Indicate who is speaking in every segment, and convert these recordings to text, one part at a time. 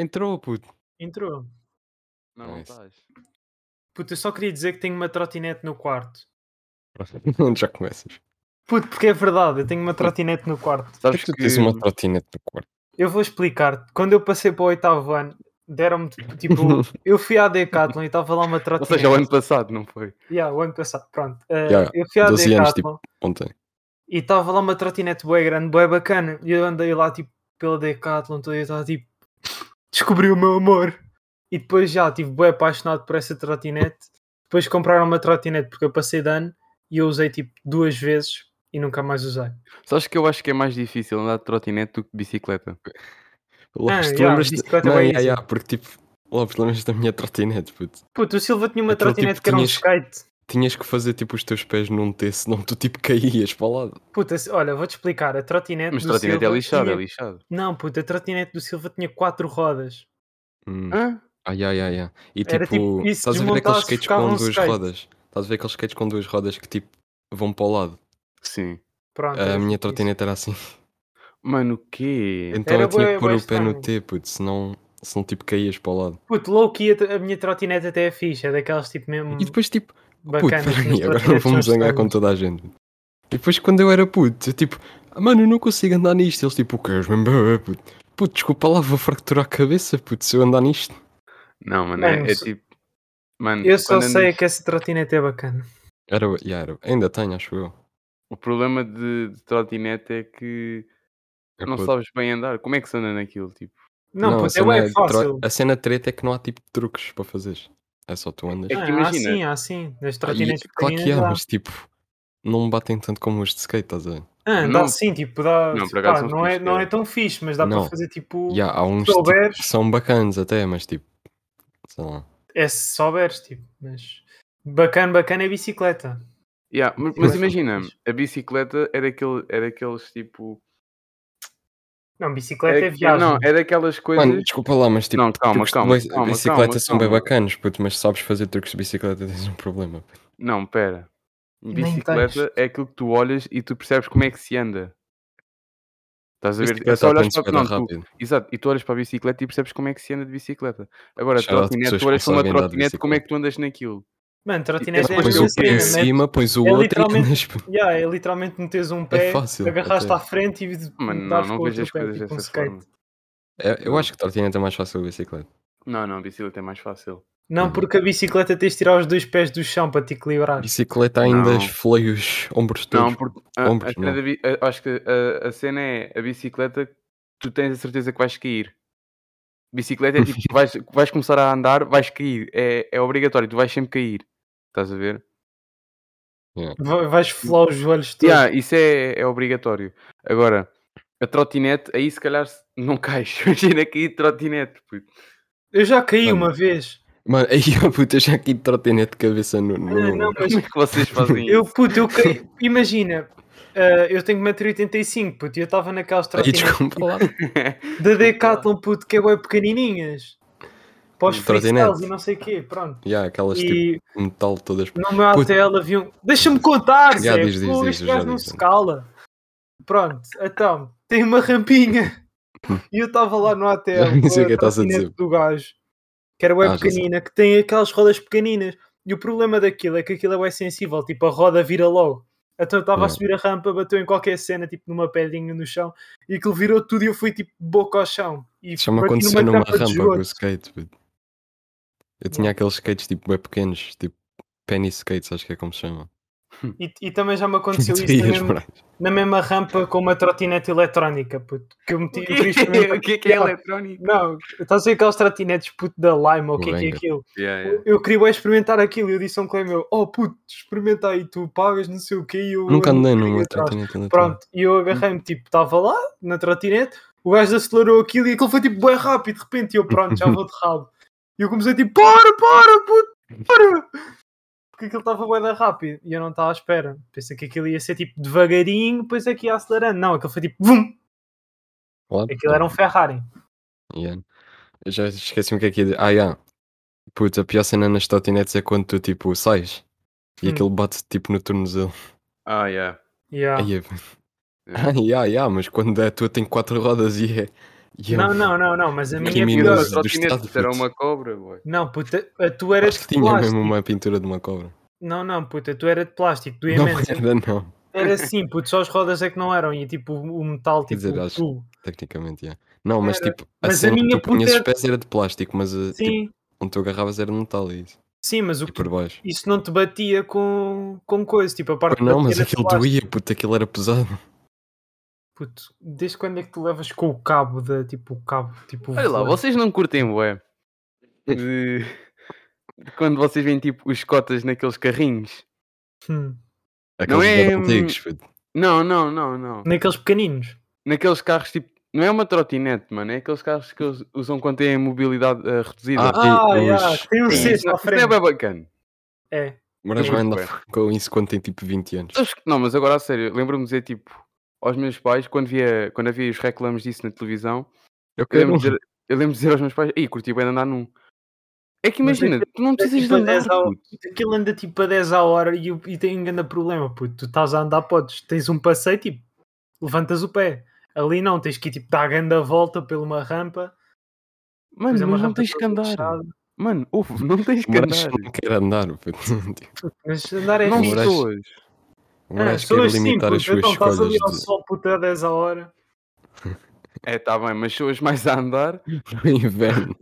Speaker 1: Entrou, puto.
Speaker 2: Entrou.
Speaker 3: Não, não
Speaker 1: Nice.
Speaker 3: estás.
Speaker 2: Puto, eu só queria dizer que tenho uma trotinete no quarto.
Speaker 1: Onde já começas?
Speaker 2: Puto, porque é verdade, eu tenho uma trotinete no quarto.
Speaker 1: Por
Speaker 3: Sabes
Speaker 1: É que
Speaker 3: que, hum,
Speaker 1: tu tens uma trotinete no quarto?
Speaker 2: Eu vou explicar-te. Quando eu passei para o oitavo ano, deram-me tipo. tipo, eu fui à Decathlon e estava lá uma
Speaker 3: Ou
Speaker 2: trotinete.
Speaker 3: seja, o ano passado, não foi?
Speaker 2: Yeah, o ano passado, pronto. Eh,
Speaker 1: Yeah,
Speaker 2: eu fui à
Speaker 1: 12
Speaker 2: Decathlon
Speaker 1: anos,
Speaker 3: tipo,
Speaker 1: Ontem.
Speaker 2: e estava lá uma trotinete bem grande, bem bacana. E eu andei lá tipo pela Decathlon toda e eu estava tipo. Descobri o meu amor. E depois já estive bem apaixonado por essa trotinete. Depois compraram uma trotinete porque eu passei de ano e eu usei tipo duas vezes e nunca mais usei.
Speaker 3: Sabes que eu acho que é mais difícil andar de trotinete do que de bicicleta.
Speaker 1: Lopes, tu
Speaker 2: yeah,
Speaker 1: lembras
Speaker 2: bicicleta
Speaker 1: Não, Ah,
Speaker 2: bem
Speaker 1: yeah,
Speaker 2: easy.
Speaker 1: yeah, porque tipo, Lopes, lembras da minha trotinete, puto?
Speaker 2: Puto, o Silva tinha uma
Speaker 1: Aquele
Speaker 2: trotinete
Speaker 1: tipo
Speaker 2: que era um
Speaker 1: tinhas-
Speaker 2: skate.
Speaker 1: Tinhas que fazer tipo os teus pés num T, senão tu tipo caías para o lado.
Speaker 2: Puta, se- olha, vou-te explicar. A trotinete
Speaker 3: Mas
Speaker 2: do
Speaker 3: trotinete é
Speaker 2: Silva
Speaker 3: lixado,
Speaker 2: tinha...
Speaker 3: é lixado.
Speaker 2: Não, puta, a trotinete do Silva tinha quatro rodas.
Speaker 1: Hum.
Speaker 3: Hã?
Speaker 1: Ai, ai, ai, ai. E
Speaker 2: Ah. Era,
Speaker 1: tipo,
Speaker 2: tipo, isso,
Speaker 1: estás a ver aqueles
Speaker 2: desmontasse,
Speaker 1: skates
Speaker 2: ficava
Speaker 1: com
Speaker 2: um
Speaker 1: duas
Speaker 2: skate.
Speaker 1: rodas? Estás a ver aqueles skates com duas rodas que tipo vão para o lado?
Speaker 3: Sim.
Speaker 2: Pronto.
Speaker 1: a
Speaker 2: era
Speaker 1: minha
Speaker 2: Ah, isso.
Speaker 1: trotinete era assim.
Speaker 3: Mano, o quê?
Speaker 1: Então
Speaker 2: Era
Speaker 1: eu tinha
Speaker 2: bué-
Speaker 1: que pôr o
Speaker 2: bué
Speaker 1: pé
Speaker 2: estranho.
Speaker 1: no T, puto, senão, senão tipo caías para o lado.
Speaker 2: Puto, low key, a, a minha trotinete até é fixe. É daquelas tipo mesmo
Speaker 1: E depois tipo, puto,
Speaker 2: bacanas. mas
Speaker 1: peraí, agora não
Speaker 2: trotinetes
Speaker 1: vamos
Speaker 2: são
Speaker 1: zangar com
Speaker 2: estranhas.
Speaker 1: toda a gente. E depois quando eu era puto, eu tipo, "Ah, mano, eu não consigo andar nisto. Eles tipo, o que és mesmo, bebê, puto? Puto, desculpa lá, vou fracturar a cabeça, puto, se eu andar nisto.
Speaker 3: Não, mano, é,
Speaker 2: Mano,
Speaker 3: é
Speaker 2: se-
Speaker 3: tipo. Mano,
Speaker 2: Eu só
Speaker 3: quando
Speaker 2: sei é
Speaker 3: andas-
Speaker 2: que essa trotinete é bacana.
Speaker 1: Era, yeah, era, ainda tenho, acho eu.
Speaker 3: O problema de, de trotinete é que
Speaker 1: É,
Speaker 3: não
Speaker 1: puto.
Speaker 3: sabes bem andar. Como é que se anda naquilo? Tipo,
Speaker 2: Não,
Speaker 1: a
Speaker 2: puto, é
Speaker 1: cena
Speaker 2: bem
Speaker 1: de tro-
Speaker 2: fácil.
Speaker 1: A cena treta é que não há tipo de truques para fazer. É só tu andas.
Speaker 3: É
Speaker 2: Ah,
Speaker 3: que
Speaker 2: há
Speaker 3: imagina-
Speaker 2: sim, há sim. Nas
Speaker 1: Ah, e-
Speaker 2: trotinetes
Speaker 1: claro que
Speaker 2: pequeninas
Speaker 1: há,
Speaker 2: dá.
Speaker 1: mas tipo, não me batem tanto como os de skate, estás a ver?
Speaker 2: Ah, dá
Speaker 3: Não.
Speaker 2: sim, tipo, dá.
Speaker 3: Não, por
Speaker 2: pá,
Speaker 3: acaso são
Speaker 2: não, é,
Speaker 3: fixe,
Speaker 2: não é
Speaker 3: é.
Speaker 2: tão fixe, mas dá
Speaker 1: Não.
Speaker 2: para fazer tipo.
Speaker 1: E há, há uns
Speaker 2: Se
Speaker 1: tipo,
Speaker 2: souberes.
Speaker 1: que são bacanas até, mas tipo, sei lá.
Speaker 2: É se souberes, tipo, mas. Bacana, bacana é bicicleta.
Speaker 3: yeah, mas,
Speaker 2: Sim,
Speaker 3: mas
Speaker 2: sim.
Speaker 3: imagina, a bicicleta é, daquele, é daqueles tipo.
Speaker 2: Não, bicicleta é,
Speaker 3: é-
Speaker 2: viagem.
Speaker 3: não, é daquelas coisas.
Speaker 1: Mano, desculpa lá, mas tipo,
Speaker 3: Não, calma,
Speaker 1: truques de
Speaker 3: calma,
Speaker 1: bi-
Speaker 3: calma,
Speaker 1: bicicleta
Speaker 3: calma,
Speaker 1: são bem
Speaker 3: calma.
Speaker 1: bacanas, puto, mas sabes fazer truques de bicicleta tens um problema. puto.
Speaker 3: Não, pera.
Speaker 2: Nem
Speaker 3: Bicicleta é aquilo que tu olhas e tu percebes como é que se anda. Estás a ver? É
Speaker 1: Bicicleta
Speaker 3: só olhas
Speaker 1: aprende-se
Speaker 3: para...
Speaker 1: bué da
Speaker 3: Não, tu...
Speaker 1: rápido.
Speaker 3: Exato, e tu olhas para a bicicleta e percebes como é que se anda de bicicleta. Agora,
Speaker 1: Shout out
Speaker 3: trotinete,
Speaker 1: pessoas
Speaker 3: tu
Speaker 1: que
Speaker 3: olhas para uma
Speaker 1: sabem andar de
Speaker 3: trotinete, como é que tu andas naquilo?
Speaker 2: Mano, trotinete é a
Speaker 3: depois
Speaker 1: Pões
Speaker 3: mesmo
Speaker 1: tipo, o
Speaker 2: mesma
Speaker 1: pé em
Speaker 2: cena, né?
Speaker 1: cima, pões o
Speaker 2: É
Speaker 1: outro e
Speaker 2: literalmente-
Speaker 1: andas. puto.
Speaker 2: Yeah, é literalmente meteres um pé,
Speaker 1: fácil,
Speaker 2: agarraste
Speaker 1: até.
Speaker 2: à frente e
Speaker 3: Mano, não,
Speaker 2: dás
Speaker 3: não
Speaker 2: com o
Speaker 3: vejo
Speaker 2: outro
Speaker 3: as
Speaker 2: pé,
Speaker 3: coisas
Speaker 2: tipo um
Speaker 3: dessa
Speaker 2: skate.
Speaker 3: forma.
Speaker 1: É, Eu acho que trotinete é mais fácil que bicicleta.
Speaker 3: Não, não, bicicleta é mais fácil.
Speaker 2: Não,
Speaker 1: Uhum.
Speaker 2: porque a bicicleta tens de tirar os dois pés do chão para te equilibrar.
Speaker 1: Bicicleta ainda
Speaker 3: Não.
Speaker 1: esfoleia os ombros todos.
Speaker 3: Não, porque a, a
Speaker 1: Ombros,
Speaker 3: cena
Speaker 1: não.
Speaker 3: da bi- a- acho que a, a cena é a bicicleta, tu tens a certeza que vais cair. Bicicleta é tipo, vais, vais começar a andar, vais cair. É, é obrigatório, tu vais sempre cair. Estás a ver?
Speaker 2: Vai- Vais folar os joelhos todos.
Speaker 3: Yeah, isso é, é obrigatório. Agora, a trotinete, aí se calhar se- não cais. Imagina cair de trotinete. puto.
Speaker 2: Eu já caí
Speaker 1: Mano.
Speaker 2: uma vez.
Speaker 1: Mano, aí eu puta, já aqui de trotinete de cabeça no. no-
Speaker 2: Ah, não, mas
Speaker 3: Como é que vocês fazem
Speaker 2: eu,
Speaker 3: isso?
Speaker 2: puto, eu caí. Imagina, ah, eu tenho 1,85m, puto, e eu estava naquelas
Speaker 1: Aí
Speaker 2: trotinetes
Speaker 1: desculpa lá.
Speaker 2: da Decathlon, puto, que é bem pequenininhas. Para os
Speaker 1: Hum, trotinete.
Speaker 2: freestyles e não sei o quê, pronto.
Speaker 1: Yeah, aquelas tipo
Speaker 2: E
Speaker 1: metal todas.
Speaker 2: no meu
Speaker 1: Puto.
Speaker 2: hotel havia um... Deixa-me contar,
Speaker 1: Já
Speaker 2: Zé,
Speaker 1: diz, diz,
Speaker 2: pô,
Speaker 1: diz,
Speaker 2: este
Speaker 1: eu já
Speaker 2: gajo não
Speaker 1: digo,
Speaker 2: se
Speaker 1: já.
Speaker 2: cala. Pronto, então, tem uma rampinha. E eu estava lá no hotel,
Speaker 1: Já nem sei o que
Speaker 2: com a
Speaker 1: estás a dizer.
Speaker 2: trotinete do gajo, que era web
Speaker 1: Ah, já sei.
Speaker 2: pequenina, que tem aquelas rodas pequeninas. E o problema daquilo é que aquilo é web sensível, tipo, a roda vira logo. Então eu estava a
Speaker 1: Yeah.
Speaker 2: subir a rampa, bateu em qualquer cena, tipo numa pedrinha no chão, e aquilo virou tudo e eu fui tipo boca ao chão. E
Speaker 1: Chama
Speaker 2: bati
Speaker 1: aconteceu numa
Speaker 2: tampa de
Speaker 1: rampa
Speaker 2: esgoto.
Speaker 1: com o skate. puto. Eu tinha aqueles skates tipo bem pequenos, tipo penny skates, acho que é como se chama.
Speaker 2: E, e também já me aconteceu
Speaker 1: Tu
Speaker 2: isso na
Speaker 1: ias
Speaker 2: mesma,
Speaker 1: para aí.
Speaker 2: na mesma rampa com uma trotinete eletrónica, puto. Que eu meti
Speaker 3: O
Speaker 2: eu queria
Speaker 3: que,
Speaker 2: experimentar-
Speaker 3: o que é que é
Speaker 2: Yeah.
Speaker 3: eletrónico?
Speaker 2: Não, estás a ver aquelas trotinetes puto da Lime ou o que é que é
Speaker 1: Molenga.
Speaker 2: aquilo?
Speaker 3: Yeah, yeah.
Speaker 2: Eu- Eu queria bué experimentar aquilo e eu disse a um colega meu: Oh puto, experimenta aí, tu pagas, não sei o quê. E eu
Speaker 1: Nunca
Speaker 2: ando um
Speaker 1: andei
Speaker 2: bocadinho
Speaker 1: numa
Speaker 2: atrás.
Speaker 1: trotinete eletrónica.
Speaker 2: Pronto, e eu agarrei-me, tipo, estava lá na trotinete, o gajo acelerou aquilo e aquilo foi tipo bem rápido, de repente, e eu pronto, já vou de rabo. E eu comecei tipo: Para, para, puto, para! Porque aquilo estava bué da rápido e eu não estava à espera. Pensei que aquilo ia ser tipo devagarinho, depois é que ia acelerando. Não, aquilo foi tipo: Vum!
Speaker 1: What?
Speaker 2: Aquilo era um Ferrari.
Speaker 1: Yeah. Eu Já esqueci-me o que é que ia dizer. Ah, yeah. Puta, a pior cena nas trotinetes é quando tu tipo sais e
Speaker 2: Hum.
Speaker 1: aquilo bate tipo no tornozelo.
Speaker 3: Ah, yeah.
Speaker 2: Yeah.
Speaker 1: é Aí é. Ah, yeah, yeah, mas quando a tua tem quatro rodas e é, E eu-
Speaker 2: Não, não, não, não, mas a minha é pior.
Speaker 1: Criminoso.
Speaker 3: Mas
Speaker 1: do
Speaker 3: a trotinete
Speaker 1: Estado,
Speaker 3: era
Speaker 1: puto.
Speaker 3: uma cobra, boy.
Speaker 2: Não, puta, a- tu eras
Speaker 1: Acho que
Speaker 2: de
Speaker 1: tinha
Speaker 2: plástico.
Speaker 1: mesmo uma pintura de uma cobra.
Speaker 2: Não, não, puta, tu era de plástico, doía
Speaker 1: Não
Speaker 2: menos.
Speaker 1: era, não.
Speaker 2: Era assim, puto, só as rodas é que não eram e tipo o o metal,
Speaker 1: Quer
Speaker 2: tipo
Speaker 1: dizer, acho-
Speaker 2: tu.
Speaker 1: Tecnicamente, é. Não, mas
Speaker 2: Era.
Speaker 1: tipo, a
Speaker 2: Mas a
Speaker 1: cena que
Speaker 2: minha
Speaker 1: tu punhas os
Speaker 2: puta-
Speaker 1: pés era de plástico, mas uh, tipo,
Speaker 2: Sim,
Speaker 1: onde tu agarravas era de metal e isso.
Speaker 2: sim, mas o
Speaker 1: E
Speaker 2: que
Speaker 1: por baixo.
Speaker 2: isso não te batia com, com coisa, tipo a parte
Speaker 1: Pois Não,
Speaker 2: de
Speaker 1: mas
Speaker 2: bater
Speaker 1: aquilo
Speaker 2: a plástico.
Speaker 1: doía, puto, aquilo era pesado.
Speaker 2: Puto, desde quando é que tu levas com o cabo da tipo o cabo, tipo
Speaker 3: Olha lá,
Speaker 2: voando?
Speaker 3: vocês não curtem, boé. De... de Quando vocês veem tipo os cotas naqueles carrinhos.
Speaker 2: Hum,
Speaker 1: Aqueles
Speaker 3: é,
Speaker 1: eram
Speaker 3: hum,
Speaker 1: antigos, puto.
Speaker 3: Não, não, não, não.
Speaker 2: naqueles pequeninos.
Speaker 3: Naqueles carros tipo. Não é uma trotinete, mano. É aqueles carros que eles usam quando têm mobilidade eh, reduzida.
Speaker 1: Ah, e
Speaker 2: Ah,
Speaker 1: os-
Speaker 2: já, tem um
Speaker 1: Sim,
Speaker 2: cesto à
Speaker 3: Isso não é
Speaker 2: frente.
Speaker 3: bem bacana.
Speaker 2: É,
Speaker 1: Agora
Speaker 3: é
Speaker 1: vai
Speaker 3: muito
Speaker 1: andar com isso quando tem tipo 20 anos.
Speaker 3: Sabes que- Não, mas agora a sério, lembro-me de dizer tipo aos meus pais, quando, via, quando havia os reclames disso na televisão,
Speaker 1: Eu
Speaker 3: eu
Speaker 1: quero
Speaker 3: lembro,
Speaker 1: um.
Speaker 3: de dizer, eu lembro de dizer aos meus pais, ei, curti bem de andar num. É que
Speaker 2: Mas é
Speaker 3: imagina, tu não precisas de
Speaker 2: tipo a
Speaker 3: andar,
Speaker 2: 10 ao-
Speaker 3: puto.
Speaker 2: aquilo anda tipo a 10 a hora e, o- e tem um grande problema, puto. Tu estás a andar, podes, tens um passeio, tipo, levantas o pé. Ali não, tens que ir tipo, dar a grande volta por uma rampa.
Speaker 3: Mano,
Speaker 2: fazer é uma
Speaker 3: mas não
Speaker 2: rampa
Speaker 3: tens que
Speaker 2: toda
Speaker 3: andar.
Speaker 2: fechada.
Speaker 3: Mano, ouve, não tens que
Speaker 1: Mas
Speaker 3: andar.
Speaker 1: não quero andar, puto.
Speaker 3: Ah,
Speaker 2: Mas andar é
Speaker 3: Não
Speaker 1: fixe.
Speaker 3: pessoas.
Speaker 1: Agora
Speaker 2: Ah,
Speaker 1: acho que quero
Speaker 2: pessoas sim,
Speaker 1: é limitar as
Speaker 2: puto,
Speaker 1: suas
Speaker 2: então estás ali ao
Speaker 1: escolhas.
Speaker 2: sol puto a 10 a hora.
Speaker 3: É, tá bem, mas pessoas mais a andar
Speaker 1: de- No inverno.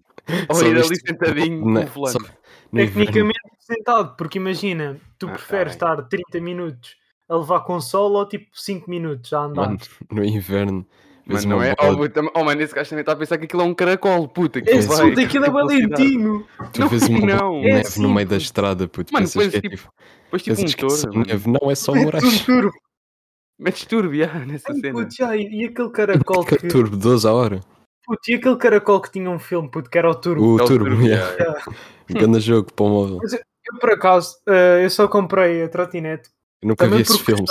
Speaker 3: ou
Speaker 1: Só
Speaker 3: ir ali
Speaker 1: isto-
Speaker 3: sentadinho com
Speaker 1: Na-
Speaker 3: o fulano.
Speaker 1: só- no inverno.
Speaker 2: Tecnicamente sentado, porque imagina, tu
Speaker 3: Ah, tá
Speaker 2: preferes
Speaker 3: bem.
Speaker 2: estar 30 minutos a levar com sol ou tipo 5 minutos a andar.
Speaker 1: Mano, no inverno.
Speaker 3: Mas
Speaker 1: vês
Speaker 3: não
Speaker 1: uma
Speaker 3: é.
Speaker 1: bola-
Speaker 3: Oh, puto, oh, mano, esse gajo também está a pensar que aquilo é um caracol, puta. Que
Speaker 2: Esse
Speaker 1: vai,
Speaker 2: puto, aquilo é
Speaker 3: velocidade.
Speaker 2: valentino.
Speaker 1: Tu
Speaker 3: Não,
Speaker 1: vês uma bola
Speaker 3: não.
Speaker 1: de
Speaker 2: É
Speaker 1: neve
Speaker 2: assim,
Speaker 1: no meio da
Speaker 2: puto.
Speaker 1: estrada, puto.
Speaker 3: Mano,
Speaker 1: pensas que é
Speaker 3: pões
Speaker 1: tipo.
Speaker 3: Depois tipo um
Speaker 1: Pensas que é só
Speaker 3: touro. mano.
Speaker 1: neve. Não, é só
Speaker 2: Um
Speaker 1: morais.
Speaker 2: turbo.
Speaker 3: Metes turbo, já, nessa
Speaker 2: Ai,
Speaker 3: cena.
Speaker 2: puto, já, e, e aquele caracol que,
Speaker 1: Que turbo 12 a hora.
Speaker 2: puto, e aquele caracol que tinha um filme, puto, que era o Turbo.
Speaker 1: O
Speaker 3: É o
Speaker 1: turbo,
Speaker 3: turbo,
Speaker 1: yeah.
Speaker 3: já,
Speaker 1: Grande jogo para o móvel.
Speaker 2: Eu por acaso, eh, eu só comprei a trotinete,
Speaker 1: Eu nunca vi
Speaker 2: Também
Speaker 1: esses
Speaker 2: porque
Speaker 1: filmes.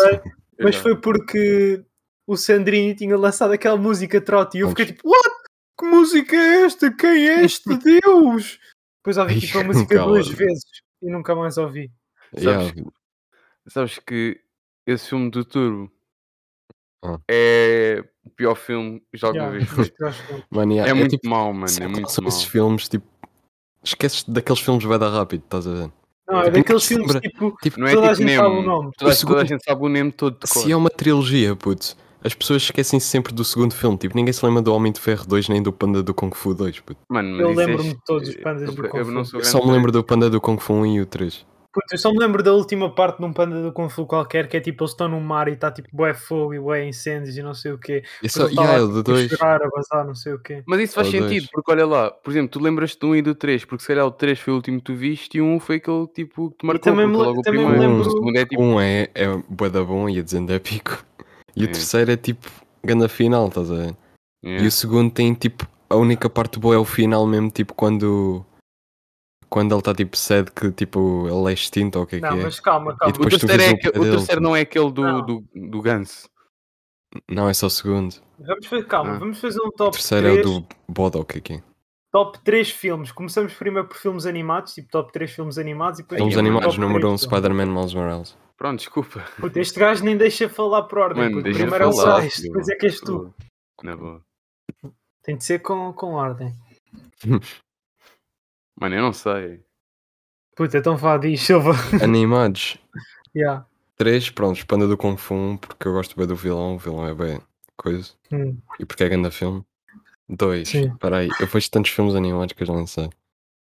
Speaker 3: Eu
Speaker 2: mas
Speaker 3: já.
Speaker 2: foi porque o Sandrinho tinha lançado aquela música trote e eu
Speaker 1: Pois.
Speaker 2: fiquei tipo, what? Que música é esta? Quem é este Deus? Depois ouvi
Speaker 1: Ai,
Speaker 2: tipo a
Speaker 1: nunca
Speaker 2: música duas
Speaker 1: ouvi.
Speaker 2: vezes e nunca mais ouvi.
Speaker 1: Yeah.
Speaker 3: Sabes que esse filme do Turbo
Speaker 1: Ah.
Speaker 3: é o pior filme já alguma
Speaker 2: Já,
Speaker 3: vez.
Speaker 2: mas eu acho que-
Speaker 1: Mano, yeah,
Speaker 3: É
Speaker 1: é
Speaker 3: muito
Speaker 1: tipo,
Speaker 3: mau, mano. É
Speaker 1: sempre
Speaker 3: muito
Speaker 1: são
Speaker 3: mau.
Speaker 1: esses filmes, tipo, esqueces daqueles filmes vai dar rápido, estás a ver?
Speaker 2: Não, é
Speaker 1: Tipo,
Speaker 2: daqueles
Speaker 1: se
Speaker 2: filmes
Speaker 1: lembra-
Speaker 2: tipo,
Speaker 1: Tipo,
Speaker 3: Não é
Speaker 2: toda a
Speaker 3: tipo
Speaker 2: gente sabe o
Speaker 3: Nemo.
Speaker 2: nome.
Speaker 3: Toda,
Speaker 1: O
Speaker 3: a- toda a
Speaker 1: segundo-
Speaker 3: gente sabe o Nemo todo de cor.
Speaker 1: se é uma trilogia, puto, as pessoas esquecem-se sempre do segundo filme. Tipo, ninguém se lembra do Homem de Ferro 2 nem do Panda do Kung Fu 2, puto.
Speaker 3: Mano, mas
Speaker 2: Eu
Speaker 3: isso é
Speaker 2: lembro-me
Speaker 3: est-
Speaker 2: de todos os pandas
Speaker 3: eu,
Speaker 2: do
Speaker 3: eu
Speaker 2: Kung
Speaker 3: não
Speaker 2: Fu.
Speaker 3: sou
Speaker 1: Eu só
Speaker 3: grande
Speaker 1: me lembro do Panda do Kung Fu 1 e o 3.
Speaker 2: Puto, eu só me lembro da última parte de um panda do Kung Fu qualquer, que é tipo, eles estão no mar e está tipo, bué fogo e bué incêndios e não sei o quê.
Speaker 1: E
Speaker 2: Só,
Speaker 1: só, yeah, é o do 2.
Speaker 2: tipo, A chorar, a bazar, não sei o quê.
Speaker 3: Mas isso faz
Speaker 1: Ou dois.
Speaker 3: sentido, porque olha lá, por exemplo, tu lembras-te de um e do 3, porque se calhar o 3 foi o último que tu viste e um foi aquele tipo que te marcou.
Speaker 2: também me
Speaker 3: porque
Speaker 2: le-
Speaker 3: logo o
Speaker 2: também me
Speaker 3: primeiro,
Speaker 1: lembro-
Speaker 3: o segundo é tipo.
Speaker 1: Um é, é bué da bom e a dizendo é pico. E o
Speaker 3: É.
Speaker 1: terceiro é tipo, ganda final, estás a ver?
Speaker 3: Yeah.
Speaker 1: um, E o segundo tem tipo. A única parte boa é o final mesmo, tipo quando. Quando ele está tipo sad que tipo ele é extinto ou o que é
Speaker 2: Não,
Speaker 1: que é.
Speaker 2: mas calma, calma.
Speaker 3: O
Speaker 1: depois tu
Speaker 3: terceiro, é
Speaker 1: vês o
Speaker 3: aquele-
Speaker 1: pé
Speaker 3: o
Speaker 1: dele,
Speaker 3: terceiro não é aquele do,
Speaker 2: Não.
Speaker 3: do, do ganso.
Speaker 1: Não, é só o segundo.
Speaker 2: Vamos fazer, calma,
Speaker 3: Ah.
Speaker 2: vamos fazer um
Speaker 1: O
Speaker 2: top
Speaker 1: terceiro
Speaker 2: 3,
Speaker 1: é o do Boda ou o que é que é.
Speaker 2: top 3 filmes. Começamos primeiro por filmes animados, tipo top 3 filmes animados e depois.
Speaker 1: Somos
Speaker 3: é muito
Speaker 1: animados,
Speaker 2: top
Speaker 1: número 1 um,
Speaker 2: três filmes.
Speaker 1: Spider-Man Miles Morales.
Speaker 3: Pronto, desculpa.
Speaker 2: Puta, este gajo nem deixa falar por ordem.
Speaker 3: Mano,
Speaker 2: puto.
Speaker 3: deixa
Speaker 2: primeiro é o
Speaker 3: falar,
Speaker 2: Sais,
Speaker 3: filho.
Speaker 2: depois é que és tu.
Speaker 3: Na boa.
Speaker 2: Tem de ser com, com ordem.
Speaker 3: Mano, eu não sei.
Speaker 2: Puta, então vá, diz, Silva.
Speaker 1: animados.
Speaker 2: Yeah.
Speaker 1: Três, pronto, Panda do Kung Fu, um, porque eu gosto bem do vilão, o vilão é bem coisa.
Speaker 2: Hum,
Speaker 1: E porque é grande filme. Dois,
Speaker 2: Sim.
Speaker 1: espera aí, eu vejo tantos filmes animados que eu já não sei.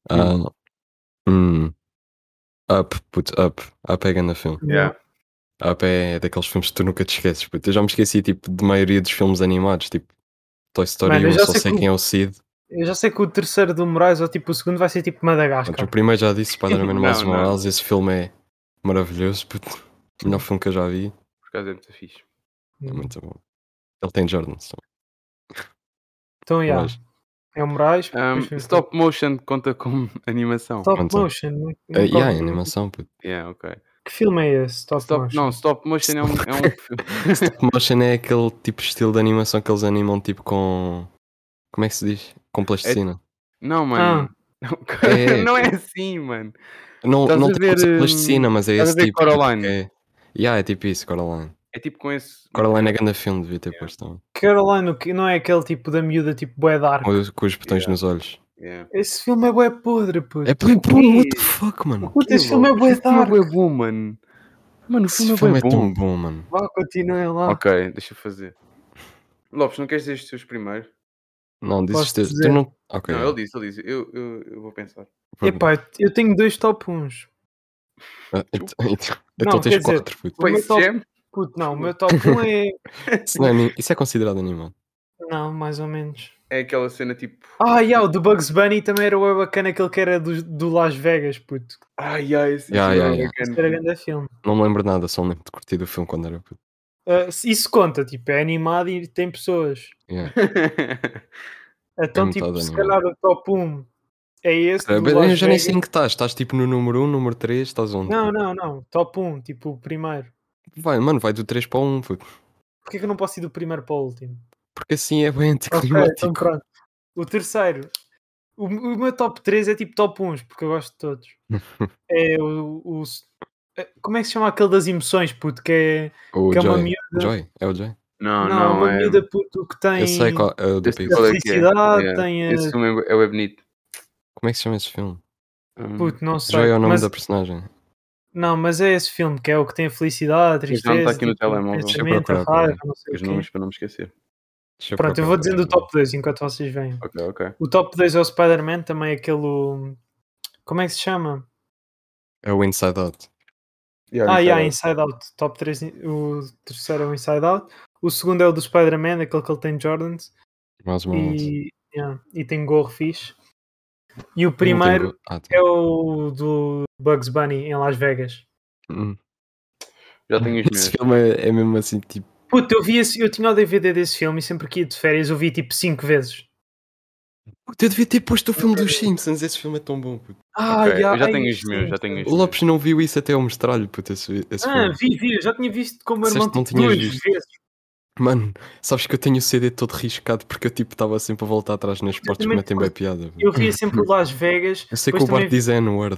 Speaker 1: Ah, hum. Up, put up. Up é grande filme.
Speaker 3: Yeah.
Speaker 1: Ah, pá, é daqueles filmes que tu nunca te esqueces. Puto. Eu já me esqueci tipo, de maioria dos filmes animados, tipo Toy Story
Speaker 2: Mano, eu
Speaker 1: 1,
Speaker 2: já
Speaker 1: só
Speaker 2: sei
Speaker 1: sei
Speaker 2: como-
Speaker 1: quem é o Cid.
Speaker 2: Eu já sei que o terceiro do Moraes, ou tipo o segundo, vai ser tipo
Speaker 1: Pronto, o
Speaker 2: Madagascar.
Speaker 1: primeiro já disse Spider-Man
Speaker 3: Não,
Speaker 1: Miles
Speaker 3: não.
Speaker 1: Morales. Esse filme é maravilhoso. Puto. O melhor filme que eu já vi.
Speaker 3: Por causa é muito fixe.
Speaker 1: É
Speaker 2: Hum.
Speaker 1: muito bom. Ele tem Jordan. só.
Speaker 3: Oh,
Speaker 2: Então, yeah.
Speaker 1: Mas-
Speaker 2: é o Moraes.
Speaker 3: Um,
Speaker 2: depois foi-
Speaker 3: stop motion conta como animação.
Speaker 2: Stop
Speaker 1: Então.
Speaker 2: motion. não-
Speaker 1: Ah,
Speaker 2: não
Speaker 1: e há
Speaker 2: conta.
Speaker 1: animação. Puto.
Speaker 3: Yeah, ok.
Speaker 2: Que filme é esse? Stop,
Speaker 3: Stop,
Speaker 2: motion.
Speaker 3: não, stop motion é um, é um filme.
Speaker 1: Stop motion é aquele tipo de estilo de animação que eles animam tipo com. Como é que se diz? Com plasticina.
Speaker 3: Não, mano.
Speaker 2: Ah.
Speaker 3: Não,
Speaker 1: É, é,
Speaker 3: não é assim, mano.
Speaker 1: Não,
Speaker 3: estás
Speaker 1: não
Speaker 3: a
Speaker 1: tem como
Speaker 3: ver,
Speaker 1: dizer
Speaker 3: hum,
Speaker 1: plasticina, mas é
Speaker 3: estás a
Speaker 1: esse
Speaker 3: ver
Speaker 1: tipo. tipo,
Speaker 3: Coraline?
Speaker 1: que é... Yeah, é tipo isso, Coraline.
Speaker 3: É É tipo com esse.
Speaker 1: Coraline é grande filme, devia ter posto também.
Speaker 2: Caroline, o que não é aquele tipo da miúda tipo bué dark.
Speaker 1: Com, os- com os botões
Speaker 3: Yeah.
Speaker 1: nos olhos.
Speaker 3: Yeah.
Speaker 2: Esse filme é bué podre, puto.
Speaker 1: É por por um what the fuck, mano.
Speaker 2: Puta, esse filme é bué
Speaker 3: Esse filme é
Speaker 2: dark.
Speaker 3: bué bom, mano. Mano, o filme
Speaker 1: Esse
Speaker 3: é
Speaker 1: filme
Speaker 3: bué
Speaker 1: é tão
Speaker 3: bom.
Speaker 1: bom, mano.
Speaker 2: Vá, continuem lá.
Speaker 3: Ok, deixa eu fazer. Lopes, não queres dizer os teus primeiros?
Speaker 1: Não, dizes
Speaker 2: Posso
Speaker 1: teu.
Speaker 2: dizer?
Speaker 1: Tu não. Ok.
Speaker 3: Não, ele disse, ele disse. Eu, eu, eu vou pensar.
Speaker 1: perdão.
Speaker 2: Epá, eu tenho dois top 1s.
Speaker 1: Ah, Então, então,
Speaker 2: Não,
Speaker 1: então
Speaker 2: quer
Speaker 1: tens
Speaker 2: dizer-
Speaker 1: quatro, puto.
Speaker 2: O meu
Speaker 3: Space
Speaker 2: top-
Speaker 3: Jam?
Speaker 2: Puto, não, o meu top 1 é.
Speaker 1: Isso, não é, ani- isso é considerado animado.
Speaker 2: Não, mais ou menos.
Speaker 3: É aquela cena tipo.
Speaker 2: Ah, yeah, o do Bugs Bunny também era bué bacana, aquele que era do, do Las Vegas, puto.
Speaker 3: Ai, ai, esse
Speaker 1: Ya,
Speaker 3: filme
Speaker 1: ya,
Speaker 3: é
Speaker 1: ya.
Speaker 3: bacana.
Speaker 2: Esse era grande filme.
Speaker 1: Não me lembro nada, só me lembro de curtir do filme quando era puto.
Speaker 2: Ah, isso conta, tipo, é animado e tem pessoas.
Speaker 1: Yeah.
Speaker 2: Então,
Speaker 1: É
Speaker 2: tipo,
Speaker 1: metade
Speaker 2: se
Speaker 1: animado.
Speaker 2: calhar o top 1 é esse.
Speaker 1: Ah,
Speaker 2: do
Speaker 1: mas
Speaker 2: Las
Speaker 1: eu já nem
Speaker 2: Vegas.
Speaker 1: sei em que estás. Estás tipo no número 1, um, número 3, estás onde?
Speaker 2: é Não,
Speaker 1: puto?
Speaker 2: não, não. Top 1, tipo, o primeiro.
Speaker 1: Vai, mano, vai do 3 para o 1, um, puto.
Speaker 2: Porquê que eu não posso ir do primeiro para o último?
Speaker 1: Porque assim é bem
Speaker 2: Ok,
Speaker 3: tipo,
Speaker 2: então
Speaker 1: anticlimático.
Speaker 2: pronto. O terceiro. O, o meu top 3 é tipo top 1, porque eu gosto de todos. é o, o- é- Como é que se chama aquele das emoções, puto? Que
Speaker 1: o
Speaker 2: é, que é uma
Speaker 1: Joy.
Speaker 2: miúda.
Speaker 1: Joy, é o Joy.
Speaker 2: não,
Speaker 3: Não, não,
Speaker 2: uma
Speaker 3: é.
Speaker 2: miúda, puto, que tem.
Speaker 1: Eu sei qual é o do
Speaker 3: Eu sei
Speaker 1: Pig.
Speaker 2: da
Speaker 3: qual é que é.
Speaker 2: felicidade,
Speaker 3: Yeah.
Speaker 2: tem a-
Speaker 3: Esse filme é bué- é bué bonito.
Speaker 1: Como é que se chama esse filme?
Speaker 3: Hum.
Speaker 2: Puto, não sei.
Speaker 1: Joy é o nome
Speaker 2: mas,
Speaker 1: da personagem.
Speaker 2: Não, mas é esse filme que é o que tem a felicidade, a
Speaker 3: Mas não,
Speaker 2: tristeza.
Speaker 3: está aqui no
Speaker 2: tipo, o
Speaker 3: telemóvel. Deixa eu
Speaker 2: pensamento, a
Speaker 1: procurar,
Speaker 2: raiva,
Speaker 1: peraí.
Speaker 2: não sei o
Speaker 3: Os
Speaker 2: quê.
Speaker 3: nomes para não me esquecer.
Speaker 1: Deixa
Speaker 2: Pronto, eu vou
Speaker 1: procurar.
Speaker 2: dizendo o top 2 enquanto vocês veem.
Speaker 3: Ok, ok.
Speaker 2: O top 2 é o Spider-Man, também é aquele. Como é que se chama?
Speaker 1: É o Inside Out.
Speaker 2: Ah, yeah,
Speaker 3: Inside
Speaker 2: Inside Out. Top 3, o terceiro é o Inside Out. O segundo é o do Spider-Man, aquele que ele tem Jordans.
Speaker 1: Mais uma vez.
Speaker 2: E, yeah, e tem gorro fixe. E o
Speaker 1: Não tenho
Speaker 2: primeiro
Speaker 1: go- Ah, tem.
Speaker 2: é o do Bugs Bunny em Las Vegas.
Speaker 1: Hum.
Speaker 3: Out. Já tenho os meus.
Speaker 1: Esse filme é, é mesmo assim, tipo.
Speaker 2: Puta, eu vi esse, eu tinha o DVD desse filme e sempre que ia de férias eu vi tipo 5 vezes.
Speaker 1: Puta, Eu devia ter posto o filme dos Simpsons, esse filme é tão bom. puto.
Speaker 2: Ah,
Speaker 3: Ok, eu já
Speaker 2: ai,
Speaker 3: tenho os
Speaker 2: sim.
Speaker 3: meus, já tenho os
Speaker 1: O Lopes não viu isso até eu mostrar-lhe, puto, esse, esse
Speaker 2: Ah,
Speaker 1: filme.
Speaker 2: vi, vi, eu já tinha visto como meu
Speaker 1: Disseste
Speaker 2: irmão
Speaker 1: que não
Speaker 2: tipo,
Speaker 1: tinhas
Speaker 2: duas
Speaker 1: visto.
Speaker 2: vezes.
Speaker 1: Mano, sabes que eu tenho o CD todo riscado porque eu tipo estava sempre a voltar atrás nas portas que
Speaker 2: também
Speaker 1: metem bem piada. puto.
Speaker 2: Eu via sempre o Las Vegas.
Speaker 1: Eu sei que
Speaker 2: depois
Speaker 1: o Bart
Speaker 2: também
Speaker 1: diz é N-word.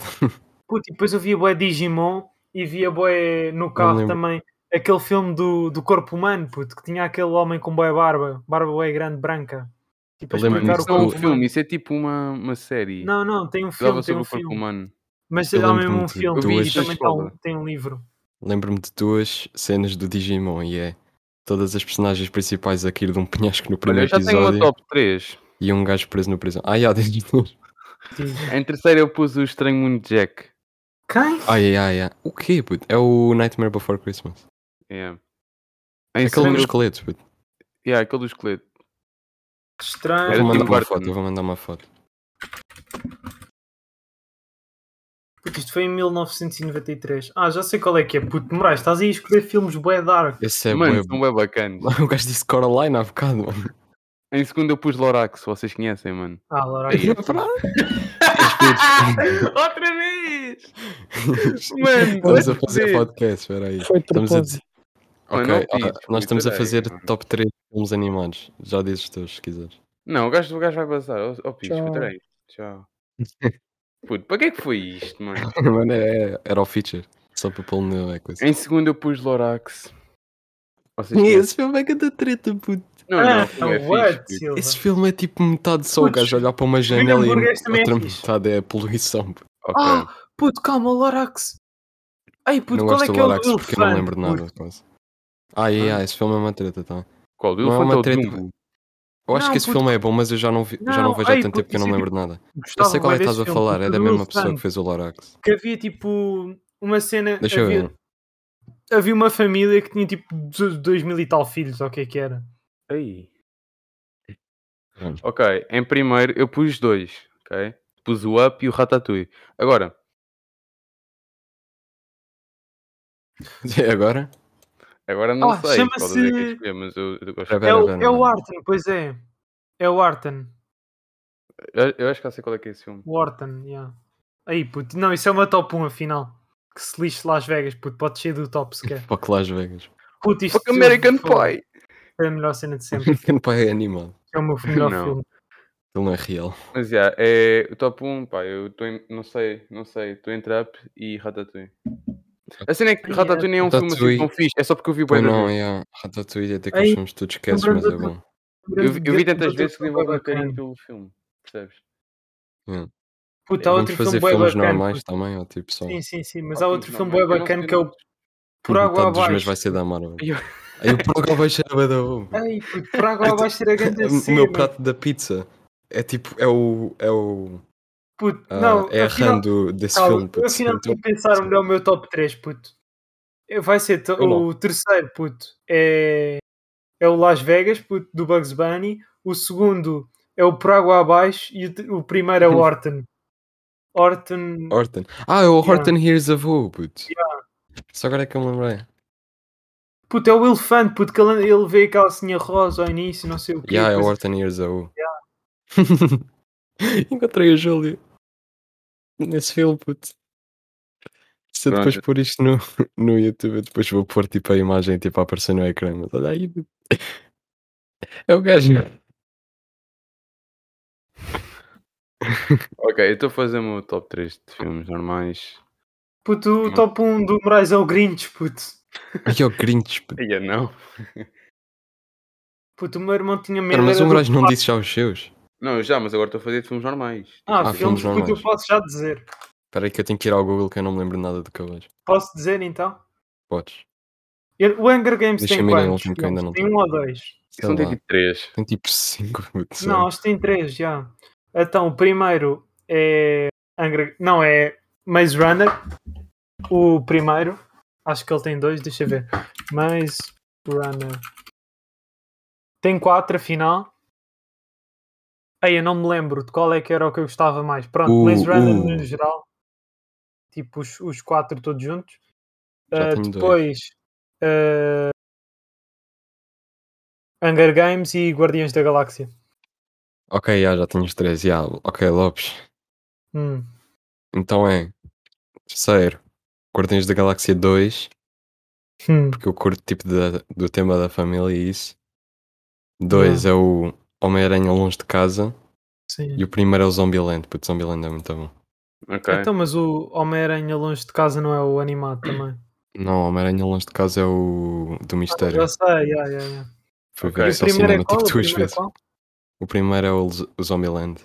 Speaker 2: Puto, e depois eu via boé Digimon e via boé no carro
Speaker 1: lembro.
Speaker 2: também aquele filme do, do corpo humano, puto, que tinha aquele homem com boé barba, barba boé grande branca. E para
Speaker 1: Eu lembro
Speaker 2: explicar
Speaker 1: disso,
Speaker 2: o
Speaker 3: Não,
Speaker 1: eu-
Speaker 2: corpo
Speaker 3: um
Speaker 2: humano.
Speaker 3: filme, isso é tipo uma, uma série.
Speaker 2: Não, não, tem um
Speaker 3: Falava
Speaker 2: filme, tem
Speaker 3: sobre
Speaker 2: um
Speaker 3: o corpo
Speaker 2: filme.
Speaker 3: humano.
Speaker 2: Mas
Speaker 1: Eu
Speaker 2: há
Speaker 1: lembro-me
Speaker 2: mesmo um
Speaker 1: de
Speaker 2: filme
Speaker 3: duas
Speaker 2: e também tá um-
Speaker 3: escolas.
Speaker 2: tem um livro.
Speaker 1: Lembro-me de duas cenas do Digimon e é todas as personagens principais a cair de um penhasco no
Speaker 3: Olha, eu
Speaker 1: primeiro
Speaker 3: já tenho uma
Speaker 1: episódio
Speaker 3: top 3.
Speaker 1: e um gajo preso no prisão. Ai, ai,
Speaker 3: Em terceiro eu pus o Estranho Mundo de Jack.
Speaker 2: Quem?
Speaker 1: ai, ai, ai. O quê, puto? É o Nightmare Before Christmas.
Speaker 3: Yeah. Em
Speaker 1: Aquele
Speaker 3: segundo,
Speaker 1: dos esqueletos, puto.
Speaker 3: yeah, aquele do esqueleto.
Speaker 1: Eu
Speaker 2: Estranho.
Speaker 3: Era tipo
Speaker 1: vou mandar
Speaker 3: Tim
Speaker 1: uma
Speaker 3: Burton.
Speaker 1: foto, eu vou mandar uma foto.
Speaker 2: Puto, isto foi em 1993. Ah, já sei qual é que é. Puto, Moraes, estás aí a escolher filmes bué dark.
Speaker 1: Esse é
Speaker 3: Mano,
Speaker 1: bué-
Speaker 3: são bem bacanas.
Speaker 1: O gajo disse Coraline há bocado, mano.
Speaker 3: Em segundo eu pus Lorax, vocês conhecem, mano.
Speaker 2: Ah, Laura.
Speaker 3: Aí. Ah! Outra vez! Mano,
Speaker 1: Estamos a fazer podcast, espera aí.
Speaker 2: Foi de
Speaker 1: Estamos a
Speaker 2: propósito.
Speaker 1: dizer.
Speaker 3: Mano,
Speaker 1: Ok,
Speaker 3: não
Speaker 1: ora,
Speaker 3: fiz, puto,
Speaker 1: nós estamos a
Speaker 3: peraí,
Speaker 1: fazer
Speaker 3: mano.
Speaker 1: top 3 filmes animados. Já dizes teus, se quiseres.
Speaker 3: Não, o gajo, o gajo vai passar. Ó, oh, Pires,
Speaker 2: Tchau.
Speaker 3: espera aí. Tchau. Puto, para que é que foi isto, mano?
Speaker 1: Mano, é- é- era o feature. Só para pô-lo na coisa.
Speaker 3: Em segundo eu pus Lorax. Vocês
Speaker 1: Sim, assim.
Speaker 3: conhecem?
Speaker 1: Esse filme é que da treta, puto.
Speaker 3: Não, não,
Speaker 2: Ah,
Speaker 3: não é
Speaker 2: what,
Speaker 3: fixe. puto.
Speaker 2: Silva?
Speaker 1: Esse filme é tipo metade só o
Speaker 2: Putz,
Speaker 1: gajo olhar para uma
Speaker 2: Julian
Speaker 1: janela e
Speaker 2: Burgess também é
Speaker 1: outra
Speaker 2: fixe.
Speaker 1: metade é a poluição. puto.
Speaker 3: Ok.
Speaker 2: Ah, puto, calma, Lorax. Ai, puto,
Speaker 1: É. Não
Speaker 2: qual é
Speaker 1: gosto
Speaker 2: que
Speaker 1: do
Speaker 2: é o
Speaker 1: Lorax
Speaker 2: do
Speaker 1: porque eu não
Speaker 2: elefante,
Speaker 1: lembro de
Speaker 2: puto?
Speaker 1: nada. quase. Ah, yeah, yeah, esse filme é uma treta, tá?
Speaker 3: Qual? Do
Speaker 1: Não é
Speaker 3: elefante
Speaker 1: uma
Speaker 3: é o
Speaker 1: treta.
Speaker 3: Dumbo.
Speaker 1: Eu acho
Speaker 2: Não,
Speaker 1: que esse
Speaker 2: puto.
Speaker 1: filme é bom, mas eu já não, vi, já não
Speaker 2: Não,
Speaker 1: vejo há
Speaker 2: ei,
Speaker 1: tanto
Speaker 2: puto,
Speaker 1: tempo que eu não
Speaker 2: isso é
Speaker 1: lembro de nada. Eu
Speaker 2: Gostava
Speaker 1: sei qual é
Speaker 2: bué
Speaker 1: que estás
Speaker 2: desse
Speaker 1: a
Speaker 2: filme,
Speaker 1: falar,
Speaker 2: puto,
Speaker 1: é da
Speaker 2: do
Speaker 1: mesma pessoa que
Speaker 2: elefante,
Speaker 1: fez o Lorax.
Speaker 2: Que havia tipo uma cena.
Speaker 1: Deixa eu
Speaker 2: havia,
Speaker 1: ver.
Speaker 2: havia uma família que tinha tipo do- dois mil e tal filhos, ou o que é que era?
Speaker 3: Aí.
Speaker 1: Vamos.
Speaker 3: Ok, em primeiro eu pus dois, ok? Pus o Up e o Ratatouille. Agora,
Speaker 1: E agora?
Speaker 3: agora não
Speaker 2: Ah,
Speaker 3: sei qual
Speaker 2: chama-se-
Speaker 3: das é que é escolher, mas eu, eu
Speaker 1: Espera,
Speaker 2: é,
Speaker 3: gosto.
Speaker 1: espera,
Speaker 2: o,
Speaker 1: espera,
Speaker 2: é o
Speaker 1: mano.
Speaker 2: Arton, pois é. É o Arton.
Speaker 3: Eu, eu acho que eu sei qual é que é esse filme.
Speaker 2: O Orton, yeah. Aí, puto, não, isso é uma top 1 afinal. Que se lixe Las Vegas, puto, pode ser do top se quer.
Speaker 1: Para que Las Vegas.
Speaker 2: Puto, isto é
Speaker 3: Fuck American
Speaker 2: foi-
Speaker 3: Pie!
Speaker 2: Foi a melhor cena de sempre.
Speaker 1: Pequeno pai é animado.
Speaker 2: É o meu melhor
Speaker 3: Não.
Speaker 2: filme.
Speaker 1: Ele não é real.
Speaker 3: Mas já, um, é o top 1, pá, eu tô em, não sei, não sei, estou entre Up e Ratatouille. A cena é que Ratatouille nem é um filme assim
Speaker 1: Ratatouille.
Speaker 3: tão fixe, é só porque eu vi o
Speaker 1: Ou não,
Speaker 3: vezes.
Speaker 1: yeah. Ratatouille, até que é
Speaker 2: Ei,
Speaker 1: tipo, os filmes tu te esqueces, mas é
Speaker 2: lembrando
Speaker 1: bom.
Speaker 3: Eu, vi- eu vi
Speaker 1: Então
Speaker 3: tantas
Speaker 2: Ratatouille
Speaker 3: vezes
Speaker 1: tá
Speaker 2: foi
Speaker 3: que desenvolvi
Speaker 2: bué
Speaker 3: um carinho
Speaker 2: bacana.
Speaker 3: pelo filme, percebes?
Speaker 2: Puta, há
Speaker 1: Vamos
Speaker 2: outro
Speaker 1: É fazer
Speaker 2: filme bué
Speaker 1: filmes
Speaker 2: bacana.
Speaker 1: normais também, ou tipo só.
Speaker 2: Sim, sim, sim, mas
Speaker 3: Ah,
Speaker 2: há
Speaker 3: filmes
Speaker 2: outro filme bem
Speaker 3: normais. Eu não-
Speaker 2: bacana
Speaker 3: eu
Speaker 2: que é o
Speaker 3: não-
Speaker 2: Por Água
Speaker 1: Metade dos meus
Speaker 2: Abaixo. Ah,
Speaker 1: vai ser da Marvel.
Speaker 3: Eu-
Speaker 1: Aí o programa vai ser é bué da bom.
Speaker 2: Ei, puto, Por Água Abaixo tira a grande
Speaker 1: é
Speaker 2: assim,
Speaker 1: O
Speaker 2: cena.
Speaker 1: meu prato da pizza é tipo, é o. É o.
Speaker 2: Puto,
Speaker 1: ah,
Speaker 2: não,
Speaker 1: é a
Speaker 2: afinal-
Speaker 1: run do, desse
Speaker 2: Calma,
Speaker 1: filme, puto.
Speaker 2: eu assim afinal
Speaker 1: Então,
Speaker 2: tenho que pensar melhor o meu top 3, puto. Eh, Vai ser to-
Speaker 1: Eu não.
Speaker 2: o terceiro, puto, é, é o Las Vegas, puto, do Bugs Bunny. O segundo é o Por Água Abaixo e o, te- o primeiro é o Orton. Orton.
Speaker 1: Horton. Ah, é o
Speaker 2: Yeah.
Speaker 1: Horton Hears a Who, puto. Só agora é que eu me lembrei.
Speaker 2: Puto, é o elefante, puto, que ele, ele vê a calcinha rosa ao início, não sei o quê.
Speaker 1: Yeah, é o
Speaker 2: depois-
Speaker 1: Horton Years Who. Encontrei a Júlia nesse filme, puto. Se eu depois
Speaker 3: Pronto.
Speaker 1: pôr isto no, no YouTube, eu depois vou pôr tipo a imagem tipo, a aparecer no ecrã. Mas olha aí, puto. é o gajo.
Speaker 3: Ok, eu estou a fazer o meu top 3 de filmes normais.
Speaker 2: Puto, o
Speaker 3: Não.
Speaker 2: top 1 do Moraes é o Grinch, puto.
Speaker 1: Aí é o Grinch, puto.
Speaker 3: Diga não.
Speaker 2: Puto, o meu irmão tinha medo.
Speaker 1: Cara, mas
Speaker 2: era
Speaker 1: o
Speaker 2: do
Speaker 1: Moraes não
Speaker 2: pato.
Speaker 1: disse já os seus.
Speaker 3: Não, eu já, mas agora estou a fazer de filmes normais.
Speaker 2: Ah,
Speaker 1: Ah, filmes
Speaker 2: filmes, puto, eu
Speaker 1: normais.
Speaker 2: posso já dizer.
Speaker 1: Espera aí que eu tenho que ir ao Google que eu não me lembro nada do que eu vejo.
Speaker 2: Posso dizer então?
Speaker 1: Podes.
Speaker 2: Ele- O Hunger Games tem
Speaker 1: Deixa-me ir em
Speaker 2: quantos?
Speaker 1: último, que eu ainda não
Speaker 2: tem
Speaker 1: tenho.
Speaker 2: um ou dois?
Speaker 1: Sei
Speaker 3: São
Speaker 1: lá,
Speaker 3: tem tipo 3.
Speaker 1: Tem tipo 5 minutos.
Speaker 2: Não, acho que tem três já. Então, o primeiro é. Hunger... Não, é Maze Runner. O primeiro. Acho que ele tem dois, deixa eu ver. Maze Runner. Tem quatro, afinal. Aí eu não me lembro de qual é que era o que eu gostava mais. Pronto,
Speaker 1: O- um.
Speaker 2: Maze Runner
Speaker 1: o-
Speaker 2: no geral. Tipo, os, os quatro todos juntos.
Speaker 1: Já
Speaker 2: Ah,
Speaker 1: tenho dois.
Speaker 2: depois. ah, Hunger Games e Guardiões da Galáxia.
Speaker 1: Ok, já, já tenho os 3. Já. Ok, Lopes.
Speaker 2: Hum.
Speaker 1: Então é. Terceiro. Guardiões da Galáxia 2.
Speaker 2: Hum.
Speaker 1: Porque eu curto tipo da- do tema da família e isso. 2 é o Homem-Aranha Longe de Casa.
Speaker 2: Sim.
Speaker 1: E o primeiro é o Zombieland. Porque Zombieland é muito bom.
Speaker 3: Ok. É
Speaker 2: Então, mas o Homem-Aranha longe de casa não é o animado também.
Speaker 1: Não, Homem-Aranha Longe de Casa é o do
Speaker 2: Ah,
Speaker 1: Mistério.
Speaker 2: já sei, já, já, já.
Speaker 1: Fui ver
Speaker 3: Ok. E
Speaker 2: E
Speaker 1: isso ao
Speaker 2: o primeiro
Speaker 1: cinema
Speaker 2: é qual?
Speaker 1: tipo
Speaker 2: O
Speaker 1: duas
Speaker 2: primeiro é
Speaker 1: vezes.
Speaker 2: qual?
Speaker 1: O primeiro é o, Z- o Zombieland.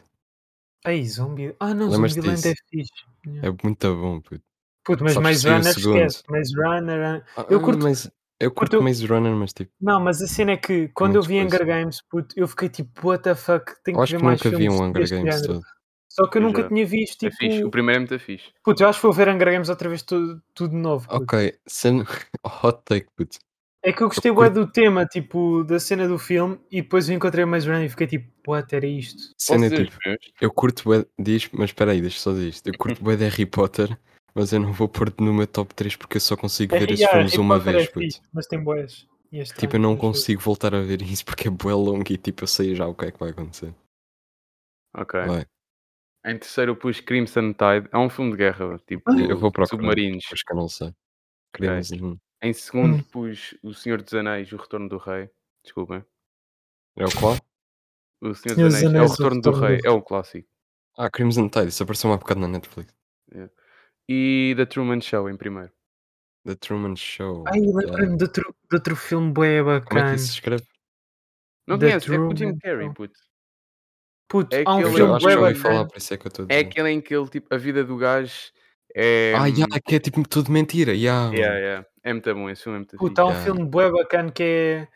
Speaker 2: Ei, zumbi. Ah, não,
Speaker 1: Lembras-te
Speaker 2: Zumbiland é
Speaker 1: disso?
Speaker 2: fixe. Yeah.
Speaker 1: É muito bom, puto.
Speaker 2: Puto, mas
Speaker 1: Sabes
Speaker 2: Maze
Speaker 1: que
Speaker 2: Runner
Speaker 1: saiu o
Speaker 2: esquece. Maze Runner. ah.
Speaker 1: Ah,
Speaker 2: Eu curto-
Speaker 1: Mas, eu curto
Speaker 2: eu-
Speaker 1: Maze Runner, mas tipo,
Speaker 2: Não, mas a cena é que quando eu
Speaker 1: Muito
Speaker 2: vi Hunger
Speaker 1: coisa.
Speaker 2: Games, puto, eu fiquei tipo, what the fuck, tenho
Speaker 1: eu
Speaker 2: que
Speaker 1: acho
Speaker 2: ver
Speaker 1: que
Speaker 2: mais
Speaker 1: nunca vi
Speaker 2: filmes
Speaker 1: um Hunger
Speaker 2: deste
Speaker 1: Games
Speaker 2: género.
Speaker 1: todo.
Speaker 2: Só que eu
Speaker 3: Eu
Speaker 2: nunca
Speaker 3: já.
Speaker 2: tinha visto,
Speaker 3: É fixe. O
Speaker 2: tipo.
Speaker 3: primeiro é muito fixe.
Speaker 2: Puto, eu acho que vou ver Hunger Games outra vez tudo, tudo de novo. puto.
Speaker 1: Ok, sendo hot take, puto.
Speaker 2: É que eu gostei
Speaker 1: curto-
Speaker 2: bué do tema, tipo, da cena do filme, e depois eu encontrei o Maze Runner e fiquei tipo, what, era isto?
Speaker 3: Posso
Speaker 1: Cena
Speaker 3: dizer
Speaker 1: tipo,
Speaker 3: os meus?
Speaker 1: eu curto bué, diz, mas espera aí, deixa só dizer isto. Eu curto bué de Harry Potter, mas eu não vou pôr no meu top 3 porque eu só consigo ver esses
Speaker 2: Yeah,
Speaker 1: filmes
Speaker 2: Harry
Speaker 1: uma
Speaker 2: Potter
Speaker 1: vez,
Speaker 2: é fixe,
Speaker 1: puto.
Speaker 2: Mas tem boés. E é estranho,
Speaker 1: Tipo, eu não
Speaker 2: às vezes.
Speaker 1: consigo voltar a ver isso porque é bué longo e tipo, eu sei já o que é que vai acontecer.
Speaker 3: Ok.
Speaker 1: Vai.
Speaker 3: Em terceiro eu pus Crimson Tide. É um filme de guerra, tipo
Speaker 1: Eu vou procurar.
Speaker 3: submarinos.
Speaker 1: Acho que eu não sei. Queremos um-
Speaker 3: Em segundo
Speaker 2: Hum.
Speaker 3: pus O Senhor dos Anéis, O Retorno do Rei. Desculpem.
Speaker 1: É o qual?
Speaker 3: O Senhor
Speaker 2: Senhor
Speaker 3: dos
Speaker 2: dos
Speaker 3: Anéis, é o
Speaker 2: Anéis, O
Speaker 3: Retorno do
Speaker 2: Retorno do
Speaker 3: Rei.
Speaker 2: Rei.
Speaker 3: É o clássico.
Speaker 1: Ah, Crimson Tide, isso apareceu há bocado na Netflix.
Speaker 3: E The Truman Show em primeiro.
Speaker 1: The Truman Show.
Speaker 2: Ai, lembro-me de outro, de outro filme bué
Speaker 1: Como é
Speaker 2: bacana.
Speaker 1: que isso se escreve?
Speaker 3: Não
Speaker 2: The
Speaker 3: conheces? É com o Jim
Speaker 2: Truman
Speaker 3: Carrey,
Speaker 2: Show.
Speaker 3: puto.
Speaker 2: Puto,
Speaker 3: É
Speaker 2: há um
Speaker 3: aquele-
Speaker 1: Eu
Speaker 2: filme
Speaker 1: acho que
Speaker 2: bué
Speaker 1: já ouvi falar,
Speaker 2: bacana.
Speaker 1: por isso é que eu estou a
Speaker 3: É
Speaker 1: dizer.
Speaker 3: aquele em que ele, tipo, a vida do gajo é.
Speaker 1: Ah, já, que é tipo tudo mentira. Yeah, mano.
Speaker 3: Yeah, yeah. É muito bom, esse filme é muito
Speaker 2: Puto, há um
Speaker 1: Yeah.
Speaker 2: filme bué bacana que é,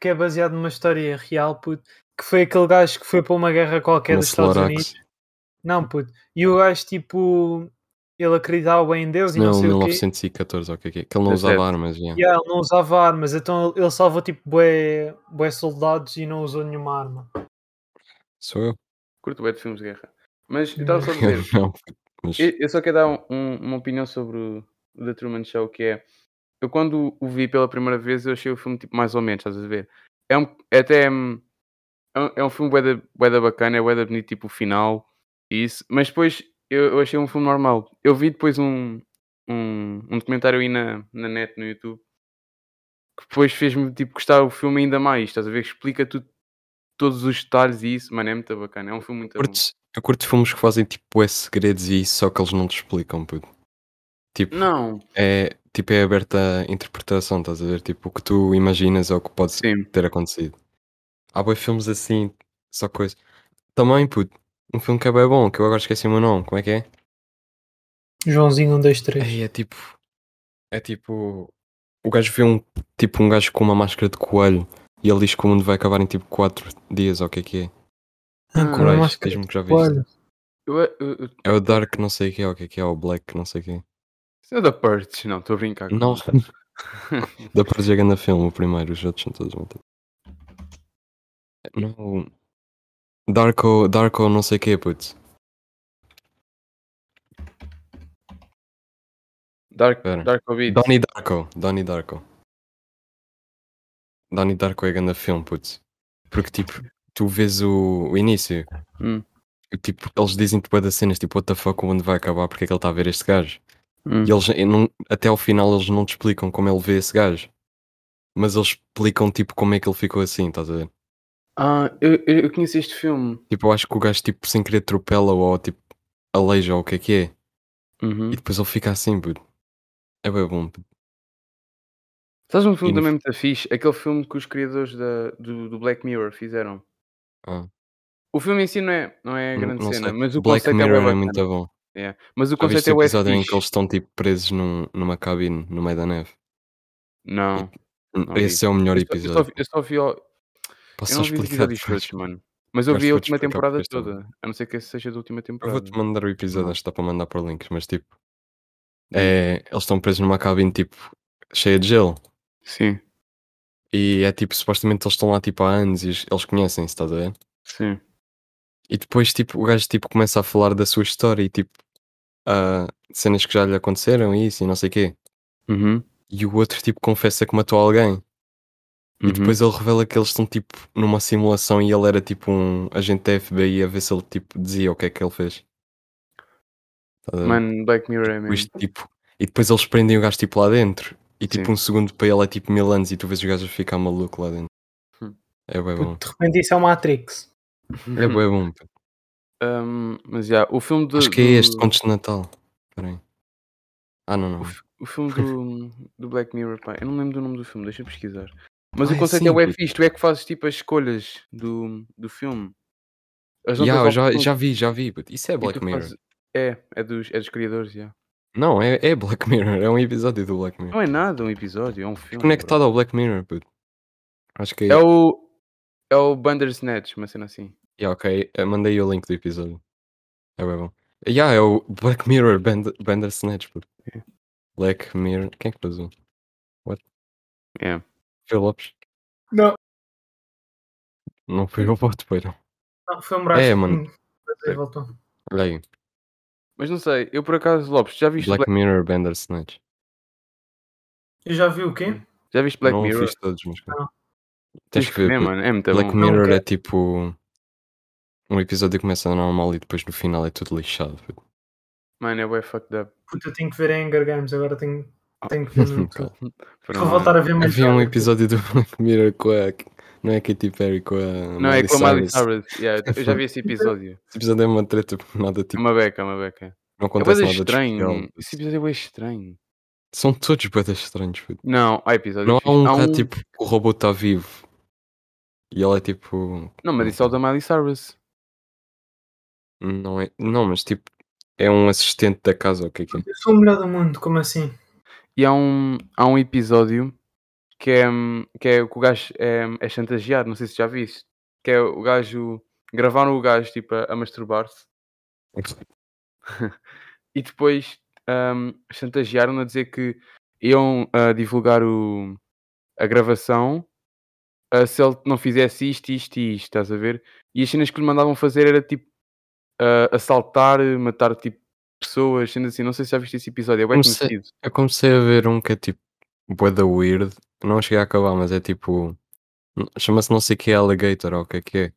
Speaker 2: que é baseado numa história real, puto. Que foi aquele gajo que foi para uma guerra qualquer
Speaker 1: Uma
Speaker 2: dos Estados
Speaker 1: Solarox.
Speaker 2: Unidos. Não, puto. E o gajo, tipo, ele acreditava bem em Deus e não,
Speaker 1: Não,
Speaker 2: sei o quê.
Speaker 1: 1914, ou o que é que é? Que ele não usava
Speaker 3: 17.
Speaker 1: armas, yeah.
Speaker 2: E ele não usava armas, então ele ele salvou tipo bué, bué soldados e não usou nenhuma arma.
Speaker 1: Sou eu?
Speaker 3: Curto bem de filmes de guerra. Mas eu estava só a
Speaker 1: Eu
Speaker 3: dizer,
Speaker 1: não. Mas,
Speaker 3: eu, eu só quero dar um- um- uma opinião sobre o o The Truman Show, que é. Eu quando o vi pela primeira vez, eu achei o filme tipo mais ou menos, estás a ver? É, um, é até. hum, É um, é um filme bué da- bué da bacana, é bué da bonito, tipo o final e isso. Mas depois eu, eu achei um filme normal. Eu vi depois um, um, um documentário aí na, na net, no YouTube, que depois fez-me tipo, gostar o filme ainda mais, estás a ver? Explica tudo, todos os detalhes e isso, mano, é muito bacana. É um filme muito bom.
Speaker 1: curto, eu curto filmes que fazem tipo é segredos e isso, só que eles não te explicam, puto. Tipo,
Speaker 3: Não,
Speaker 1: é tipo, é aberta a interpretação, estás a ver? Tipo, o que tu imaginas é o que pode
Speaker 3: Sim.
Speaker 1: ter acontecido. Há boi filmes assim, só coisa. Também, puto, um filme que é bem bom, que eu agora esqueci o meu nome, como é que é?
Speaker 2: Joãozinho 1, 2, 3.
Speaker 1: Ei, é tipo. É tipo. O gajo vê um tipo um gajo com uma máscara de coelho e ele diz que o mundo vai acabar em tipo 4 dias ou o que é que é.
Speaker 2: Ah,
Speaker 3: Ah,
Speaker 2: com uma
Speaker 1: Corais,
Speaker 2: máscara.
Speaker 1: diz-me que já viste.
Speaker 2: Olha,
Speaker 3: Eu, eu, eu,
Speaker 1: É o Dark não sei o que é, ou o que é que é, ou o Black não sei o que é.
Speaker 3: isso é da Purge, não, estou a brincar.
Speaker 1: Não. Dá para dizer grande filme, o primeiro, os outros são todos muito. Não. Darko, Darko não sei o que é, putz.
Speaker 3: Dark,
Speaker 1: Espera.
Speaker 3: Dark Covid.
Speaker 1: Donnie Darko, Donnie Darko. Donnie Darko é grande filme, putz. Porque tipo, tu vês o, o início.
Speaker 3: Hum.
Speaker 1: E, Tipo, eles dizem-te bué das cenas, tipo, what the fuck, o mundo vai acabar, porque é que ele está a ver este gajo?
Speaker 3: Hum.
Speaker 1: E eles, e não, até ao final eles não te explicam como ele vê esse gajo. Mas eles explicam, tipo, como é que ele ficou assim, estás a ver?
Speaker 3: Ah, eu, eu, eu conheço este filme.
Speaker 1: Tipo, eu acho que o gajo, tipo, sem querer atropela ou, tipo, aleija ou o que é que é.
Speaker 3: Uhum.
Speaker 1: E depois ele fica assim, puto. É bem bom, puto.
Speaker 3: Estás um filme
Speaker 1: E no
Speaker 3: também muito fixe? Aquele filme que os criadores da, do, do Black Mirror fizeram.
Speaker 1: Ah.
Speaker 3: O filme em si não é, não é
Speaker 1: Não-
Speaker 3: grande
Speaker 1: não
Speaker 3: cena,
Speaker 1: sei.
Speaker 3: mas o
Speaker 1: Black
Speaker 3: conceito é,
Speaker 1: Mirror
Speaker 3: bué
Speaker 1: é
Speaker 3: bacana.
Speaker 1: muito bom.
Speaker 3: É. Mas o
Speaker 1: Já viste
Speaker 3: conceito
Speaker 1: o
Speaker 3: é o
Speaker 1: episódio em que
Speaker 3: fixe.
Speaker 1: eles estão, tipo, presos num- numa cabine, no meio da neve?
Speaker 3: Não. Não vi.
Speaker 1: Esse é o melhor
Speaker 3: Eu só- eu só
Speaker 1: episódio.
Speaker 3: vi- eu só vi ao-
Speaker 1: Posso
Speaker 3: Eu
Speaker 1: só
Speaker 3: não vi os
Speaker 1: explicar
Speaker 3: episódios
Speaker 1: depois?
Speaker 3: todos, mano. Mas eu
Speaker 1: Mas
Speaker 3: vi a
Speaker 1: vou-te
Speaker 3: última
Speaker 1: explicar
Speaker 3: temporada
Speaker 1: porque este é
Speaker 3: toda. A não ser que esse seja da última
Speaker 1: Eu
Speaker 3: temporada.
Speaker 1: vou-te mandar o episódio,
Speaker 3: Não.
Speaker 1: acho que dá para mandar para links, mas tipo. é, eles estão presos numa cabine tipo cheia de gelo.
Speaker 3: Sim,
Speaker 1: E é tipo, supostamente eles estão lá tipo há anos e eles- eles conhecem-se, estás a ver?
Speaker 3: sim.
Speaker 1: E depois tipo, o gajo tipo, começa a falar da sua história e tipo ah, cenas que já lhe aconteceram e isso e não sei o quê.
Speaker 3: Uhum.
Speaker 1: E o outro tipo confessa que matou alguém. E
Speaker 3: uhum.
Speaker 1: depois ele revela que eles estão tipo numa simulação e ele era tipo um agente da FBI a ver se ele tipo dizia o que é que ele fez. Estás a ver?
Speaker 3: Mano, Black Mirror é
Speaker 1: Tipo,
Speaker 3: mesmo.
Speaker 1: isto, tipo, e depois eles prendem o gajo tipo lá dentro. E tipo,
Speaker 3: Sim.
Speaker 1: um segundo para ele é tipo mil anos e tu vês o gajo a ficar maluco lá dentro.
Speaker 3: Hum.
Speaker 1: É bem bom.
Speaker 2: puto, de repente isso é o Matrix.
Speaker 1: É bem bom. pá.
Speaker 3: Um, mas já, o filme do.
Speaker 1: Acho que é este,
Speaker 3: do-
Speaker 1: Contos de Natal. Espera aí. Ah, não, não.
Speaker 3: O, fi- o filme do, do Black Mirror, pá. Eu não lembro do nome do filme, deixa eu pesquisar. Mas
Speaker 1: Ah,
Speaker 3: o
Speaker 1: é
Speaker 3: conceito é
Speaker 1: assim,
Speaker 3: o é
Speaker 1: puto.
Speaker 3: fixe, tu é que fazes tipo as escolhas do, do filme. Eles não
Speaker 1: Yeah,
Speaker 3: tens
Speaker 1: já,
Speaker 3: opções
Speaker 1: já vi, já vi. puto. Isso é
Speaker 3: e
Speaker 1: Black
Speaker 3: tu
Speaker 1: Mirror.
Speaker 3: fazes- É, é dos, é dos criadores, já.
Speaker 1: Não, é, é Black Mirror. É um episódio do Black Mirror.
Speaker 3: Não é nada um episódio, é um filme. bro.
Speaker 1: Conectado ao Black Mirror, puto. Acho que é.
Speaker 3: É o. É o Bandersnatch, uma cena assim.
Speaker 1: Yeah, ok, eh, mandei o link do episódio. É bem bom. Yeah, é o Black Mirror Band Bandersnatch, puto. Black Mirror. Quem é que faz o? What?
Speaker 3: Yeah.
Speaker 1: Phil Lopes?
Speaker 2: Não,
Speaker 1: Não foi o voto, pois não.
Speaker 2: não foi um braço.
Speaker 1: É, mano.
Speaker 2: Hum, mas aí voltou.
Speaker 1: Olha aí.
Speaker 3: Mas não sei, eu por acaso, Lopes, já viste Black,
Speaker 1: Black Mirror Bandersnatch.
Speaker 2: Eu já vi o quê?
Speaker 3: já viste Black
Speaker 1: não
Speaker 3: Mirror?
Speaker 1: fiz todos, mas.
Speaker 2: Não.
Speaker 1: Tens que ver,
Speaker 3: É,
Speaker 1: puto.
Speaker 3: mano, é muito
Speaker 1: Black
Speaker 3: bom.
Speaker 1: Mirror é
Speaker 2: quero.
Speaker 1: tipo. Um episódio que começa normal e depois no final é tudo lixado. puto.
Speaker 3: Mano, é bué fucked up.
Speaker 2: Puto, eu tenho que ver Anger Games, agora tenho, tenho que ver no YouTube.
Speaker 1: Ok.
Speaker 2: Vou voltar a ver mais
Speaker 1: Havia um
Speaker 2: tarde.
Speaker 1: episódio do Black Mirror com a. Não é a Katy Perry, com a.
Speaker 3: Não, é
Speaker 1: Miley
Speaker 3: com a Miley
Speaker 1: Cyrus.
Speaker 3: Cyrus.
Speaker 1: é
Speaker 3: Yeah, eu já vi esse episódio.
Speaker 1: Esse episódio é uma treta, porque nada
Speaker 3: É
Speaker 1: tipo.
Speaker 3: uma beca, é uma beca.
Speaker 1: Não
Speaker 3: É
Speaker 1: acontece
Speaker 3: coisa
Speaker 1: nada de especial.
Speaker 3: estranho. Esse episódio é estranho.
Speaker 1: São todos boedas estranhos. puto.
Speaker 3: Não, Tá há episódio.
Speaker 1: Não há um que é tipo o robô está vivo e ele é tipo.
Speaker 3: Não, mas isso é o da Miley Cyrus.
Speaker 1: Não, é, não mas tipo. É um assistente da casa, o que é que é?
Speaker 2: Eu sou o melhor do mundo, como assim?
Speaker 3: E há um, há um episódio que é, hum, que é que o gajo é, é chantageado, não sei se já viste. Que é o gajo. Gravaram o gajo tipo a, a masturbar-se e depois hum, chantagearam-no a dizer que iam ah, divulgar o, a gravação ah, se ele não fizesse isto, isto e isto, estás a ver? E as cenas que lhe mandavam fazer era tipo ah, assaltar, matar tipo pessoas, cenas assim. Não sei se já viste esse episódio, é bem
Speaker 1: Não sei.
Speaker 3: conhecido.
Speaker 1: Eu comecei a ver um que é tipo. Boeda weird. Não cheguei a acabar, mas é tipo. n- Chama-se não sei o que é Alligator ou o que é que é.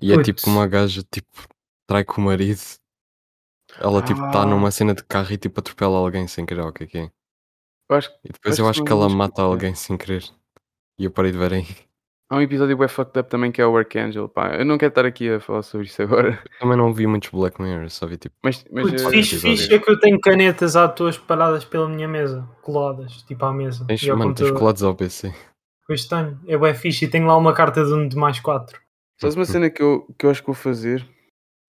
Speaker 1: E é tipo
Speaker 2: Putz.
Speaker 1: uma gaja tipo. Trai com o marido. Ela tipo está
Speaker 3: Ah.
Speaker 1: numa cena de carro e tipo atropela alguém sem querer ou o que é que é.
Speaker 3: Eu acho que-
Speaker 1: E depois
Speaker 3: Acho
Speaker 1: eu
Speaker 3: que
Speaker 1: acho
Speaker 3: não-
Speaker 1: que ela
Speaker 3: acho que
Speaker 1: mata
Speaker 3: não.
Speaker 1: alguém sem querer. E eu parei de ver aí.
Speaker 3: Há um episódio bem fucked up também que é o Archangel, pá. Eu não quero estar aqui a falar sobre isso agora.
Speaker 1: Também não vi muitos Black Mirror, só vi tipo.
Speaker 3: Mas, mas
Speaker 2: Puto,
Speaker 3: eh,
Speaker 2: fixe,
Speaker 1: episódio.
Speaker 2: fixe é que eu tenho canetas à toa espalhadas pela minha mesa, coladas, tipo à mesa.
Speaker 1: Tens,
Speaker 2: e ao
Speaker 1: mano, tens
Speaker 2: computador.
Speaker 1: colados ao PC.
Speaker 2: Pois tenho, é bem fixe e tenho lá uma carta de um de mais quatro.
Speaker 3: sabes uma cena que eu, que eu acho que vou fazer?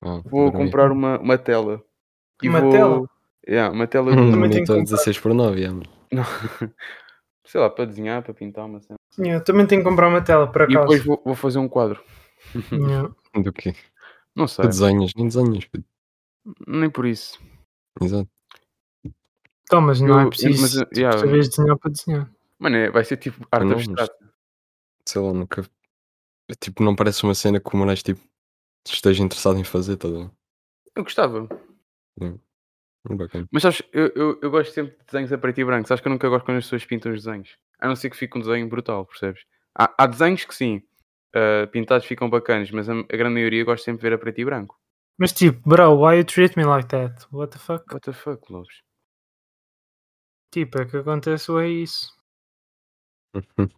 Speaker 1: Ah,
Speaker 3: Vou
Speaker 1: adorei.
Speaker 3: comprar uma, uma tela.
Speaker 2: Uma tela?
Speaker 3: Yeah, uma tela de-
Speaker 1: um
Speaker 2: também tenho que
Speaker 1: monitor
Speaker 2: comprar.
Speaker 1: 16 por 9, yeah, mano.
Speaker 3: Não. Sei lá, para desenhar, para pintar uma cena.
Speaker 2: Sim, Eu também tenho que comprar uma tela, por
Speaker 3: E depois
Speaker 2: acaso. é.
Speaker 3: vou, vou fazer um quadro.
Speaker 2: Yeah.
Speaker 1: Do quê?
Speaker 3: Não
Speaker 1: Tu
Speaker 3: sei,
Speaker 1: desenhas, nem desenhas, puto.
Speaker 3: nem por isso.
Speaker 1: Exato.
Speaker 2: Então, mas não
Speaker 3: Eu- ah,
Speaker 2: é preciso
Speaker 3: mas, eh,
Speaker 2: tipo,
Speaker 3: yeah.
Speaker 2: saberes desenhar para desenhar.
Speaker 3: Mano, é- vai ser tipo arte
Speaker 1: não, mas-
Speaker 3: abstrata.
Speaker 1: Sei lá, nunca. Tipo, não parece uma cena que o Moraes tipo, esteja interessado em fazer, tá ligado?
Speaker 3: Eu gostava.
Speaker 1: Muito Hum, bacana.
Speaker 3: Mas sabes, eu, eu, eu gosto sempre de desenhos a preto e branco. Sabes que eu nunca gosto quando as pessoas pintam os desenhos. A não ser que fique um desenho brutal, percebes? Há, há desenhos que sim, ah, pintados ficam bacanas, mas a, a grande maioria eu gosto sempre de ver a preto e branco.
Speaker 2: Mas tipo, bro, why you treat me like that? What the fuck?
Speaker 3: What the fuck, Lobos?
Speaker 2: Tipo, é que acontece ou é isso?
Speaker 1: Uhum.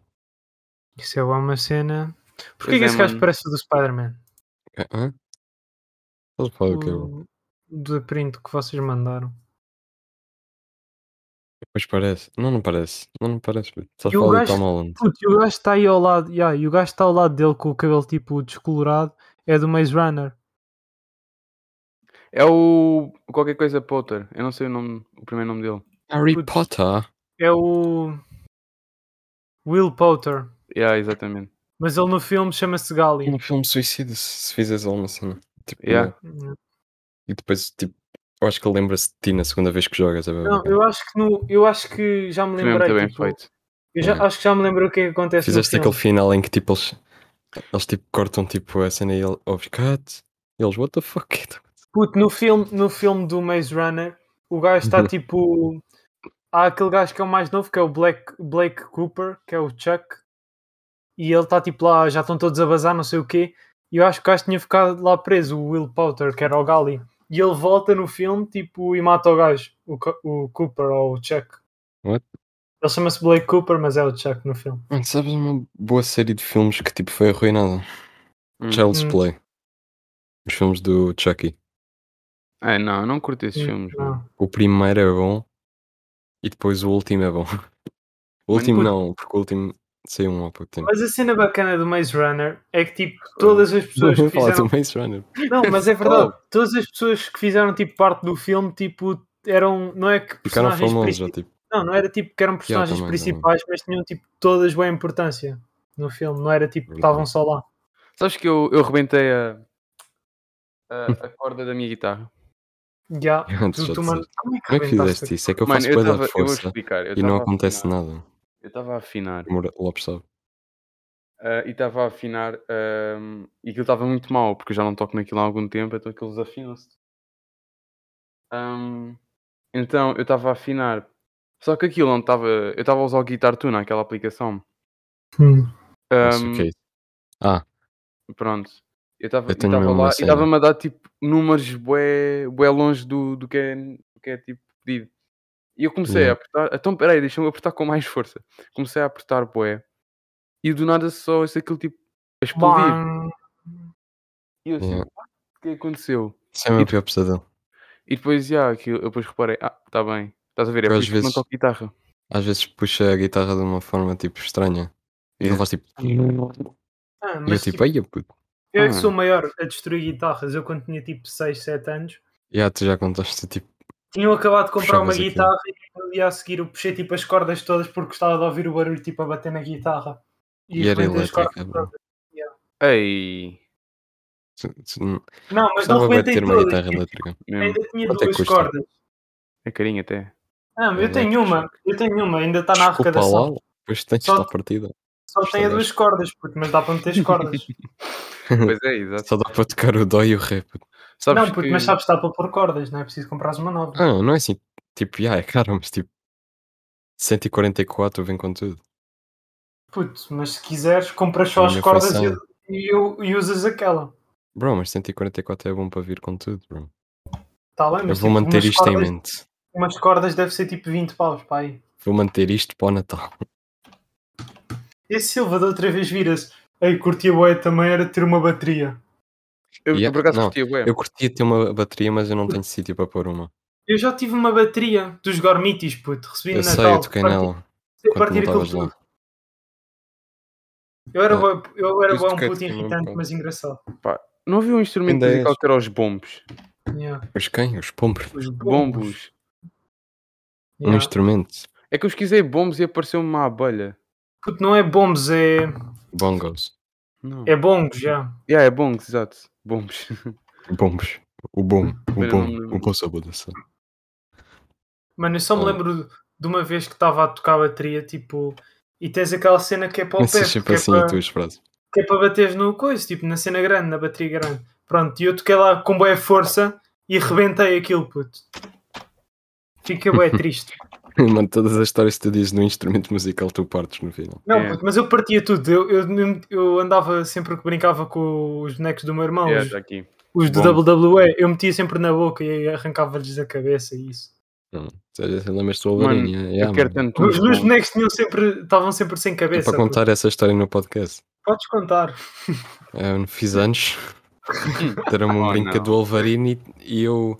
Speaker 2: Isso é lá uma cena. Porquê
Speaker 3: Pois
Speaker 2: que
Speaker 3: é,
Speaker 2: esse gajo
Speaker 3: mano.
Speaker 2: parece o do Spider-Man?
Speaker 1: Hã? Estás a falar do quê, é bro?
Speaker 2: O- Do print que vocês mandaram.
Speaker 1: Pois parece. Não, não parece. Não, não parece. puto. Estás
Speaker 2: E
Speaker 1: a
Speaker 2: o
Speaker 1: falar do
Speaker 2: gajo-
Speaker 1: Tom Holland.
Speaker 2: Puto, e o gajo está aí ao lado, yeah, e o gajo está ao lado dele com o cabelo tipo descolorado, é do Maze Runner.
Speaker 3: É o. qualquer coisa Potter. Eu não sei o nome, o primeiro nome dele.
Speaker 1: Harry
Speaker 2: Putz.
Speaker 1: Potter?
Speaker 2: É o Will Potter,
Speaker 3: Yeah, exatamente.
Speaker 2: mas ele no filme chama-se Gali.
Speaker 1: Um filme suicida, se, se fizeres alguma cena. Tipo,
Speaker 3: Yeah.
Speaker 1: né? E depois, tipo, eu acho que ele lembra-se de ti na segunda vez que jogas. É bem
Speaker 2: Não,
Speaker 1: bacana.
Speaker 2: eu acho que no, eu acho que já me
Speaker 3: Também é muito
Speaker 2: lembrei.
Speaker 3: bem
Speaker 2: Tipo,
Speaker 3: feito.
Speaker 2: eu já,
Speaker 1: Yeah.
Speaker 2: acho que já me lembro o que é que acontece
Speaker 1: Fizeste
Speaker 2: no filme.
Speaker 1: aquele final em que tipo eles, eles tipo cortam tipo a cena e ele ouves cut e eles what the fuck
Speaker 2: Puto, no filme, no filme do Maze Runner, o gajo está
Speaker 1: Uhum.
Speaker 2: tipo. Há aquele gajo que é o mais novo, que é o Black, Blake Cooper, que é o Chuck, e ele está tipo lá, já estão todos a bazar, não sei o quê. E eu acho que o gajo tinha ficado lá preso, o Will Potter, que era o Gali. E ele volta no filme, tipo, e mata o gajo, o, Co- o Cooper ou o Chuck.
Speaker 1: What?
Speaker 2: Ele chama-se Blake Cooper, mas é o Chuck no filme.
Speaker 1: Mano, sabes uma boa série de filmes que tipo foi arruinada?
Speaker 3: Hum.
Speaker 1: Child's
Speaker 2: Hum.
Speaker 1: Play. Os filmes do Chucky.
Speaker 3: É, não, eu não curto esses filmes.
Speaker 2: Não.
Speaker 3: mano.
Speaker 1: O primeiro é bom e depois o último é bom. O último
Speaker 2: puto-
Speaker 1: não, porque o último saiu um há pouco tempo.
Speaker 2: Mas a cena bacana do Maze Runner é que tipo, todas as pessoas que
Speaker 1: Vou falar
Speaker 2: fizeram
Speaker 1: do Maze Runner.
Speaker 2: Não, mas é verdade. Todas as pessoas que fizeram tipo parte do filme, tipo, eram, não é que
Speaker 1: Ficaram
Speaker 2: personagens
Speaker 1: famosos, já
Speaker 2: principais.
Speaker 1: tipo.
Speaker 2: Não, não era tipo que eram personagens
Speaker 1: também,
Speaker 2: principais, mas tinham tipo todas boa importância no filme. Não era tipo que estavam só lá.
Speaker 3: Sabes que eu, eu rebentei a, a, a corda da minha guitarra.
Speaker 2: Já.
Speaker 1: tipo, antes
Speaker 2: Tu,
Speaker 1: já disseste.
Speaker 2: tu, mano, como é que,
Speaker 1: Como é que
Speaker 2: arrebentaste?
Speaker 1: fizeste isso? É que eu
Speaker 3: Mano,
Speaker 1: faço coisa
Speaker 3: tava-
Speaker 1: de
Speaker 3: eu vou
Speaker 1: força
Speaker 3: explicar. eu
Speaker 1: e não
Speaker 3: tava a
Speaker 1: acontece
Speaker 3: afinar.
Speaker 1: nada.
Speaker 3: Eu estava a afinar.
Speaker 1: Mora- Lopes sabe.
Speaker 3: ah, e estava a afinar. ahm, e aquilo estava muito mal, porque eu já não toco naquilo há algum tempo, então aquilo desafinou-se. Ahm, então eu estava a afinar. Só que aquilo não estava. Eu estava a usar o Guitar Tuna, aquela aplicação.
Speaker 2: Hum.
Speaker 1: Nossa,
Speaker 3: Ahm,
Speaker 1: o que é isso? Ah,
Speaker 3: Pronto. Eu estava
Speaker 1: Eu tenho mesmo uma
Speaker 3: lá e
Speaker 1: cena.
Speaker 3: estava-me a dar tipo números bué, bué longe do, do, que é, do que é tipo pedido. E eu comecei
Speaker 1: Yeah.
Speaker 3: a apertar. Então peraí, deixa-me apertar com mais força. Comecei a apertar bué. E do nada só isso aquilo tipo a explodir.
Speaker 2: Bang.
Speaker 3: E eu assim,
Speaker 1: Yeah.
Speaker 3: "Ah, o que é que aconteceu?
Speaker 1: isso é o
Speaker 3: tipo
Speaker 1: meu pior pesadelo.
Speaker 3: E depois, já, aquilo, eu depois reparei, ah, tá bem. Estás a ver, é
Speaker 1: Eu
Speaker 3: por
Speaker 1: às
Speaker 3: isso que eu não
Speaker 1: vezes-
Speaker 3: toco guitarra.
Speaker 1: às vezes puxa a guitarra de uma forma tipo estranha. E
Speaker 3: Yeah.
Speaker 1: ele faz tipo.
Speaker 2: Ah,
Speaker 1: E eu
Speaker 2: mas
Speaker 1: tipo,
Speaker 2: tipo,
Speaker 1: ai puto.
Speaker 2: eu é
Speaker 3: ah.
Speaker 2: que sou o maior a destruir guitarras. Eu quando tinha tipo 6, 7 anos,
Speaker 1: Yeah, tu já contaste tipo.
Speaker 2: tinham acabado de comprar uma
Speaker 1: Puxavas aquilo.
Speaker 2: guitarra e no dia a seguir eu puxei tipo as cordas todas porque gostava de ouvir o barulho tipo a bater na guitarra.
Speaker 1: E, era
Speaker 2: arrebentei as cordas
Speaker 1: elétrica, bro.
Speaker 3: Ei,
Speaker 1: Tu- tu não-
Speaker 2: Não, mas não
Speaker 1: Gostava bué de
Speaker 2: rebentei
Speaker 1: ter uma
Speaker 2: todas.
Speaker 1: guitarra elétrica.
Speaker 3: mesmo.
Speaker 2: Ainda tinha
Speaker 1: Quanto é que
Speaker 2: duas
Speaker 1: custa?
Speaker 2: cordas.
Speaker 3: É carinho até.
Speaker 2: Ah, mas eu tenho
Speaker 1: Elétricas.
Speaker 2: uma. Eu tenho uma. Ainda está Tá na
Speaker 1: Desculpa lá,
Speaker 2: arrecadação.
Speaker 1: depois tens
Speaker 2: Só-
Speaker 1: de estar partida.
Speaker 2: Só tem a duas cordas, puto, mas dá para meter as cordas.
Speaker 3: Pois é, exato.
Speaker 1: Só dá para tocar o dó e o ré. puto.
Speaker 3: Sabes
Speaker 2: não, puto,
Speaker 3: que-
Speaker 2: mas sabes que dá para pôr cordas, não é preciso comprares uma nova.
Speaker 1: Ah, não é assim. Tipo, yeah, é caro, mas tipo. 144 vem com tudo.
Speaker 2: Puto, mas se quiseres, compras só
Speaker 1: A
Speaker 2: as
Speaker 1: minha
Speaker 2: cordas
Speaker 1: foi
Speaker 2: e, e eu- e usas aquela.
Speaker 1: Bro, mas 144 é bom para vir com tudo, bro.
Speaker 2: Está bem,
Speaker 1: Eu
Speaker 2: mas
Speaker 1: vou
Speaker 2: tipo,
Speaker 1: manter
Speaker 2: umas
Speaker 1: isto em
Speaker 2: cordas-
Speaker 1: mente.
Speaker 2: Umas cordas deve ser tipo 20 paus, pai.
Speaker 1: Vou manter isto para o Natal.
Speaker 2: Esse Silva da outra vez vira-se. Ei, curtia bué também era ter uma bateria.
Speaker 3: Eu, eu
Speaker 1: Yeah,
Speaker 3: por acaso
Speaker 1: não,
Speaker 3: curtia, ué.
Speaker 1: Eu curtia ter uma bateria, mas eu não tenho sítio para pôr uma.
Speaker 2: Eu já tive uma bateria dos Gormitis, puto. Recebi
Speaker 1: Eu
Speaker 2: no
Speaker 1: sei,
Speaker 2: Natal.
Speaker 1: eu toquei
Speaker 2: parti-
Speaker 1: nela
Speaker 2: sei
Speaker 1: quando não
Speaker 2: partir aquilo
Speaker 1: estavas
Speaker 2: tudo.
Speaker 1: lá.
Speaker 2: Eu era,
Speaker 1: É.
Speaker 2: bué- eu era
Speaker 1: Eu
Speaker 2: bué um
Speaker 1: toquei
Speaker 2: puto
Speaker 1: também,
Speaker 2: irritante,
Speaker 1: pá.
Speaker 2: mas engraçado.
Speaker 3: Não havia um instrumento
Speaker 1: Ainda é
Speaker 3: musical
Speaker 1: és.
Speaker 3: que era os bombos.
Speaker 2: Yeah.
Speaker 1: Os quem? Os pombos.
Speaker 2: Os
Speaker 3: Bombos.
Speaker 1: Um
Speaker 2: Yeah.
Speaker 1: instrumento.
Speaker 3: É que eu esquisei bombos e apareceu uma abelha.
Speaker 2: Puto, não é bombos, é,
Speaker 1: Bongos.
Speaker 3: Não.
Speaker 2: é bongos, já.
Speaker 3: Yeah, é bongos, exato. Bombos.
Speaker 1: Bombos. O bom. O
Speaker 3: Pera, não me
Speaker 1: bom.
Speaker 3: lembro.
Speaker 1: O bom sabor da sal.
Speaker 2: Mano, eu só me
Speaker 1: Ah.
Speaker 2: lembro de uma vez que estava a tocar bateria, tipo, e tens aquela cena que é para o
Speaker 1: Mas
Speaker 2: pé,
Speaker 1: é
Speaker 2: porque
Speaker 1: sempre
Speaker 2: é
Speaker 1: assim
Speaker 2: para-
Speaker 1: as tuas frases.
Speaker 2: que é para bateres no coiso, tipo, na cena grande, na bateria grande. Pronto, e eu toquei lá com boa força e rebentei aquilo, puto. Fiquei bué triste.
Speaker 1: Mano, todas as histórias que tu dizes no instrumento musical tu partes no final.
Speaker 2: Não,
Speaker 3: É.
Speaker 2: puto, mas eu partia tudo. Eu, eu, eu andava sempre que brincava com os bonecos do meu irmão,
Speaker 3: Yeah,
Speaker 2: os,
Speaker 3: tá aqui.
Speaker 2: os do
Speaker 1: Bom.
Speaker 2: WWE, eu metia sempre na boca e arrancava-lhes a cabeça e isso.
Speaker 1: assim, Lembras-te do
Speaker 3: Mano,
Speaker 1: Wolverine? yeah,
Speaker 3: eu
Speaker 1: mano.
Speaker 3: quero tanto.
Speaker 2: Os
Speaker 3: uns
Speaker 2: meus
Speaker 3: bombos.
Speaker 2: bonecos tinham sempre, estavam sempre sem
Speaker 1: É
Speaker 2: cabeça.
Speaker 1: para
Speaker 2: puto.
Speaker 1: contar essa história no podcast.
Speaker 2: Podes contar.
Speaker 1: Eu fiz
Speaker 2: Hum.
Speaker 1: anos. Deram-me um
Speaker 3: Oh,
Speaker 1: brinquedo
Speaker 3: não.
Speaker 1: do Wolverine e, e eu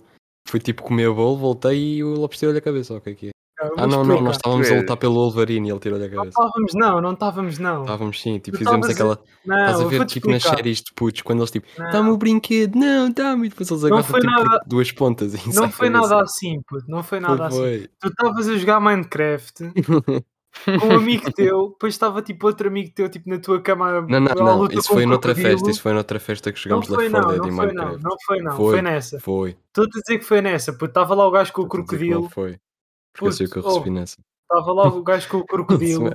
Speaker 1: fui tipo comer bolo, voltei e o Lopes tirou-lhe a cabeça. ok, que é? Ah, não, não, nós estávamos a lutar pelo Wolverine e ele tirou-lhe a
Speaker 2: Não
Speaker 1: cabeça.
Speaker 2: estávamos, não, não estávamos, não.
Speaker 1: Estávamos sim, tipo,
Speaker 2: Tu
Speaker 1: fizemos
Speaker 2: estavas a-
Speaker 1: aquela.
Speaker 2: não,
Speaker 1: Estás a
Speaker 2: eu
Speaker 1: ver,
Speaker 2: vou-te
Speaker 1: tipo, nas
Speaker 2: explicar.
Speaker 1: séries de putos, quando eles tipo,
Speaker 2: Não.
Speaker 1: dá-me o brinquedo, não, dá-me, e depois eles
Speaker 2: Não
Speaker 1: agarram
Speaker 2: foi
Speaker 1: tipo,
Speaker 2: nada-
Speaker 1: por duas pontas. E
Speaker 2: Não foi nada assim, puto, não foi nada assim.
Speaker 1: foi.
Speaker 2: Tu estavas a jogar Minecraft
Speaker 1: assim.
Speaker 2: com um amigo teu, depois estava tipo outro amigo teu tipo na tua cama.
Speaker 1: Não, não,
Speaker 2: à
Speaker 1: não,
Speaker 2: luta
Speaker 1: isso
Speaker 2: com um
Speaker 1: foi noutra
Speaker 2: crocodilo.
Speaker 1: festa, isso foi noutra festa que
Speaker 2: Não
Speaker 1: jogámos
Speaker 2: foi
Speaker 1: Left
Speaker 2: não,
Speaker 1: 4 Dead em
Speaker 2: não foi não,
Speaker 1: Minecraft.
Speaker 2: não foi não,
Speaker 1: Foi.
Speaker 2: foi nessa.
Speaker 1: Foi.
Speaker 2: Estou-te a dizer que foi nessa, puto, estava lá o gajo com o
Speaker 1: Estou a dizer que Não
Speaker 2: crocodilo,
Speaker 1: foi. Porque eu sei o que eu
Speaker 2: Putz,
Speaker 1: recebi nessa.
Speaker 2: estava lá o gajo com o crocodilo.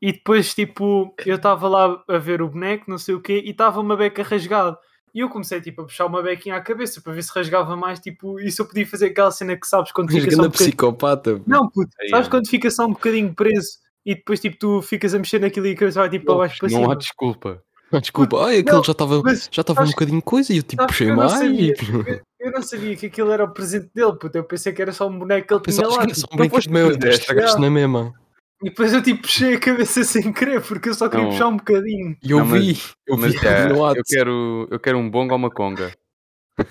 Speaker 2: E depois, tipo, eu estava lá a ver o boneco, não sei o quê, e estava uma beca rasgada. E eu comecei, tipo, a puxar uma bequinha à cabeça para ver se rasgava mais, tipo, e se eu podia fazer aquela cena que sabes quando
Speaker 1: Mas
Speaker 2: fica só um
Speaker 1: grande
Speaker 2: bocadinho...
Speaker 1: psicopata. pô.
Speaker 2: Não, puto,
Speaker 3: Aí,
Speaker 2: sabes
Speaker 3: é.
Speaker 2: quando fica só um bocadinho preso e depois, tipo, tu ficas a mexer naquilo e a cabeça vai, tipo, para baixo para
Speaker 3: Não há
Speaker 2: cima.
Speaker 3: desculpa.
Speaker 1: Ah, Desculpa, ai, aquele
Speaker 2: não,
Speaker 1: já estava
Speaker 2: mas
Speaker 1: já estava um
Speaker 2: sabes-
Speaker 1: bocadinho coisa e eu tipo
Speaker 2: sabes que
Speaker 1: puxei
Speaker 2: eu não
Speaker 1: mais.
Speaker 2: sabia.
Speaker 1: e-
Speaker 2: Eu não sabia que aquilo era o presente dele, puto, eu pensei que era só um boneco que ele tinha
Speaker 1: Pensavas que
Speaker 2: lá.
Speaker 1: era só
Speaker 2: tipo.
Speaker 1: um
Speaker 3: não foste
Speaker 1: brinquedo meu,
Speaker 3: tu
Speaker 1: e
Speaker 3: que deste,
Speaker 1: estragaste na mesma.
Speaker 2: E depois eu, tipo, puxei a cabeça sem querer, porque eu só queria
Speaker 3: Não.
Speaker 2: puxar um bocadinho.
Speaker 1: E eu
Speaker 3: Não, mas-
Speaker 1: vi, eu vi
Speaker 3: Mas é,
Speaker 1: no ato.
Speaker 3: eu quero, eu quero um bongo ou uma conga.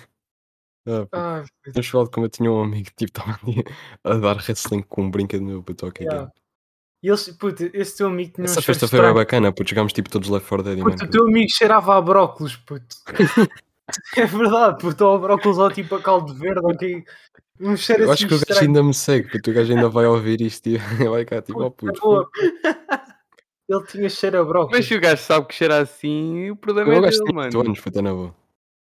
Speaker 1: Ah, pô.
Speaker 2: Ai, puto.
Speaker 1: No Chivaldo, como eu tinha um amigo que tipo, estava ali a dar wrestling com um brinquedo meu para toque
Speaker 2: Yeah. E eles, puto, esse teu amigo tinha um
Speaker 1: Essa
Speaker 2: cheiro
Speaker 1: festa foi bem
Speaker 2: estranho.
Speaker 1: bacana, porque jogámos tipo todos Left 4 Dead e
Speaker 2: Puto, o
Speaker 1: Minecraft.
Speaker 2: teu amigo cheirava a brócolis, puto. é verdade, puto, ou a brócolis ou tipo a caldo verde, ou que... um cheiro
Speaker 1: Eu
Speaker 2: assim
Speaker 1: acho que o gajo
Speaker 2: estranho.
Speaker 1: ainda me segue, porque o gajo ainda vai ouvir isto e vai cá tipo, ó
Speaker 2: Puto, na
Speaker 1: puto.
Speaker 2: tá boa, puto. Ele tinha cheiro a
Speaker 3: Mas
Speaker 2: brócolis.
Speaker 3: se o gajo sabe que cheira assim, o problema
Speaker 1: Eu
Speaker 3: é
Speaker 1: gajo
Speaker 3: dele,
Speaker 1: tinha 8
Speaker 3: mano.
Speaker 1: anos, puta na boa.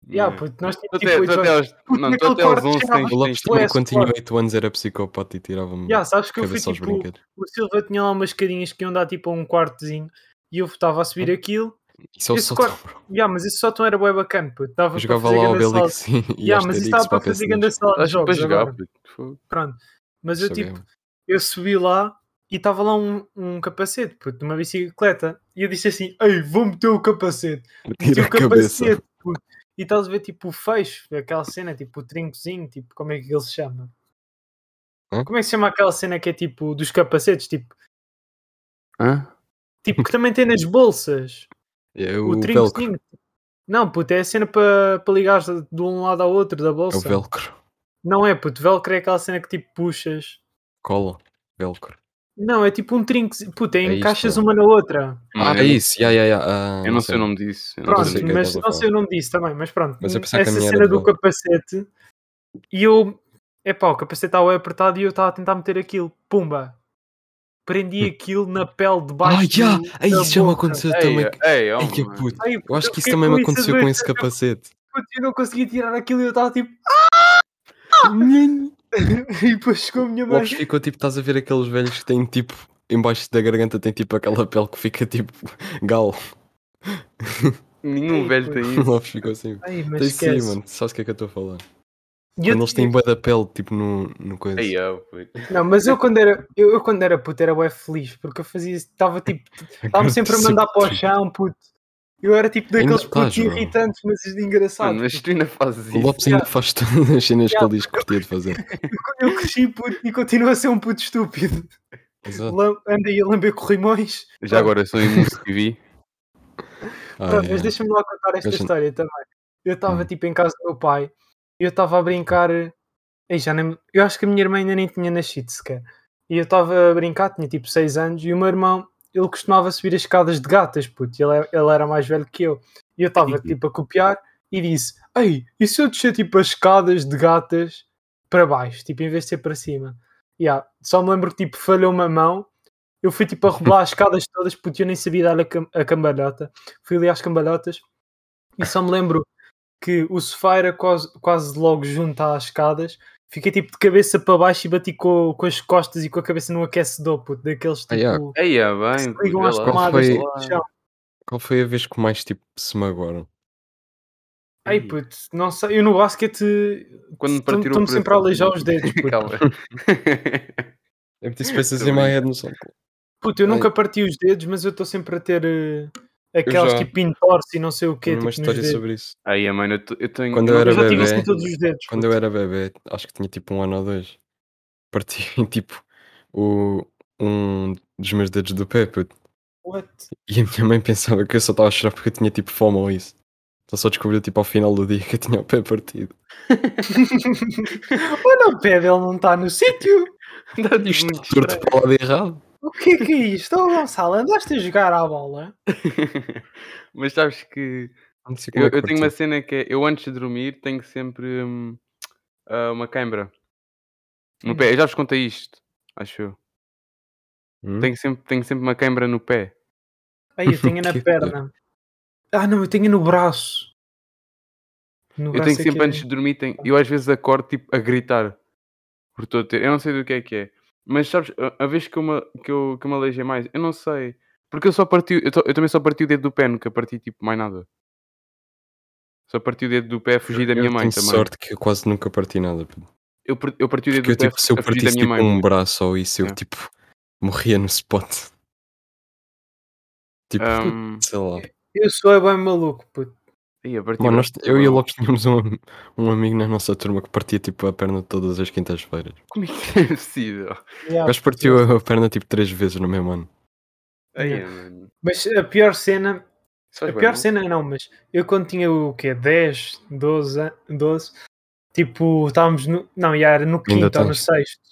Speaker 2: Yeah, puto, nós
Speaker 3: Tu
Speaker 2: tínhamos
Speaker 3: até,
Speaker 2: tipo
Speaker 3: tu
Speaker 2: 8
Speaker 3: até
Speaker 2: anos.
Speaker 3: aos, não, tu
Speaker 2: naquele
Speaker 3: até aos
Speaker 2: quarto
Speaker 3: 11
Speaker 2: cheirava-
Speaker 3: tens,
Speaker 1: O Lopes
Speaker 3: tens
Speaker 1: também,
Speaker 2: West,
Speaker 1: tipo, quando tinha
Speaker 2: claro.
Speaker 1: 8 anos, era psicopata e tirava-me
Speaker 2: Yeah, sabes que eu fui
Speaker 1: cabeça aos
Speaker 2: tipo...
Speaker 1: brinquedos.
Speaker 2: O Silva tinha lá umas cadinhas que iam dar tipo a um quartozinho. E eu estava a subir
Speaker 1: Hum.
Speaker 2: aquilo.
Speaker 1: Isso é o
Speaker 2: esse
Speaker 1: sótão,
Speaker 2: quarto-
Speaker 1: bro.
Speaker 2: Yeah, mas esse sótão era bué bacana, puto. Dava
Speaker 1: Eu
Speaker 2: para
Speaker 1: jogava
Speaker 2: fazer
Speaker 1: lá o
Speaker 2: grande salto.
Speaker 1: Belix e
Speaker 2: Yeah, mas isso estava para fazer grande sala de
Speaker 3: Acho que para
Speaker 2: jogos
Speaker 3: jogar,
Speaker 2: agora.
Speaker 3: puto. Fogo.
Speaker 2: Pronto. Mas
Speaker 1: é
Speaker 2: eu tipo, eu subi lá e estava lá um, um capacete, puto, de uma bicicleta. E eu disse assim: Ei, vou meter o capacete. Meti
Speaker 1: Tira
Speaker 2: o
Speaker 1: a cabeça.
Speaker 2: capacete, puto. E estás a ver tipo o fecho, aquela cena, tipo o trincozinho, tipo, como é que ele se chama?
Speaker 1: Hã?
Speaker 2: Como é que se chama aquela cena que é tipo dos capacetes, tipo,
Speaker 3: Hã?
Speaker 2: tipo que também tem nas bolsas?
Speaker 1: É
Speaker 2: O,
Speaker 1: o velcro.
Speaker 2: trincozinho. Não, puto, é a cena para para ligares de de um lado ao outro da
Speaker 1: É o
Speaker 2: bolsa.
Speaker 1: velcro.
Speaker 2: Não é, puto, velcro é aquela cena que tipo puxas.
Speaker 1: Cola. Velcro.
Speaker 2: Não, é tipo um trinque. Puta,
Speaker 1: É isto,
Speaker 2: encaixas
Speaker 1: é.
Speaker 2: uma na outra.
Speaker 1: Ah,
Speaker 3: Mano,
Speaker 1: é
Speaker 3: eu-
Speaker 1: isso, yeah, yeah, yeah. Ah,
Speaker 3: Eu não sei o nome disso. eu não
Speaker 2: Pronto,
Speaker 1: sei o que é que
Speaker 2: mas
Speaker 1: estás a
Speaker 2: não sei
Speaker 1: falar.
Speaker 2: o nome disso também, mas pronto.
Speaker 1: Mas eu pensava que a
Speaker 2: Essa
Speaker 1: minha
Speaker 2: cena
Speaker 1: era
Speaker 2: do
Speaker 1: de velcro.
Speaker 2: capacete. E eu. Epá, o capacete estava apertado e eu estava a tentar meter aquilo. Pumba! Prendi aquilo na pele de baixo.
Speaker 1: Ah, já!
Speaker 2: do-
Speaker 1: Hum. Ai,
Speaker 2: da
Speaker 1: isso já me
Speaker 2: boca.
Speaker 1: aconteceu
Speaker 3: Ei,
Speaker 1: também.
Speaker 3: ei,
Speaker 1: Ai, que
Speaker 3: oh, mano.
Speaker 1: puto.
Speaker 2: Ai,
Speaker 1: Eu
Speaker 2: puto,
Speaker 1: acho que isso
Speaker 2: fiquei
Speaker 1: também me
Speaker 2: com
Speaker 1: aconteceu
Speaker 2: doer
Speaker 1: com esse
Speaker 2: tanto,
Speaker 1: capacete.
Speaker 2: puto, Eu não conseguia tirar aquilo e eu estava tipo. Ah, E depois chegou a minha
Speaker 1: O
Speaker 2: mãe.
Speaker 1: Lopes ficou tipo, estás a ver aqueles velhos que têm tipo, embaixo da garganta tem tipo aquela pele que fica tipo galo.
Speaker 3: Nenhum
Speaker 2: Ei,
Speaker 3: velho
Speaker 2: puto.
Speaker 3: tem
Speaker 1: O
Speaker 3: isso.
Speaker 1: Lopes ficou assim.
Speaker 2: Ai,
Speaker 1: Tem
Speaker 2: mas
Speaker 1: sim,
Speaker 2: esquece.
Speaker 1: mano. Sabes o que é que eu estou a falar?
Speaker 2: E eu-
Speaker 1: Quando eles têm bué da pele, tipo, no, no coisa.
Speaker 3: Ei, oh, puto.
Speaker 2: Não, mas eu quando era, eu, eu quando era puto era bué feliz, porque eu fazia, estava tipo, estava sempre a mandar para o chão, puto. Eu era tipo
Speaker 1: tipo- Ainda
Speaker 2: daqueles
Speaker 1: estás,
Speaker 2: putos
Speaker 1: bro.
Speaker 2: irritantes, mas engraçado.
Speaker 3: Mano, mas tu ainda fazes
Speaker 1: O
Speaker 3: isso.
Speaker 1: Lopes ainda faz todas as cenas que ele diz que curtia de fazer.
Speaker 2: Eu cresci puto e continuo a ser um puto estúpido.
Speaker 1: Exato.
Speaker 2: Lam- Andei a lamber corrimões.
Speaker 3: Já agora sou em Moose TV.
Speaker 1: Ah,
Speaker 2: Pronto,
Speaker 1: yeah.
Speaker 2: mas deixa-me lá contar esta
Speaker 1: Deixa-
Speaker 2: história também. Eu estava
Speaker 1: Hum.
Speaker 2: tipo em casa do meu pai e eu estava a brincar. Ei, já nem... Eu acho que a minha irmã ainda nem tinha nascido sequer. E eu estava a brincar, tinha tipo 6 anos, e o meu irmão, ele costumava subir as escadas de gatas, puto, e ele, é- ele era mais velho que eu. E eu estava
Speaker 3: Ih.
Speaker 2: tipo a copiar e disse: Ei, e se eu descer tipo as escadas de gatas para baixo, tipo em vez de ser para cima? Yeah. Só me lembro que tipo falhou uma mão, eu fui tipo a rebolar as escadas todas, puto, eu nem sabia dar a, cam a cambalhota fui ali às cambalhotas e só me lembro que o sofá era quase, quase logo junto às escadas. Fiquei tipo de cabeça para baixo e bati com, com as costas e com a cabeça num aquecedor, puto, daqueles tipo
Speaker 1: Ah, yeah.
Speaker 3: Aí é
Speaker 2: que se
Speaker 3: bem. puto,
Speaker 2: ligam
Speaker 3: vê
Speaker 2: às
Speaker 3: lá.
Speaker 2: tomadas
Speaker 1: Foi-
Speaker 2: do chão.
Speaker 1: Qual foi a vez que mais tipo se magoaram?
Speaker 2: Ei, puto, não sei, eu no basquete
Speaker 3: Quando me partiram
Speaker 2: estou-me sempre a aleijar os dedos, puto.
Speaker 3: Calma.
Speaker 1: É porque isso pensas
Speaker 3: Tô
Speaker 1: em my
Speaker 3: brincando.
Speaker 1: head no sol.
Speaker 2: Puto, eu
Speaker 1: Ai.
Speaker 2: nunca parti os dedos, mas eu estou sempre a ter eh, aqueles
Speaker 1: já.
Speaker 2: tipo entorce e não sei o quê,
Speaker 1: Tenho
Speaker 2: tipo
Speaker 1: uma
Speaker 2: nos
Speaker 1: história
Speaker 2: dedos.
Speaker 1: sobre isso.
Speaker 3: Aí, mano, eu, tô- eu tenho.
Speaker 1: Quando eu
Speaker 3: não-
Speaker 1: era
Speaker 2: Eu já tive
Speaker 1: bebê,
Speaker 2: isso em todos os dedos.
Speaker 1: Quando eu era bebê, acho que tinha tipo um ano ou dois, parti tipo o, um dos meus dedos do pé, puto.
Speaker 2: What?
Speaker 1: E a minha mãe pensava que eu só estava a chorar porque eu tinha tipo fome ou isso. Então só descobriu tipo ao final do dia que eu tinha o pé partido.
Speaker 2: Olha o pé dele não está no sítio.
Speaker 3: Tá tipo
Speaker 2: é
Speaker 1: Isto
Speaker 3: muito
Speaker 1: está torto para o lado errado.
Speaker 2: O que é que é isto? Oh, Gonçalo, andaste a jogar à bola?
Speaker 3: estranho. Mas sabes que
Speaker 1: Não sei como
Speaker 3: eu,
Speaker 1: é que
Speaker 3: eu tenho uma
Speaker 1: partiu.
Speaker 3: cena que é, eu antes de dormir tenho sempre hum, ah, uma cãibra. No pé, eu já vos contei isto, acho eu.
Speaker 1: Hum?
Speaker 3: Tenho sempre, tenho sempre uma cãibra no pé.
Speaker 2: Aí, eu tenho na
Speaker 1: Que
Speaker 2: perna. Ah, não, eu tenho no braço. No
Speaker 3: Eu
Speaker 2: braço
Speaker 3: tenho
Speaker 2: é que
Speaker 3: sempre
Speaker 2: é.
Speaker 3: antes de dormir, tenho, eu às vezes acordo tipo a gritar. Por todo ter. Eu não sei do que é que é. Mas sabes, a, a vez que eu, me, que, eu, que eu me aleijei mais, eu não sei. Porque eu só parti, eu, to- eu também só parti o dedo do pé, nunca parti tipo mais nada. Só parti o dedo do pé a fugir da minha
Speaker 1: eu
Speaker 3: mãe
Speaker 1: tenho
Speaker 3: também.
Speaker 1: sorte que eu quase nunca parti nada. puto.
Speaker 3: Eu, par- eu parti o dedo
Speaker 1: Porque eu
Speaker 3: do pé
Speaker 1: tipo, se eu
Speaker 3: a fugir da
Speaker 1: partisse
Speaker 3: minha
Speaker 1: tipo
Speaker 3: mãe.
Speaker 1: um braço ou isso, eu
Speaker 3: É.
Speaker 1: tipo morria no spot. Tipo,
Speaker 3: Ahm,
Speaker 1: sei lá.
Speaker 2: Eu sou é bem maluco, puto.
Speaker 3: Ih, eu parti o
Speaker 1: Mano, nós-
Speaker 3: braço,
Speaker 1: eu e
Speaker 3: sei
Speaker 1: o
Speaker 3: lá.
Speaker 1: Lopes tínhamos um, am- um amigo na nossa turma que partia tipo a perna todas as quintas-feiras.
Speaker 3: Como é que é possível?
Speaker 2: Yeah,
Speaker 1: O
Speaker 3: é.
Speaker 1: gajo
Speaker 2: puto,
Speaker 1: partiu a- a perna tipo três vezes no mesmo
Speaker 3: Hum.
Speaker 1: ano.
Speaker 3: Aí,
Speaker 2: Yeah.
Speaker 3: mano.
Speaker 2: Mas a pior cena,
Speaker 3: Isso
Speaker 2: a
Speaker 3: faz bem,
Speaker 2: pior
Speaker 3: não?
Speaker 2: cena não, mas eu quando tinha o quê? 10, 12, an- 12 tipo, estávamos no, não, já era no
Speaker 1: Ainda
Speaker 2: quinto ou no
Speaker 1: tens.
Speaker 2: sexto.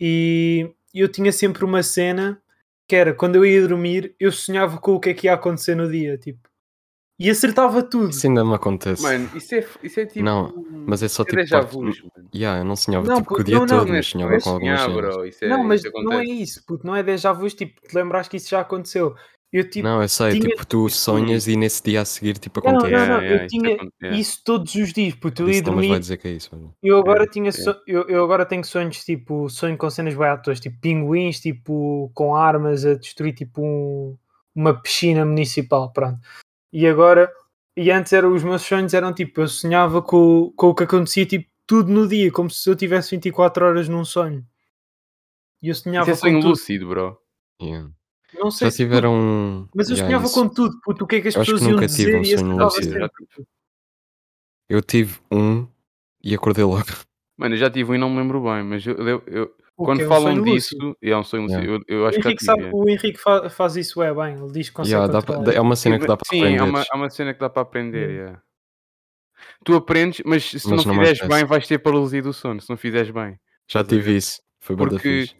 Speaker 2: E eu tinha sempre uma cena que era quando eu ia dormir, eu sonhava com o que é que ia acontecer no dia, tipo. E acertava tudo.
Speaker 1: Isso ainda me acontece.
Speaker 3: Mano, isso é, f- isso é tipo.
Speaker 1: Não, mas é só
Speaker 3: é
Speaker 1: tipo.
Speaker 3: déjà
Speaker 1: parte-
Speaker 3: vus, mano.
Speaker 1: Yeah, eu não sonhava
Speaker 2: Não,
Speaker 1: tipo, com
Speaker 2: puto,
Speaker 1: o dia
Speaker 2: não, não,
Speaker 1: todo,
Speaker 3: Não é-
Speaker 1: mas sonhava
Speaker 3: não é
Speaker 1: com algumas
Speaker 3: sonhar,
Speaker 1: cenas.
Speaker 3: bro. Isso é,
Speaker 2: não, mas
Speaker 3: isso
Speaker 2: não é
Speaker 3: acontece.
Speaker 2: isso, puto, não é déjà vu, tipo, te lembraste que isso já aconteceu. Eu tipo,
Speaker 1: não, eu sei,
Speaker 2: tinha-
Speaker 1: tipo, tu sonhas e nesse dia a seguir tipo
Speaker 2: Não, não,
Speaker 1: acontece.
Speaker 2: não, eu
Speaker 3: isso
Speaker 2: tinha
Speaker 3: aconte- yeah.
Speaker 2: isso todos os dias, puto, eu ia
Speaker 1: é. Isso não, mas vai
Speaker 2: dormir,
Speaker 1: dizer que é isso, mano.
Speaker 2: eu agora tinha
Speaker 3: é.
Speaker 2: so- eu, eu agora tenho sonhos tipo, sonho com cenas bem atuais, tipo pinguins, tipo, com armas a destruir tipo um- uma piscina municipal, pronto. E agora, e antes eram os meus sonhos eram tipo, eu sonhava com, com o que acontecia tipo tudo no dia, como se eu tivesse 24 horas num sonho. E eu
Speaker 3: Isso
Speaker 2: sonhava
Speaker 3: é sonho
Speaker 2: com tudo.
Speaker 3: lúcido, bro.
Speaker 1: Yeah.
Speaker 2: Não sei
Speaker 1: Já
Speaker 2: se
Speaker 1: tiveram. um,
Speaker 2: Mas eu
Speaker 1: Yeah,
Speaker 2: sonhava
Speaker 1: isso.
Speaker 2: com tudo, puto, o que é que as
Speaker 1: Eu acho que
Speaker 2: pessoas iam
Speaker 1: nunca tive um
Speaker 2: dizer e
Speaker 1: sonho
Speaker 2: acertava
Speaker 1: lúcido.
Speaker 2: sempre.
Speaker 3: tipo,
Speaker 1: Eu tive um e acordei logo.
Speaker 3: Mano, eu já tive um e não me lembro bem, mas eu, eu- eu-
Speaker 2: O
Speaker 3: quando
Speaker 2: quê? Um
Speaker 3: falam
Speaker 2: sonho
Speaker 3: disso,
Speaker 2: lúcido?
Speaker 3: é um sonho lúcido.
Speaker 1: Yeah.
Speaker 3: Eu, eu acho
Speaker 2: o
Speaker 3: que já
Speaker 2: Henrique,
Speaker 3: tive.
Speaker 2: sabe,
Speaker 3: é.
Speaker 2: o Henrique fa- faz isso é bem, ele diz que consegue
Speaker 1: Yeah, dá pra-
Speaker 2: controlar.
Speaker 1: é uma cena que
Speaker 3: Sim,
Speaker 1: dá para
Speaker 3: Sim,
Speaker 1: aprender.
Speaker 3: há uma, há uma cena que dá para aprender.
Speaker 2: Yeah.
Speaker 3: yeah. Tu aprendes, mas se tu
Speaker 1: Mas
Speaker 3: não
Speaker 1: não me
Speaker 3: fizeres
Speaker 1: acontece.
Speaker 3: bem, vais ter paralisia do sono. Se não fizeres bem,
Speaker 1: Já
Speaker 3: Estás a
Speaker 1: tive isso. Foi bué da
Speaker 3: Porque-
Speaker 1: fixe.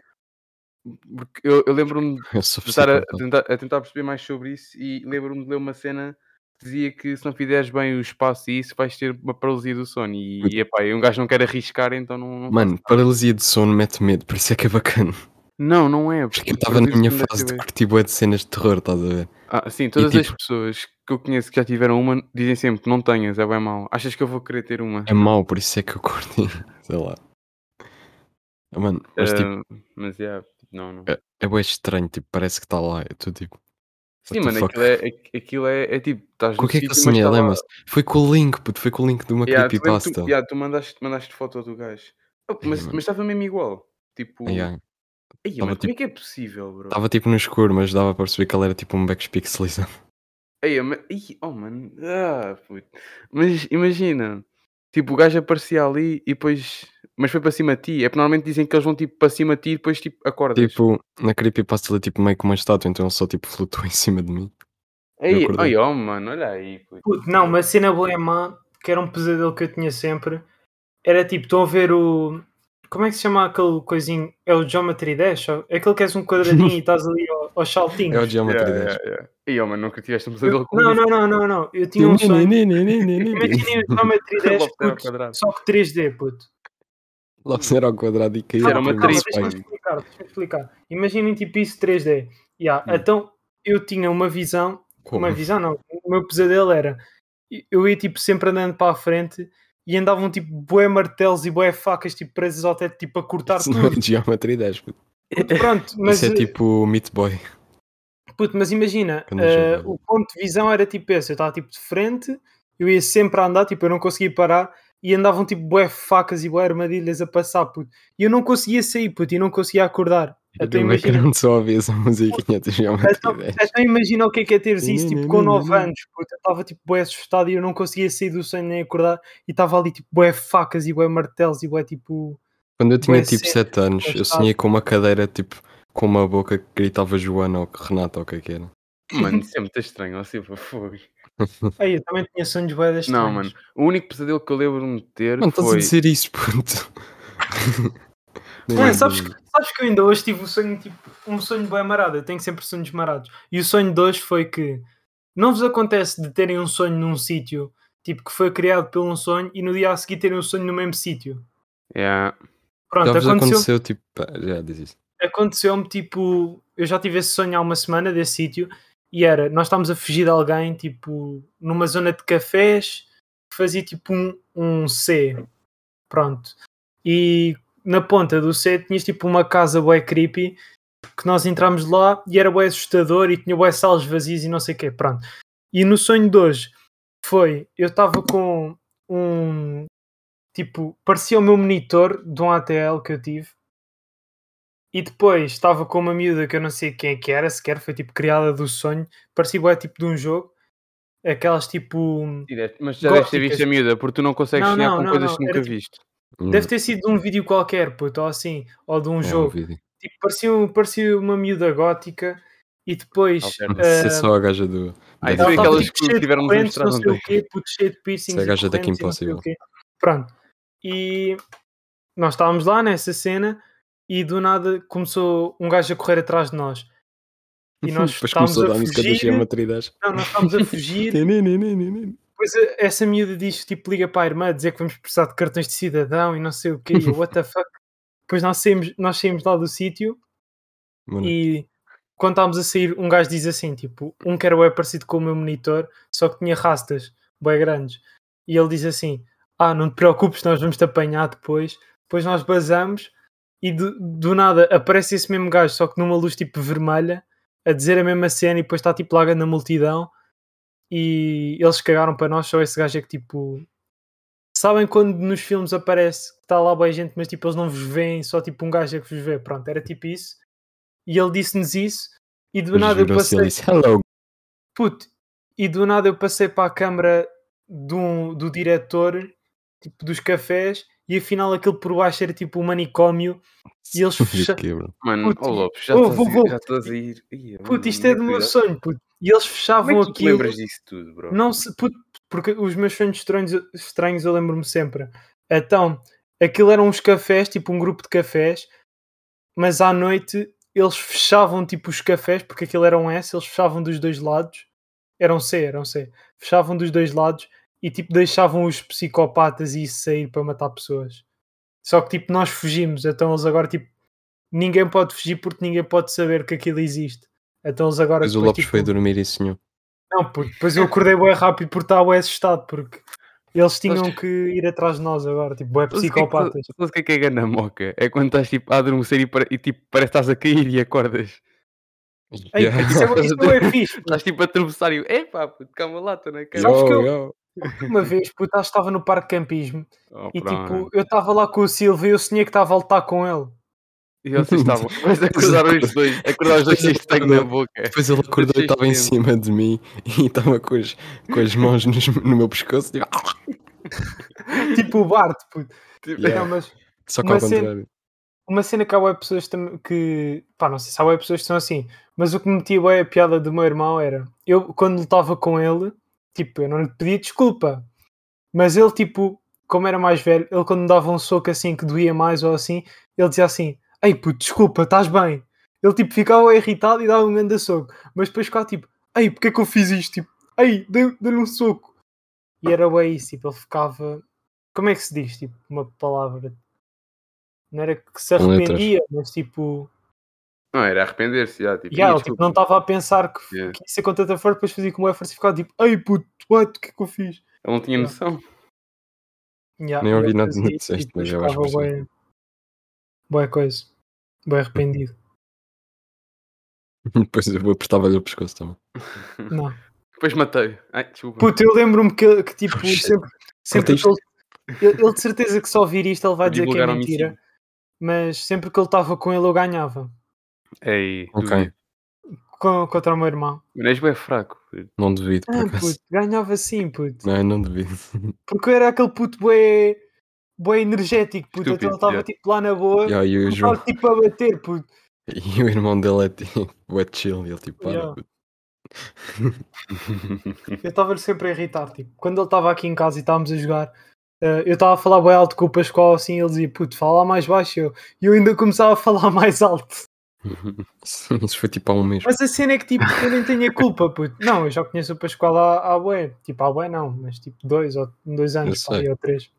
Speaker 3: porque eu, eu lembro-me
Speaker 1: Eu sou
Speaker 3: de estar a,
Speaker 1: psicopata.
Speaker 3: tentar, a tentar perceber mais sobre isso e lembro-me de ler uma cena que dizia que se não fizeres bem o espaço e isso vais ter uma paralisia do sono e, e epá, um gajo não quer arriscar então não... não
Speaker 1: Mano, paralisia de sono mete medo, por isso é que é bacana.
Speaker 3: Não, não é.
Speaker 1: Porque eu estava na
Speaker 3: paralisia do
Speaker 1: minha
Speaker 3: sono deve
Speaker 1: fase
Speaker 3: ser
Speaker 1: de
Speaker 3: bem-
Speaker 1: curtir bué de cenas de terror, estás a ver?
Speaker 3: Ah, sim, todas as
Speaker 1: tipo-
Speaker 3: pessoas que eu conheço que já tiveram uma dizem sempre não tenhas, é bem mau. Achas que eu vou querer ter uma?
Speaker 1: É mau, por isso é que eu curti. Sei lá. Ah, Mano, mas tipo,
Speaker 3: Ah, mas é, não, não.
Speaker 1: é bué estranho, tipo, parece que está lá. Eu estou tipo,
Speaker 3: Sim,
Speaker 1: the
Speaker 3: mano,
Speaker 1: fuck?
Speaker 3: aquilo é, aqu- aquilo é, é tipo, estás
Speaker 1: com o
Speaker 3: no
Speaker 1: que é que eu
Speaker 3: sítio, mas
Speaker 1: sonhei?
Speaker 3: tá lá-
Speaker 1: Lembra-se? Foi com o link, puto, foi com o é link de uma
Speaker 3: Yeah, tu, lembra-
Speaker 1: creepypasta.
Speaker 3: tu, yeah, tu mandaste, mandaste foto do gajo. Oh,
Speaker 1: Ai,
Speaker 3: mas
Speaker 1: mano.
Speaker 3: mas estava mesmo igual. Tipo, Ai,
Speaker 1: Tava
Speaker 3: mano, como
Speaker 1: tipo-
Speaker 3: é que é possível, bro?
Speaker 1: Estava tipo no escuro, mas dava para perceber que ele era tipo um backspixelizado.
Speaker 3: Ai, ma- ai, oh, mano. Ah, puto. Mas imagina, tipo, o gajo aparecia ali e depois. Mas foi para cima de ti. É porque normalmente dizem que eles vão tipo para cima de ti e depois tipo acordas.
Speaker 1: Tipo, na creepypasta ele é tipo meio que uma estátua, então ele só tipo flutuou em cima de mim.
Speaker 3: Aí,
Speaker 1: acordei.
Speaker 3: olha, oh, mano, olha aí. puto.
Speaker 2: Puto, não, uma cena boa e má, que era um pesadelo que eu tinha sempre, era tipo, estão a ver o. Como é que se chama aquele coisinho? É o Geometry Dash? Ou- É aquele que és um quadradinho e estás ali ao- aos saltinhos.
Speaker 1: É o Geometry
Speaker 3: Yeah,
Speaker 1: 10.
Speaker 3: yeah, yeah. E, oh, mano, nunca tiveste um pesadelo com
Speaker 2: Não, não, não, não, não. Eu tinha um sonho. Imaginem o Geometry Dash,
Speaker 3: Logo era ao
Speaker 2: puto,
Speaker 3: quadrado.
Speaker 2: só que 3D, puto.
Speaker 1: Logo se era ao quadrado e caiu.
Speaker 3: Isso era uma
Speaker 1: por dois
Speaker 3: tripa.
Speaker 1: pais.
Speaker 2: Deixa-me explicar, deixa-me explicar. Imaginem tipo isso 3D. Yeah,
Speaker 3: Hum.
Speaker 2: Então eu tinha uma visão,
Speaker 1: Como?
Speaker 2: uma visão "Ah, não, o meu pesadelo era eu ia tipo sempre andando para a frente e andavam tipo boé martelos e boé facas tipo presas ao teto tipo a cortar
Speaker 1: Isso não é
Speaker 2: tudo.
Speaker 1: Geometry 10. puto.
Speaker 2: Pronto, mas,
Speaker 1: Isso
Speaker 2: eh,
Speaker 3: eh,
Speaker 1: é tipo Meat Boy.
Speaker 2: puto, mas imagina,
Speaker 1: Eu não
Speaker 2: eh,
Speaker 1: jogo.
Speaker 2: o ponto de visão era tipo esse, eu estava tipo de frente, eu ia sempre a andar, tipo, eu não conseguia parar e andavam tipo boé facas e boé armadilhas a passar, puto. E eu não conseguia sair, puto, e não conseguia acordar.
Speaker 1: Eu
Speaker 2: Até
Speaker 3: então
Speaker 1: no
Speaker 2: imagina.
Speaker 1: background só ouvi essa musiquinha de Geometry
Speaker 2: Então,
Speaker 1: 10.
Speaker 2: então imagina o que é que é teres isso, tipo, com
Speaker 1: Sim,
Speaker 2: 9
Speaker 1: sim.
Speaker 2: anos, puto, eu estava tipo bué assustado e eu não conseguia sair do sonho nem acordar e estava ali tipo bué facas e bué martelos e bué tipo...
Speaker 1: Quando eu tinha
Speaker 2: Bué
Speaker 1: tipo
Speaker 2: cedo,
Speaker 1: 7 anos,
Speaker 2: bué
Speaker 1: eu sonhei com uma cadeira tipo com uma boca que gritava Joana ou que- Renata ou o que é que era.
Speaker 3: Mano, isso é muito estranho, assim, pô, fogo.
Speaker 2: Aí eu também tinha sonhos bué das
Speaker 3: Não, mano, o único pesadelo que eu lembro-me de ter
Speaker 1: Mano, estás a
Speaker 3: foi...
Speaker 1: dizer isso, puto. Nem
Speaker 2: Mano, sabes
Speaker 1: lembro.
Speaker 2: Sabes que eu ainda hoje tive um sonho, tipo, um sonho bué marado, eu tenho sempre sonhos marados. E o sonho de hoje foi que não vos acontece de terem um sonho num sítio, tipo, que foi criado por um sonho e no dia a seguir terem um sonho no mesmo sítio.
Speaker 3: Yeah.
Speaker 2: Pronto,
Speaker 1: Já vos
Speaker 2: aconteceu
Speaker 1: aconteceu tipo. pá, Já diz isso.
Speaker 2: aconteceu-me tipo, eu já tive esse sonho há uma semana desse sítio e era, nós estávamos a fugir de alguém, tipo, numa zona de cafés que fazia tipo um, um C, pronto. E na ponta do C tinhas tipo uma casa bué creepy que nós entramos lá e era bué assustador e tinha bué salas vazias e não sei o quê, pronto. E no sonho de hoje foi, eu estava com um, tipo, parecia o meu monitor de um ATL que eu tive e depois estava com uma miúda que eu não sei quem é que era, sequer foi tipo criada do sonho, parecia bué tipo de um jogo, aquelas tipo.
Speaker 3: Direto, Mas já deves ter
Speaker 2: Góticas.
Speaker 3: visto a miúda, porque tu não consegues
Speaker 2: Não,
Speaker 3: sonhar
Speaker 2: não,
Speaker 3: com
Speaker 2: não,
Speaker 3: coisas
Speaker 2: não,
Speaker 3: que nunca
Speaker 2: era tipo-
Speaker 3: viste.
Speaker 2: Deve ter sido de um vídeo qualquer, puto, ou assim, ou
Speaker 1: É Hum,
Speaker 2: de um jogo. Tipo, parecia, um- parecia uma miúda gótica e depois.
Speaker 3: Ok,
Speaker 1: Não sei se é
Speaker 2: ah,
Speaker 1: só a gaja do.
Speaker 3: Ah, isso
Speaker 1: da-
Speaker 2: ela
Speaker 3: foi
Speaker 2: estava,
Speaker 3: aquelas
Speaker 2: tipo,
Speaker 3: que
Speaker 2: cheia de
Speaker 3: tiveram-nos
Speaker 2: correntes,
Speaker 3: mostrado
Speaker 2: Não sei o
Speaker 3: ontem.
Speaker 2: quê, puto, cheio de piercings.
Speaker 1: Essa
Speaker 2: e
Speaker 1: gaja da Kim
Speaker 2: correntes e não sei o
Speaker 1: Possible.
Speaker 2: quê. Pronto. E nós estávamos lá nessa cena e do nada começou um gajo a correr atrás de nós. E nós
Speaker 1: Depois
Speaker 2: estávamos
Speaker 1: começou a
Speaker 2: a
Speaker 1: dar a música do
Speaker 2: fugir.
Speaker 1: Geometry 10.
Speaker 2: Não, nós estávamos a fugir Pois é, essa miúda diz, tipo, liga para a irmã a dizer que vamos precisar de cartões de cidadão e não sei o quê, e eu, what the fuck. Depois nós saímos, nós saímos lá do sítio
Speaker 1: Mano,
Speaker 2: e quando estávamos a sair, um gajo diz assim, tipo, um que era bué parecido com o meu monitor, só que tinha rastas, bué grandes. E ele diz assim, ah, não te preocupes, nós vamos te apanhar depois. Depois nós basamos e do, do nada aparece esse mesmo gajo, só que numa luz, tipo, vermelha, a dizer a mesma cena e depois está, tipo, lá na multidão e eles cagaram para nós, só esse gajo é que tipo. Sabem quando nos filmes aparece que está lá boa gente, mas tipo eles não vos veem, só tipo um gajo é que vos vê, pronto, era tipo isso. E ele disse-nos isso, e do nada eu
Speaker 1: jurou-se, ele
Speaker 2: passei,
Speaker 1: disse, Hello.
Speaker 2: puto, e do nada eu passei para a câmara do, do diretor, tipo dos cafés, e afinal aquilo por baixo era tipo um manicômio, e eles fecha-
Speaker 1: Quê, bro?
Speaker 3: Mano,
Speaker 2: Puto,
Speaker 3: ó Lopes, já
Speaker 2: vou,
Speaker 3: estás
Speaker 2: vou,
Speaker 3: a
Speaker 2: vou.
Speaker 3: ir- já estás a ir. Ia, mano,
Speaker 2: puto, isto é do meu
Speaker 3: cuidado.
Speaker 2: sonho, puto, e eles fechavam
Speaker 3: Como é que tu te
Speaker 2: aquilo.
Speaker 3: lembras disso tudo, bro?
Speaker 2: Não se. puto, porque os meus sonhos estranhos, estranhos eu lembro-me sempre. Então, aquilo eram uns cafés, tipo um grupo de cafés, mas à noite eles fechavam tipo os cafés, porque aquilo era um S, eles fechavam dos dois lados. Eram C, eram C. Fechavam dos dois lados e tipo deixavam os psicopatas e isso sair para matar pessoas. Só que tipo nós fugimos, então eles agora tipo. Ninguém pode fugir porque ninguém pode saber que aquilo existe. Então eles agora.
Speaker 1: Depois o
Speaker 2: depois,
Speaker 1: Lopes
Speaker 2: tipo,
Speaker 1: foi dormir e sonhou.
Speaker 2: não, puto, depois eu acordei bem rápido por estar bué assustado, porque eles tinham
Speaker 3: Sabes-
Speaker 2: que ir atrás de nós agora, tipo, bué
Speaker 3: Sabes o que é que-
Speaker 2: psicopatas.
Speaker 3: Sabes o que é que é ganda moca? É quando estás tipo a adormecer e, pare- e, tipo parece que estás a cair e acordas.
Speaker 2: Ei,
Speaker 1: Yeah.
Speaker 2: isso, é, isso não é fixe.
Speaker 3: Estás tipo a atravessar e eu, epá, puto, calma lá, estou na cama.
Speaker 2: Sabes que eu-
Speaker 1: Yo,
Speaker 2: Uma vez, puto, acho que estava no parque de campismo
Speaker 3: Oh,
Speaker 2: e tipo,
Speaker 3: pronto.
Speaker 2: eu estava lá com o Silvio e eu sonhei que estava a lutar com ele.
Speaker 3: E vocês estavam. Mas acordaram os dois. Acordaram os dois cheios de sangue na boca.
Speaker 1: Depois ele acordou e estava em
Speaker 3: Persistente.
Speaker 1: cima de mim e estava com, as- com as mãos nos- no meu pescoço. Tipo, "Ah!"
Speaker 2: Tipo o Bart, puto.
Speaker 3: Tipo,
Speaker 1: Yeah.
Speaker 2: Não, mas
Speaker 1: Só que ao
Speaker 2: Mas sempre-
Speaker 1: contrário.
Speaker 2: uma cena que há web pessoas tam- que. Pá, não sei se há web pessoas que são assim, mas o que me metia bem a piada do meu irmão era. Eu, quando lutava com ele, tipo, eu não lhe pedia desculpa, mas ele, tipo, como era mais velho, ele quando me dava um soco assim que doía mais ou assim, ele dizia assim: Ei puto, desculpa, estás bem. Ele, tipo, ficava irritado e dava um grande soco, mas depois ficava tipo: Ei, porque é que eu fiz isto? Tipo, Ei, dei- dei-lhe um soco. E era bem isso, tipo, ele ficava. Como é que se diz, tipo, uma palavra? Não era que se
Speaker 1: Com letras.
Speaker 2: arrependia, mas tipo,
Speaker 3: Não, era arrepender-se, já, tipo,
Speaker 2: yeah,
Speaker 3: "Ih,
Speaker 2: ele, tipo, não estava a pensar que,
Speaker 3: Yeah.
Speaker 2: que isso é com tanta força, depois fazia como é força e ficava tipo, ei puto, what, o que é que eu fiz?
Speaker 3: Ele não tinha noção.
Speaker 2: Yeah,
Speaker 1: Nem ouvi
Speaker 2: ele
Speaker 1: nada do que
Speaker 2: fazia
Speaker 1: disseste,
Speaker 2: e
Speaker 1: mas
Speaker 2: depois
Speaker 1: eu acho que
Speaker 2: ficava
Speaker 1: percebi.
Speaker 2: bué- bué coisa, bem arrependido.
Speaker 1: Depois eu apertava-lhe o pescoço também.
Speaker 2: Não.
Speaker 3: Depois matei. Ai, desculpa.
Speaker 2: Puto, eu lembro-me que, que, tipo,
Speaker 1: Oh, shit.
Speaker 2: sempre, sempre que
Speaker 1: isto.
Speaker 2: ele, ele, ele de certeza que só ouvir isto ele vai dizer que é
Speaker 3: Divulgaram
Speaker 2: mentira,
Speaker 3: homicídio.
Speaker 2: mas sempre que ele estava com ele eu ganhava,
Speaker 3: Ei,
Speaker 1: Ok,
Speaker 3: duvido.
Speaker 2: com, contra o meu irmão.
Speaker 3: O Inês bem fraco.
Speaker 1: não duvido, por
Speaker 2: Ah,
Speaker 1: acaso.
Speaker 2: puto, ganhava sim, puto.
Speaker 1: Não, eu não duvido.
Speaker 2: Porque eu era aquele puto bué, bué energético, puto. então
Speaker 3: Estúpido,
Speaker 2: ele estava
Speaker 3: yeah.
Speaker 2: tipo lá na boa,
Speaker 1: Yeah, e, o
Speaker 2: estava
Speaker 1: João,
Speaker 2: tipo a bater, puto.
Speaker 1: e o irmão dele é tipo, é chill. E ele tipo, para,
Speaker 2: Yeah.
Speaker 1: puto.
Speaker 2: Eu estava-lhe sempre a irritar, tipo, quando ele estava aqui em casa e estávamos a jogar, eh, eu estava a falar bué alto com o Pascoal, assim, e ele dizia, puto, fala lá mais baixo, e eu, e eu ainda começava a falar mais alto.
Speaker 1: Sim, Isso foi tipo há um mês.
Speaker 2: Mas a cena é que, tipo, eu nem tenho a culpa, puto. Não, eu já conheço o Pascoal há, há bué, tipo, há bué não, mas tipo, dois ou dois anos,
Speaker 1: sei.
Speaker 2: ali, ou três.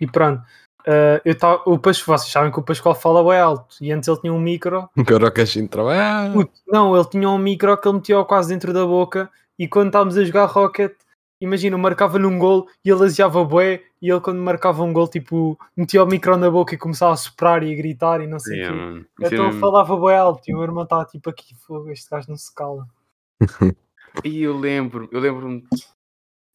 Speaker 2: E pronto. eh, eu tava, o Pascoal, vocês sabem que o Pascoal fala bué alto, e antes ele tinha um micro,
Speaker 1: Agora o cachinho de trabalho.
Speaker 3: Hum.
Speaker 2: Puto, não, ele tinha um micro que ele metia quase dentro da boca e quando estávamos a jogar Rocket, imagina, eu marcava-lhe um gol e ele aziava bué e ele quando marcava um gol, tipo, metia o micro na boca e começava a soprar e a gritar e não sei o
Speaker 3: Yeah,
Speaker 2: quê.
Speaker 3: mano. Isso é
Speaker 2: Então eu
Speaker 3: mesmo-
Speaker 2: falava bué alto e o meu irmão estava tipo aqui, fogo, este gajo não se cala.
Speaker 3: E eu lembro, eu lembro-me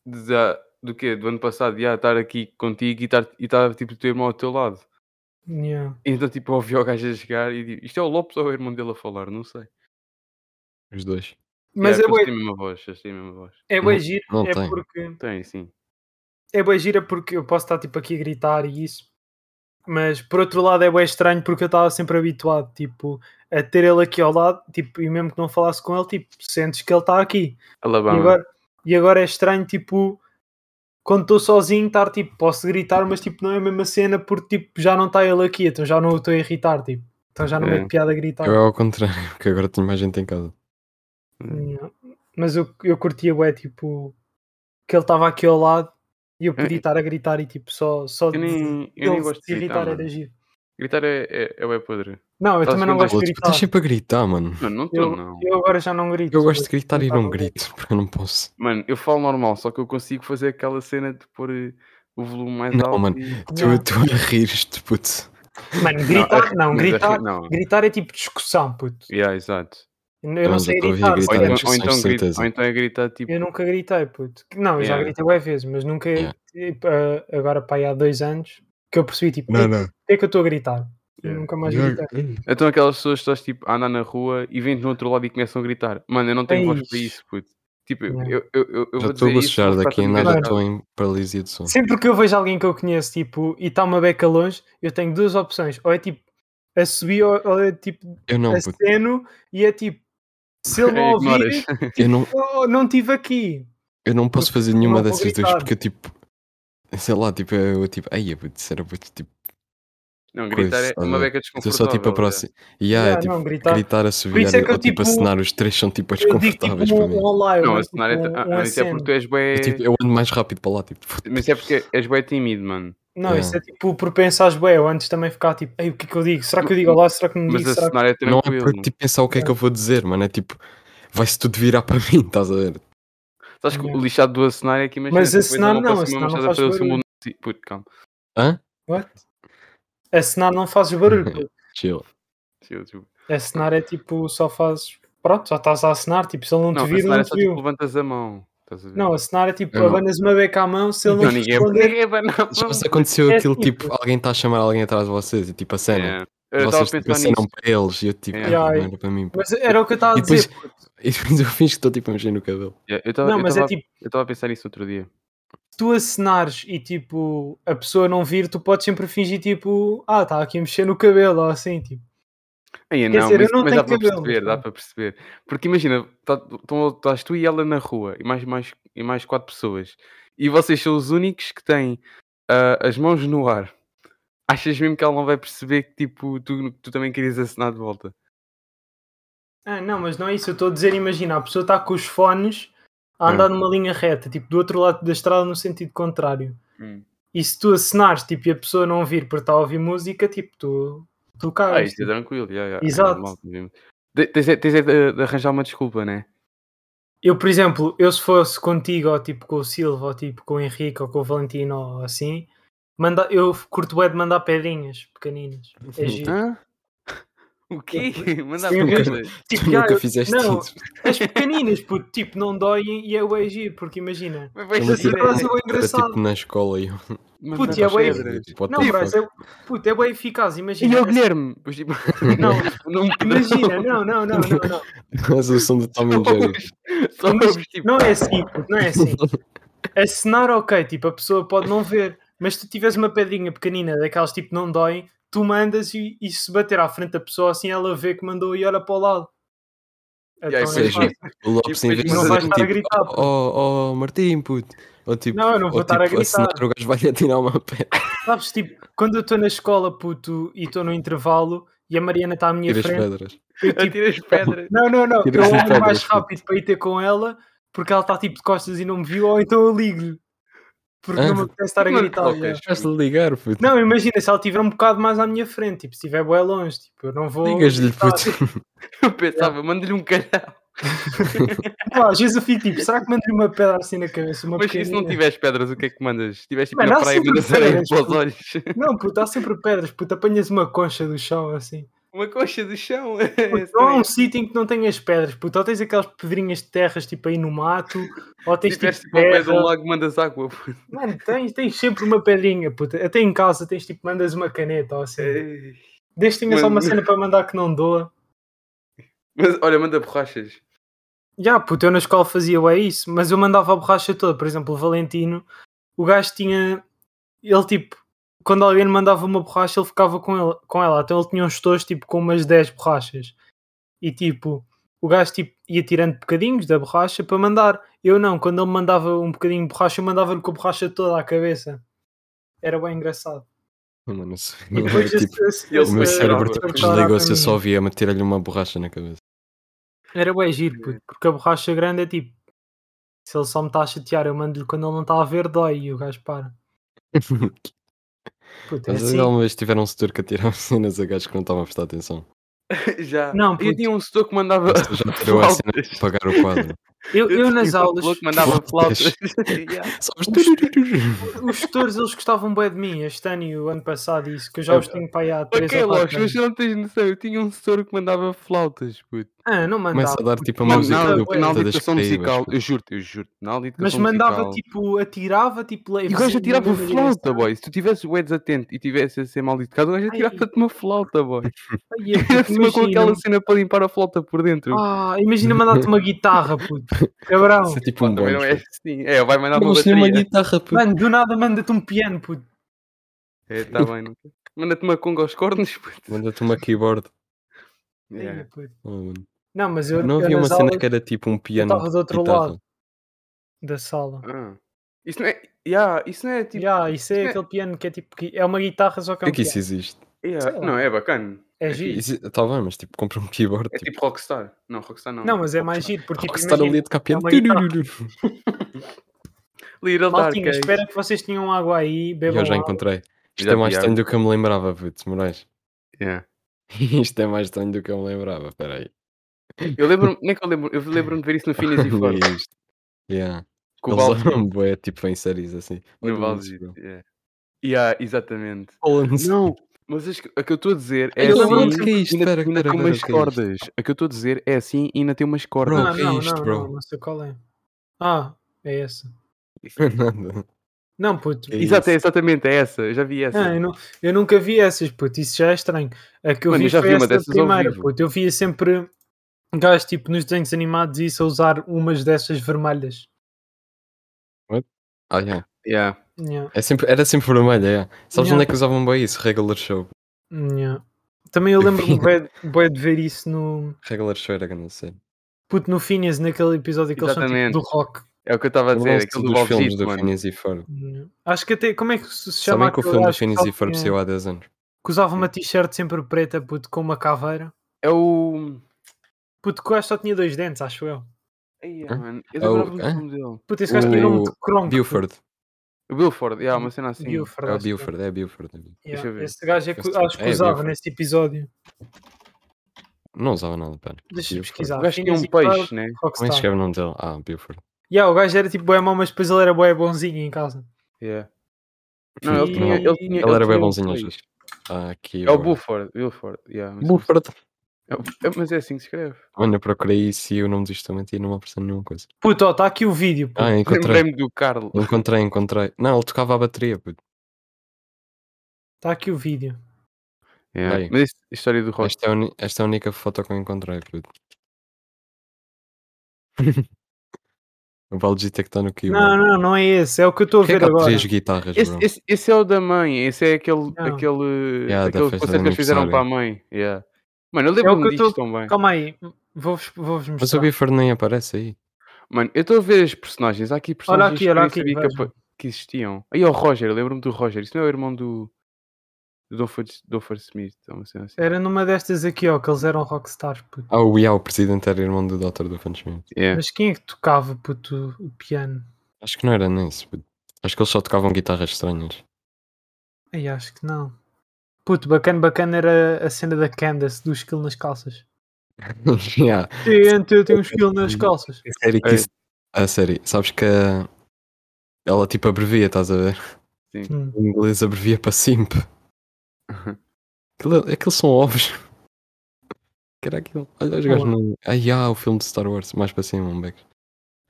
Speaker 3: de- da- do quê? Do ano passado, já estar aqui contigo e estar e estar, tipo o teu irmão ao teu lado.
Speaker 2: Yeah.
Speaker 3: E Então tipo ouvi o gajo a chegar e digo, isto é o Lopes ou é o irmão dele a falar, não sei.
Speaker 1: Os dois.
Speaker 2: Mas é
Speaker 3: Yeah,
Speaker 2: bué,
Speaker 3: eles têm a mesma voz, eles têm a mesma voz. Então, assim.
Speaker 2: é bué giro,
Speaker 1: não
Speaker 2: é
Speaker 1: tem.
Speaker 2: porque...
Speaker 3: Tem, sim.
Speaker 2: é boa gira porque eu posso estar tipo aqui a gritar e isso, mas por outro lado é bem estranho porque eu estava sempre habituado tipo a ter ele aqui ao lado tipo, e mesmo que não falasse com ele, tipo, sentes que ele está aqui e
Speaker 3: Alabama.
Speaker 2: agora, e agora é estranho tipo quando estou sozinho estar tipo, posso gritar, mas tipo não é a mesma cena porque tipo já não está ele aqui, então já não o estou a irritar, tipo, então já não
Speaker 3: É.
Speaker 2: é piada a gritar.
Speaker 1: Eu é ao contrário, porque agora tenho mais gente em casa.
Speaker 2: Não. Hum, Mas eu, eu curtia bué, tipo, que ele estava aqui ao lado e eu podia
Speaker 3: É.
Speaker 2: estar a gritar e tipo só, só
Speaker 3: Eu nem, eu
Speaker 2: Ele
Speaker 3: nem gosto
Speaker 2: se
Speaker 3: de
Speaker 2: irritar é
Speaker 3: gritar.
Speaker 2: era
Speaker 3: mano.
Speaker 2: giro.
Speaker 3: Gritar é, é, é bué podre.
Speaker 2: Não, eu
Speaker 1: Tá
Speaker 3: Estás
Speaker 2: também não
Speaker 3: vendo
Speaker 2: gosto de
Speaker 1: Outro,
Speaker 2: gritar.
Speaker 1: estás sempre a tipo, gritar, mano.
Speaker 3: Mano, não estou
Speaker 2: Eu,
Speaker 3: não.
Speaker 2: eu agora já não grito.
Speaker 1: Eu gosto de gritar e não
Speaker 2: gritava bué.
Speaker 1: grito, porque eu não posso.
Speaker 3: Mano, eu falo normal, só que eu consigo fazer aquela cena de pôr eh, o volume mais
Speaker 1: Não,
Speaker 3: alto.
Speaker 1: mano.
Speaker 3: e-
Speaker 1: Tu, tu a rires-te, puto.
Speaker 2: Mano, gritar, não,
Speaker 3: mas
Speaker 2: gritar,
Speaker 3: arri- Não,
Speaker 2: gritar é tipo discussão, puto.
Speaker 3: yeah, exato.
Speaker 2: Eu
Speaker 1: Então,
Speaker 2: não sei
Speaker 1: já estou a ouvir gritar
Speaker 2: gritar,
Speaker 3: Ou
Speaker 1: Gritar é
Speaker 2: eu,
Speaker 1: discussão,
Speaker 3: então, ou então
Speaker 1: de
Speaker 3: grita-
Speaker 1: certeza.
Speaker 3: ou então é gritar tipo.
Speaker 2: eu nunca gritei, puto. Não, eu já
Speaker 3: Yeah.
Speaker 2: gritei várias vezes, mas nunca,
Speaker 1: Yeah.
Speaker 2: tipo, ah, agora pá, aí há dois anos, que eu percebi, tipo, "Ei,
Speaker 1: não.
Speaker 2: porquê é que eu estou a gritar? Eu
Speaker 3: Yeah.
Speaker 2: nunca mais gritei.
Speaker 3: Então aquelas pessoas que estás tipo a andar na rua e vêm do outro lado e começam a gritar. Mano, eu não tenho voz para
Speaker 2: Eish.
Speaker 3: isso, puto. Tipo, eu,
Speaker 2: Yeah.
Speaker 3: eu, eu,
Speaker 1: Já
Speaker 3: eu
Speaker 1: estou a
Speaker 3: vou dizer isso.
Speaker 1: bocejar
Speaker 3: vou ficar
Speaker 1: daqui a
Speaker 3: todo
Speaker 1: nada,
Speaker 2: Mano.
Speaker 1: estou em paralisia de som.
Speaker 2: Sempre que eu vejo alguém que eu conheço, tipo, e está uma beca longe, eu tenho duas opções. Ou é tipo, a subir, ou, ou é tipo,
Speaker 1: Eu não, puto.
Speaker 2: aceno e é tipo, se ele não ouvir,
Speaker 3: Ignoras.
Speaker 1: Eu não,
Speaker 2: oh, não estive aqui.
Speaker 1: eu não posso fazer nenhuma
Speaker 2: não vou
Speaker 1: dessas duas,
Speaker 2: gritar.
Speaker 1: porque eu tipo. Sei lá, tipo, eu tipo. Ai, eu vou dizer, eu vou tipo.
Speaker 3: Não,
Speaker 1: Coisa,
Speaker 3: gritar é
Speaker 1: estás a
Speaker 3: uma
Speaker 1: ver?
Speaker 3: beca
Speaker 1: Estou
Speaker 3: desconfortável.
Speaker 1: só tipo a
Speaker 3: yeah.
Speaker 1: próxima. Yeah, é,
Speaker 2: Yeah,
Speaker 1: tipo,
Speaker 2: não, gritar.
Speaker 1: gritar. a
Speaker 2: Por isso é que
Speaker 1: subir
Speaker 2: eu,
Speaker 1: ou tipo
Speaker 2: tipo,
Speaker 1: acenar, os três são tipo
Speaker 2: Eu digo tipo
Speaker 1: desconfortáveis para
Speaker 2: um,
Speaker 1: mim.
Speaker 2: um olá, eu
Speaker 3: Não,
Speaker 2: não
Speaker 3: a cenário
Speaker 2: digo,
Speaker 3: é,
Speaker 2: um, um
Speaker 3: ah, isso é
Speaker 2: aceno.
Speaker 3: porque tu és bué.
Speaker 1: Eu, tipo, eu ando mais rápido para lá, tipo.
Speaker 3: Mas é porque és bué tímido, mano.
Speaker 2: Não, isso é tipo por pensares bem, eu antes também ficar tipo, ei, o que é que eu digo? Será que eu
Speaker 1: Uhum.
Speaker 2: digo olá? Será que não
Speaker 3: Mas
Speaker 2: digo?
Speaker 3: a
Speaker 2: Será que...
Speaker 3: cenário é
Speaker 1: Não é
Speaker 3: tranquilo.
Speaker 1: para
Speaker 3: mano.
Speaker 1: tipo, pensar o que é que eu vou dizer, mano. É tipo, vai-se tudo virar para mim, estás a ver?
Speaker 3: Sabes que o
Speaker 2: Yeah.
Speaker 3: lixado do acenário é que imagina.
Speaker 2: Mas
Speaker 3: depois
Speaker 2: acenar
Speaker 3: uma
Speaker 2: não,
Speaker 3: próxima
Speaker 2: acenar não
Speaker 3: machada
Speaker 2: faz
Speaker 3: para o
Speaker 2: barulho.
Speaker 3: segundo- Puto, calma.
Speaker 1: Hã?
Speaker 2: What? Acenar não fazes
Speaker 1: Uhum.
Speaker 2: barulho. pô.
Speaker 1: Chill.
Speaker 3: Chill, chill.
Speaker 2: Acenar é tipo, só fazes. Pronto, só estás a acenar, tipo, se ele não,
Speaker 3: Não, a
Speaker 2: te vir, ele
Speaker 3: cenário
Speaker 2: não
Speaker 3: é só
Speaker 2: te
Speaker 3: tipo
Speaker 2: viu.
Speaker 3: levantas a mão. Estás a ver?
Speaker 2: Não, acenar é tipo,
Speaker 1: Eu não.
Speaker 2: abanas uma beca à mão, se ele não,
Speaker 3: Não,
Speaker 2: te
Speaker 3: ninguém
Speaker 2: responder,
Speaker 3: ninguém vai na
Speaker 1: Já
Speaker 3: mão.
Speaker 1: vos aconteceu
Speaker 2: É
Speaker 1: aquilo,
Speaker 2: assim,
Speaker 1: tipo,
Speaker 2: pô.
Speaker 1: alguém está a chamar alguém atrás de vocês e tipo acenam.
Speaker 3: Yeah. Eu estava a
Speaker 1: Vocês tipo,
Speaker 3: pensar
Speaker 1: acenam
Speaker 3: nisso.
Speaker 1: para eles e eu tipo,
Speaker 3: Yeah.
Speaker 1: "Ai,
Speaker 2: Yeah.
Speaker 1: não era para mim. pô."
Speaker 2: mas era o que eu estava a
Speaker 1: E depois-
Speaker 2: dizer. pô.
Speaker 1: E depois eu fiz que estou tipo a mexer no cabelo.
Speaker 3: Yeah, Eu estava
Speaker 2: Não, mas é
Speaker 3: eu
Speaker 2: tipo,
Speaker 3: estava a pensar nisso outro dia.
Speaker 2: tu acenares e tipo a pessoa não vir, tu podes sempre fingir tipo, ah, tá aqui a mexer no cabelo ou assim, tipo.
Speaker 3: Aí,
Speaker 2: Quer
Speaker 3: não,
Speaker 2: dizer, eu
Speaker 3: mas,
Speaker 2: não
Speaker 3: mas
Speaker 2: tenho
Speaker 3: dá para
Speaker 2: cabelo,
Speaker 3: perceber, dá
Speaker 2: então.
Speaker 3: para perceber. Porque imagina, tá- tão- estás tu e ela na rua e mais, mais, e mais quatro pessoas. E vocês são os únicos que têm ah, as mãos no ar. Achas mesmo que ela não vai perceber que tipo, tu, tu também querias assinar de volta?
Speaker 2: Ah, não, mas não é isso. Eu estou a dizer, imagina, a pessoa está com os fones a
Speaker 1: É.
Speaker 2: andar numa linha reta, tipo do outro lado da estrada no sentido contrário. E se tu acenares tipo, e a pessoa não vir porque está a ouvir música, tipo, tu, tu
Speaker 3: Ah,
Speaker 2: cagas.
Speaker 3: isto é
Speaker 2: tipo.
Speaker 3: tranquilo, já, já, é
Speaker 2: Exato.
Speaker 3: normal, mesmo. Te- Tens, é- tens é de, de arranjar uma desculpa, né?
Speaker 2: Eu, por exemplo, eu se fosse contigo, ou tipo com o Silva, ou tipo com o Henrique, ou com o Valentino, ou assim, manda, eu curto bem de mandar pedrinhas pequeninas.
Speaker 1: Uhum.
Speaker 2: É giro.
Speaker 3: Hã? O quê? Manda
Speaker 2: Sim, eu-
Speaker 3: perguntas.
Speaker 2: Tipo,
Speaker 1: Tu
Speaker 2: já,
Speaker 1: nunca
Speaker 2: eu-
Speaker 1: fizeste
Speaker 2: não,
Speaker 1: isso. tipo,
Speaker 2: as pequeninas, puto, tipo, não doem e é o giro, porque imagina.
Speaker 3: Mas vais
Speaker 1: Mas
Speaker 3: fazer-
Speaker 2: Essa frase é bué
Speaker 1: Era
Speaker 2: engraçada.
Speaker 1: tipo na escola e eu.
Speaker 3: Manda
Speaker 2: Putz, e é
Speaker 3: as
Speaker 2: bué-
Speaker 3: pedras.
Speaker 1: What
Speaker 2: Não,
Speaker 1: the
Speaker 2: Braz,
Speaker 1: fuck?
Speaker 2: é, puto, é bem eficaz,
Speaker 3: E
Speaker 2: imagina.
Speaker 3: eu, Guilherme? Pois, tipo,
Speaker 2: Não,
Speaker 3: não me
Speaker 2: imagina, né? não, não, não, não, não.
Speaker 1: A solução do Tom and Jerry.
Speaker 3: Só
Speaker 2: Mas
Speaker 3: ouves, tipo,
Speaker 2: Não é assim, puto, não é assim. Acenar, ok, tipo, a pessoa pode não ver, mas se tu tiveres uma pedrinha pequenina daquelas tipo não doem, tu mandas e, e se bater à frente da pessoa assim ela vê que mandou e olha para o lado.
Speaker 3: E aí,
Speaker 2: Então,
Speaker 1: Ou
Speaker 2: é
Speaker 1: seja,
Speaker 2: fácil.
Speaker 1: o Lopes em
Speaker 3: depois
Speaker 1: vez de
Speaker 3: não
Speaker 1: dizer
Speaker 3: vais
Speaker 2: estar a
Speaker 1: tipo,
Speaker 2: gritar, puto.
Speaker 1: oh, oh, Martim, puto. Ou tipo,
Speaker 2: Não, eu não vou
Speaker 1: ou,
Speaker 2: estar a
Speaker 1: tipo
Speaker 2: gritar.
Speaker 1: assinar, o gajo vai atirar uma pedra.
Speaker 2: Sabes, tipo, quando eu estou na escola, puto, e estou no intervalo e a Mariana está à minha
Speaker 1: Tira as
Speaker 2: frente,
Speaker 1: pedras.
Speaker 2: eu tipo,
Speaker 3: atira as pedras.
Speaker 2: não, não, não,
Speaker 1: Tira
Speaker 2: eu
Speaker 1: as
Speaker 2: olho mais
Speaker 1: pedras, puto.
Speaker 2: rápido para ir ter com ela porque ela está tipo de costas e não me viu, ou então eu ligo-lhe porque
Speaker 1: Ah,
Speaker 2: não me apetece estar a
Speaker 3: não lhe
Speaker 2: gritar.
Speaker 3: colocas.
Speaker 2: yeah.
Speaker 1: Deixaste de ligar, puto.
Speaker 2: Não, imagina, se ela estiver um bocado mais à minha frente, tipo, se estiver bué longe, tipo, eu não vou.
Speaker 1: Ligas-lhe,
Speaker 2: gritar.
Speaker 1: puto.
Speaker 3: Eu pensava, manda-lhe um calhau.
Speaker 2: Pá, às vezes eu fico tipo, será que mando-lhe uma pedra assim na cabeça? Uma
Speaker 3: Mas e se não
Speaker 2: pequenina?
Speaker 3: tiveres pedras, o que é que mandas? Se tiveres tipo
Speaker 2: Mano,
Speaker 3: na
Speaker 2: há
Speaker 3: praia,
Speaker 2: sempre
Speaker 3: mandas areia
Speaker 2: pedras,
Speaker 3: para os
Speaker 2: puto.
Speaker 3: olhos.
Speaker 2: Não, puto, há sempre pedras, puto, apanhas uma concha do chão assim.
Speaker 3: Uma coxa do chão. É assim.
Speaker 2: Puto, não há um sítio em que não tenhas pedras, puto, ou tens aquelas pedrinhas de terras tipo aí no mato, ou
Speaker 3: Se
Speaker 2: tens
Speaker 3: tiveres
Speaker 2: tipo.
Speaker 3: tipo ao pé de um
Speaker 2: Terra.
Speaker 3: lago, mandas água. puto.
Speaker 2: Mano, tens, tens sempre uma pedrinha, puto. Até em casa tens tipo, mandas uma caneta ou assim. Desde que tenhas
Speaker 3: Mano.
Speaker 2: alguma cena para mandar que não doa.
Speaker 3: Mas olha, manda borrachas.
Speaker 2: Já, puto, eu na escola fazia bem isso, mas eu mandava a borracha toda. Por exemplo, o Valentino, o gajo tinha. Ele tipo, quando alguém lhe mandava uma borracha, ele ficava com, ele, com ela. Então ele tinha uns tojos tipo com umas 10 borrachas. E tipo, o gajo tipo, ia tirando bocadinhos da borracha para mandar. Eu não, quando ele me mandava um bocadinho de borracha, eu mandava-lhe com a borracha toda à cabeça. Era bem engraçado.
Speaker 1: Mano, isso-
Speaker 2: E depois
Speaker 1: tipo,
Speaker 2: esse- esse-
Speaker 3: ele
Speaker 1: o
Speaker 2: esse-
Speaker 1: meu
Speaker 3: se-
Speaker 1: cérebro
Speaker 3: se-
Speaker 1: tipo,
Speaker 2: se-
Speaker 1: desligou-se, eu
Speaker 2: se-
Speaker 1: só via meter-lhe uma borracha na cabeça.
Speaker 2: Era bem giro, puto, porque a borracha grande é tipo. Se ele só me está a chatear, eu mando-lhe quando ele não está a ver, dói e o gajo para. Puto, é
Speaker 1: Mas
Speaker 2: assim.
Speaker 1: assim... alguma vez tiveram um setor que atirava cenas a gajos que não estavam a prestar atenção.
Speaker 3: Já.
Speaker 2: Não,
Speaker 3: eu
Speaker 2: puto.
Speaker 3: tinha um setor que mandava.
Speaker 1: Mas tu já tirou a cena
Speaker 3: flautas.
Speaker 1: de apagar o quadro.
Speaker 2: Eu, eu
Speaker 3: tinha
Speaker 2: nas
Speaker 3: um
Speaker 2: aulas,
Speaker 3: setor que mandava flautas.
Speaker 1: Flautas.
Speaker 3: Já.
Speaker 1: Só os turururu.
Speaker 2: os tutores eles gostavam bem de mim, este ano e o ano passado, e isso que eu já os tenho para aí há 3
Speaker 3: Ok,
Speaker 2: ou 4
Speaker 3: Lox, mas
Speaker 2: anos.
Speaker 3: tu não tens noção. Eu tinha um setor que mandava flautas, puto.
Speaker 2: Ah, não mandava.
Speaker 1: Começa a dar tipo a
Speaker 3: Não,
Speaker 1: música
Speaker 3: não,
Speaker 1: do
Speaker 3: na aula
Speaker 1: Planeta
Speaker 3: de
Speaker 1: das
Speaker 3: educação musical,
Speaker 1: Caraíbas.
Speaker 3: eu juro-te, eu juro-te, na aula de
Speaker 2: Mas
Speaker 3: educação
Speaker 2: mandava
Speaker 3: musical.
Speaker 2: tipo, atirava, tipo,
Speaker 3: E o gajo atirava
Speaker 2: leva-me
Speaker 3: flauta, boy. Se tu tivesse o Eds atento e tivesse a ser mal educado, o gajo
Speaker 2: Ai.
Speaker 3: atirava-te uma flauta, boy.
Speaker 2: Ai, é, puto,
Speaker 3: Cima com
Speaker 2: imagina,
Speaker 3: aquela cena para limpar a flauta por dentro.
Speaker 2: ah, imagina mandar-te uma guitarra, puto. Cabrão.
Speaker 1: Isso é tipo
Speaker 3: Pá,
Speaker 1: um
Speaker 3: também
Speaker 1: bónus.
Speaker 3: não é assim. É, vai mandar uma
Speaker 1: Vamos ter uma
Speaker 3: bateria.
Speaker 1: guitarra, puto.
Speaker 2: Mano, do nada manda-te um piano, puto.
Speaker 3: É, tá bem. não- Manda-te uma conga aos cornos, puto. É.
Speaker 1: Manda-te uma keyboard.
Speaker 2: Ai,
Speaker 3: Yeah.
Speaker 2: puto.
Speaker 1: Oh, mano.
Speaker 2: Não, mas eu
Speaker 1: Não
Speaker 2: eu
Speaker 1: havia uma
Speaker 2: nas
Speaker 1: cena
Speaker 2: aulas
Speaker 1: que era tipo um piano.
Speaker 2: tava do outro
Speaker 1: guitarra. é
Speaker 2: lado. da sala.
Speaker 3: Ah. Isso não é. Yeah, isso não é tipo.
Speaker 2: Já, isso é
Speaker 3: é-
Speaker 2: aquele piano que é tipo. que É uma guitarra só que é
Speaker 1: Por
Speaker 2: um
Speaker 1: que que
Speaker 2: piano.
Speaker 1: isso existe?
Speaker 3: yeah,
Speaker 2: sei lá.
Speaker 3: Não, é bacana.
Speaker 2: É giro.
Speaker 1: Isso- Tá bem, mas tipo, compra um keyboard.
Speaker 3: É
Speaker 1: tipo,
Speaker 3: tipo Rockstar. Não, Rockstar não.
Speaker 2: Não, mas é mais giro, porque tipo,
Speaker 1: Rockstar ali a
Speaker 2: imagina,
Speaker 1: tocar piano.
Speaker 2: uma guitarra.
Speaker 1: Turururu.
Speaker 3: Little Dark
Speaker 2: Maltinha,
Speaker 3: Ages.
Speaker 2: espera que vocês tinham água aí,
Speaker 1: é E
Speaker 2: bebam
Speaker 1: eu já
Speaker 2: água.
Speaker 1: encontrei. Isto
Speaker 3: Já
Speaker 1: é mais
Speaker 3: vi
Speaker 1: estranho do que eu me lembrava, puto, Moraes.
Speaker 3: Yeah.
Speaker 1: Isto é mais estranho do que eu me lembrava, peraí.
Speaker 3: Eu lembro-me. Nem que eu lembro. Eu lembro-me de ver isso no Phineas e Ferb.
Speaker 1: É isto. Yeah.
Speaker 3: Com o
Speaker 1: Eles
Speaker 3: Valdir.
Speaker 1: usaram bué, tipo, em séries assim.
Speaker 3: No Valdir. Yeah. é. Yeah, exatamente.
Speaker 1: Não,
Speaker 3: Não, mas as que- a que eu estou a dizer é
Speaker 2: Eu
Speaker 1: eu
Speaker 2: não
Speaker 1: lembro
Speaker 2: lembro-me
Speaker 3: assim.
Speaker 1: que é isto.
Speaker 3: Ainda,
Speaker 1: Espera,
Speaker 3: ainda
Speaker 1: espera,
Speaker 3: tem
Speaker 1: espera, o
Speaker 3: umas
Speaker 1: que é isto?
Speaker 3: cordas. A que eu estou a dizer é assim e ainda tem umas cordas.
Speaker 1: Bro,
Speaker 2: Não,
Speaker 1: o que é
Speaker 2: não,
Speaker 1: isto,
Speaker 2: não,
Speaker 1: bro?
Speaker 2: não, não sei qual é. Ah, é essa.
Speaker 1: Nada.
Speaker 2: Não, puto.
Speaker 1: É
Speaker 3: Exato, é
Speaker 1: isso.
Speaker 3: exatamente é essa. Eu já vi essa.
Speaker 2: Ah, eu, nu- eu nunca vi essas, puto, isso já é estranho. A que eu
Speaker 3: Mano,
Speaker 2: vi
Speaker 3: eu já
Speaker 2: foi
Speaker 3: vi uma
Speaker 2: essa
Speaker 3: dessas ao
Speaker 2: primeira,
Speaker 3: vivo.
Speaker 2: puto. Eu via sempre gajos tipo nos desenhos animados e isso a usar umas dessas vermelhas.
Speaker 1: Ah, yeah.
Speaker 3: Yeah.
Speaker 2: Yeah,
Speaker 1: É sempre, era sempre vermelha, yeah. Sabes
Speaker 2: Yeah.
Speaker 1: onde é que usavam bem isso? Regular show.
Speaker 2: yeah. Também eu lembro-me bué- bué de ver isso no.
Speaker 1: Regular show era grande série.
Speaker 2: Puto, no Phineas, naquele episódio que eles são tipo
Speaker 3: Exatamente.
Speaker 2: do rock.
Speaker 3: É o que eu estava a dizer,
Speaker 1: Lembram-se
Speaker 3: aquele do
Speaker 1: dos
Speaker 3: Bob
Speaker 1: filmes
Speaker 3: Gist,
Speaker 1: do
Speaker 3: mano.
Speaker 1: Phineas e Ferb.
Speaker 2: Yeah. Acho que até. Como é que se chama
Speaker 1: Sabem que o
Speaker 2: aquele
Speaker 1: filme do
Speaker 2: gajo
Speaker 1: Phineas
Speaker 2: só
Speaker 1: e Ferb
Speaker 2: tinha-
Speaker 1: saiu há 10 anos.
Speaker 2: Que usava uma t-shirt sempre preta, puto, com uma caveira.
Speaker 3: É o.
Speaker 2: Puto, que o gajo só tinha dois dentes, acho eu.
Speaker 3: Ai,
Speaker 1: Hã?
Speaker 3: mano. Eu
Speaker 1: É o-
Speaker 3: adorava muito
Speaker 1: Hã?
Speaker 3: o nome dele.
Speaker 2: Puto, esse gajo tem nome de
Speaker 1: O
Speaker 2: Kronk.
Speaker 1: Buford.
Speaker 3: O Buford, yeah, uma cena assim.
Speaker 1: É o
Speaker 2: acho que
Speaker 1: Buford, é Buford. é Buford.
Speaker 2: Yeah,
Speaker 3: Deixa eu ver.
Speaker 2: Esse gajo é que,
Speaker 1: Esse-
Speaker 2: acho que
Speaker 1: é,
Speaker 2: usava
Speaker 1: viu?
Speaker 2: nesse episódio.
Speaker 1: Não usava nada, pá.
Speaker 2: Deixa-me
Speaker 1: Buford.
Speaker 2: pesquisar. Tá.
Speaker 3: O gajo tinha um
Speaker 2: Phineas e Ferb,
Speaker 3: peixe, né?
Speaker 1: Como é que
Speaker 2: Rockstar.
Speaker 1: escreve o nome dele? Ah, Buford.
Speaker 2: Yeah, o gajo era tipo boé mau, mas depois ele era boé bonzinho em casa.
Speaker 3: Yeah. Não, ele
Speaker 2: E-
Speaker 3: tinha. Ele, tinha,
Speaker 1: Ele era bem
Speaker 3: tinha um
Speaker 1: bonzinho às
Speaker 3: peixe.
Speaker 1: vezes. Ah, Aqui.
Speaker 3: É o
Speaker 1: agora.
Speaker 3: Buford, Wilford. Yeah, mas-
Speaker 1: Buford.
Speaker 3: é o- é- mas é assim que se escreve.
Speaker 1: Mano, eu procurei isso e o nome disto também e não me apareceu nenhuma coisa.
Speaker 2: Puto, ó, tá aqui o vídeo. puto.
Speaker 1: Ah, encontrei.
Speaker 3: Lembrei-me do Carlos.
Speaker 1: Encontrei, encontrei. Não, ele tocava a bateria, puto.
Speaker 2: Tá aqui o vídeo.
Speaker 3: Yeah.
Speaker 1: Bem.
Speaker 3: Mas isso, a história do Rock.
Speaker 1: Esta é, a uni- esta é a única foto que eu encontrei, puto. o Balji é que está no keyboard.
Speaker 2: Não, não, não é esse. É o que eu estou a
Speaker 1: Porquê
Speaker 2: ver
Speaker 1: que há
Speaker 2: agora.
Speaker 1: três guitarras,
Speaker 3: Esse,
Speaker 1: bro?
Speaker 3: esse- esse é o da mãe, esse é
Speaker 2: Não.
Speaker 3: aquele, aquele,
Speaker 1: Yeah, da festa
Speaker 3: aquele
Speaker 1: de
Speaker 3: concerto que eles fizeram
Speaker 1: aniversário.
Speaker 3: para a mãe. Yeah. Mano, eu lembro-me
Speaker 2: É que eu
Speaker 3: disto
Speaker 2: tô-
Speaker 3: tão bem.
Speaker 2: Calma aí. Vou-vos vou mostrar.
Speaker 1: Mas o Buford nem aparece aí.
Speaker 3: Mano, eu estou a ver as personagens. Há aqui personagens
Speaker 2: aqui,
Speaker 3: que eu
Speaker 2: olha
Speaker 3: nem
Speaker 2: aqui,
Speaker 3: sabia que,
Speaker 2: vejam.
Speaker 3: apa- que existiam. Aí o Roger, eu lembro-me do Roger. Isso não é o irmão do. do Donford, Donford Smith. ou uma cena assim.
Speaker 2: Era numa destas aqui, ó, que eles eram rockstars, puto.
Speaker 1: Ah, o Iau, o presidente, era irmão do Dr. do Funchman.
Speaker 3: Yeah.
Speaker 2: Mas quem é que tocava, puto, o piano?
Speaker 1: Acho que não era nem isso, puto. Acho que eles só tocavam guitarras estranhas.
Speaker 2: Ai, acho que não. Puto, bacana, bacana era a cena da Candace do esquilo nas calças.
Speaker 1: yeah.
Speaker 2: Gente, eu tenho um esquilo nas calças.
Speaker 1: A série que
Speaker 3: É.
Speaker 1: isso- A série, sabes que a- ela tipo abrevia, estás a ver?
Speaker 2: Hum.
Speaker 1: Em inglês abrevia para simp. Aquilo, aquilo são ovos. Que era aquilo? Olha os gajos
Speaker 2: Olá.
Speaker 1: no. Ai, ah, o filme de Star Wars, mais para cima, um beco.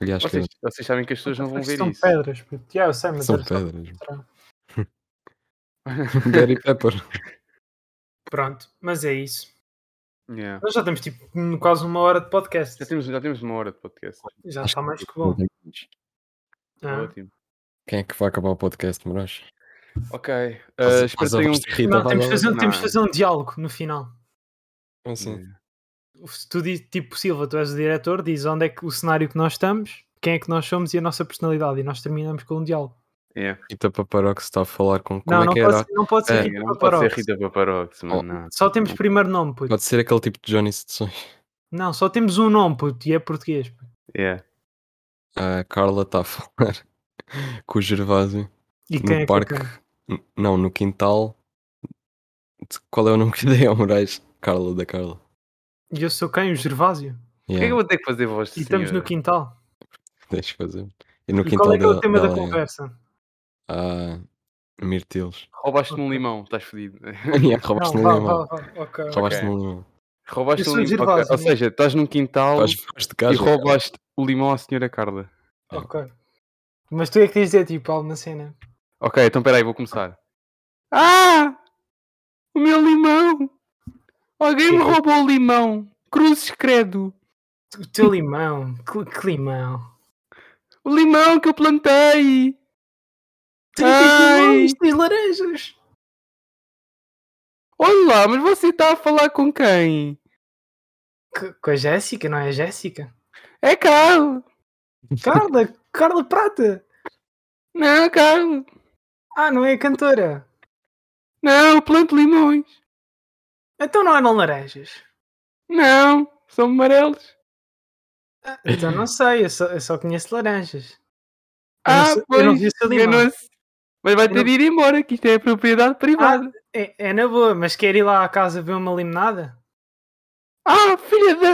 Speaker 1: Aliás, que
Speaker 3: Vocês, vocês sabem que as pessoas não vão ver
Speaker 2: São
Speaker 3: isso.
Speaker 2: pedras, puto. Yeah, eu sei, mas
Speaker 1: são
Speaker 2: era só para
Speaker 1: pedras.
Speaker 2: mostrar.
Speaker 1: Gary Pepper.
Speaker 2: Pronto, mas é isso.
Speaker 3: Yeah.
Speaker 2: Nós já temos tipo hum, quase uma hora de podcast.
Speaker 3: Já, temos, já temos uma hora de podcast.
Speaker 2: Já
Speaker 1: Acho
Speaker 2: está mais que
Speaker 3: um
Speaker 2: bom. Ah.
Speaker 3: Ótimo.
Speaker 1: Quem é que vai acabar o podcast, Moraes?
Speaker 3: Ok. uh,
Speaker 1: Às-
Speaker 3: espero
Speaker 1: às
Speaker 3: que tenham.
Speaker 1: obras de Rita
Speaker 2: Não, temos
Speaker 1: Valério.
Speaker 2: de fazer, temos de
Speaker 3: Não.
Speaker 2: fazer um diálogo no final.
Speaker 1: Como assim?
Speaker 2: É. Se tu dizes, tipo, Silva, tu és o diretor, diz onde é que o cenário que nós estamos, quem é que nós somos e a nossa personalidade. E nós terminamos com um diálogo.
Speaker 3: Yeah.
Speaker 1: Rita Paparó que se está a falar com. Como
Speaker 2: não,
Speaker 1: é
Speaker 2: não,
Speaker 1: que
Speaker 2: pode
Speaker 1: era?
Speaker 2: ser, não pode ser
Speaker 1: É,
Speaker 2: Rita
Speaker 3: Não pode ser
Speaker 2: Paparox.
Speaker 3: Rita Paparox,
Speaker 1: Oh.
Speaker 3: mano. não.
Speaker 2: Só temos primeiro nome, puto.
Speaker 1: Pode ser aquele tipo de Johnny Sessões.
Speaker 2: Não, só temos um nome, puto, e é português. puto.
Speaker 3: Yeah.
Speaker 1: A Carla está a falar com o Gervásio.
Speaker 2: E
Speaker 1: no
Speaker 2: quem é
Speaker 1: parque.
Speaker 2: que é quem?
Speaker 1: N- Não, no quintal. De- Qual é o nome que dei ao Moraes? Carla da Carla.
Speaker 2: E eu sou quem? O Gervásio.
Speaker 3: Porquê que eu
Speaker 1: Yeah,
Speaker 3: vou ter que fazer voz de
Speaker 2: E estamos no
Speaker 3: senhora?
Speaker 2: quintal.
Speaker 1: deixa eu fazer. E é. no
Speaker 2: E
Speaker 1: quintal
Speaker 2: qual é que é o
Speaker 1: dela-
Speaker 2: tema da
Speaker 1: dela é-
Speaker 2: conversa?
Speaker 1: Ah, mirtilos.
Speaker 3: Roubaste-me um limão, estás fodido.
Speaker 1: Yeah, roubaste
Speaker 2: Não,
Speaker 1: no
Speaker 2: vá,
Speaker 1: limão.
Speaker 2: vá, vá, ok.
Speaker 1: Roubaste no limão.
Speaker 3: Roubaste
Speaker 2: Eu
Speaker 3: um
Speaker 2: sou
Speaker 3: limão.
Speaker 2: Gervásio,
Speaker 3: ok, Ou
Speaker 2: né?
Speaker 3: seja, estás num quintal
Speaker 1: Faz faz de
Speaker 3: e
Speaker 1: casa.
Speaker 3: roubaste o limão à senhora Carla.
Speaker 2: Ok. Mas tu é que tens de dizer, tipo, alguma cena.
Speaker 3: Ok, então peraí, vou começar. Ah! O meu limão! Alguém me roubou o limão! Cruzes credo!
Speaker 2: O teu limão. Que, que limão.
Speaker 3: O limão que eu plantei! Ai!
Speaker 2: 30 limões, tens laranjas.
Speaker 3: Olha lá, mas você está a falar com quem?
Speaker 2: Que- com a Jéssica, não é a Jéssica?
Speaker 3: É Carlos!
Speaker 2: Carla, Carla Prata.
Speaker 3: Não, Carlos!
Speaker 2: Ah, não é a cantora.
Speaker 3: Não, eu planto limões!
Speaker 2: Então não eram laranjas.
Speaker 3: Não, são amarelos!
Speaker 2: Ah, Então não sei, eu só, eu só conheço laranjas. Eu não
Speaker 3: Ah,
Speaker 2: sei- eu não
Speaker 3: pois,
Speaker 2: vi esse limão.
Speaker 3: enganou-se. Mas vai
Speaker 2: Eu
Speaker 3: ter
Speaker 2: não-
Speaker 3: de ir embora, que isto é propriedade privada.
Speaker 2: É, é na boa, mas quer ir lá à casa ver uma limonada?
Speaker 3: Ah, filha da...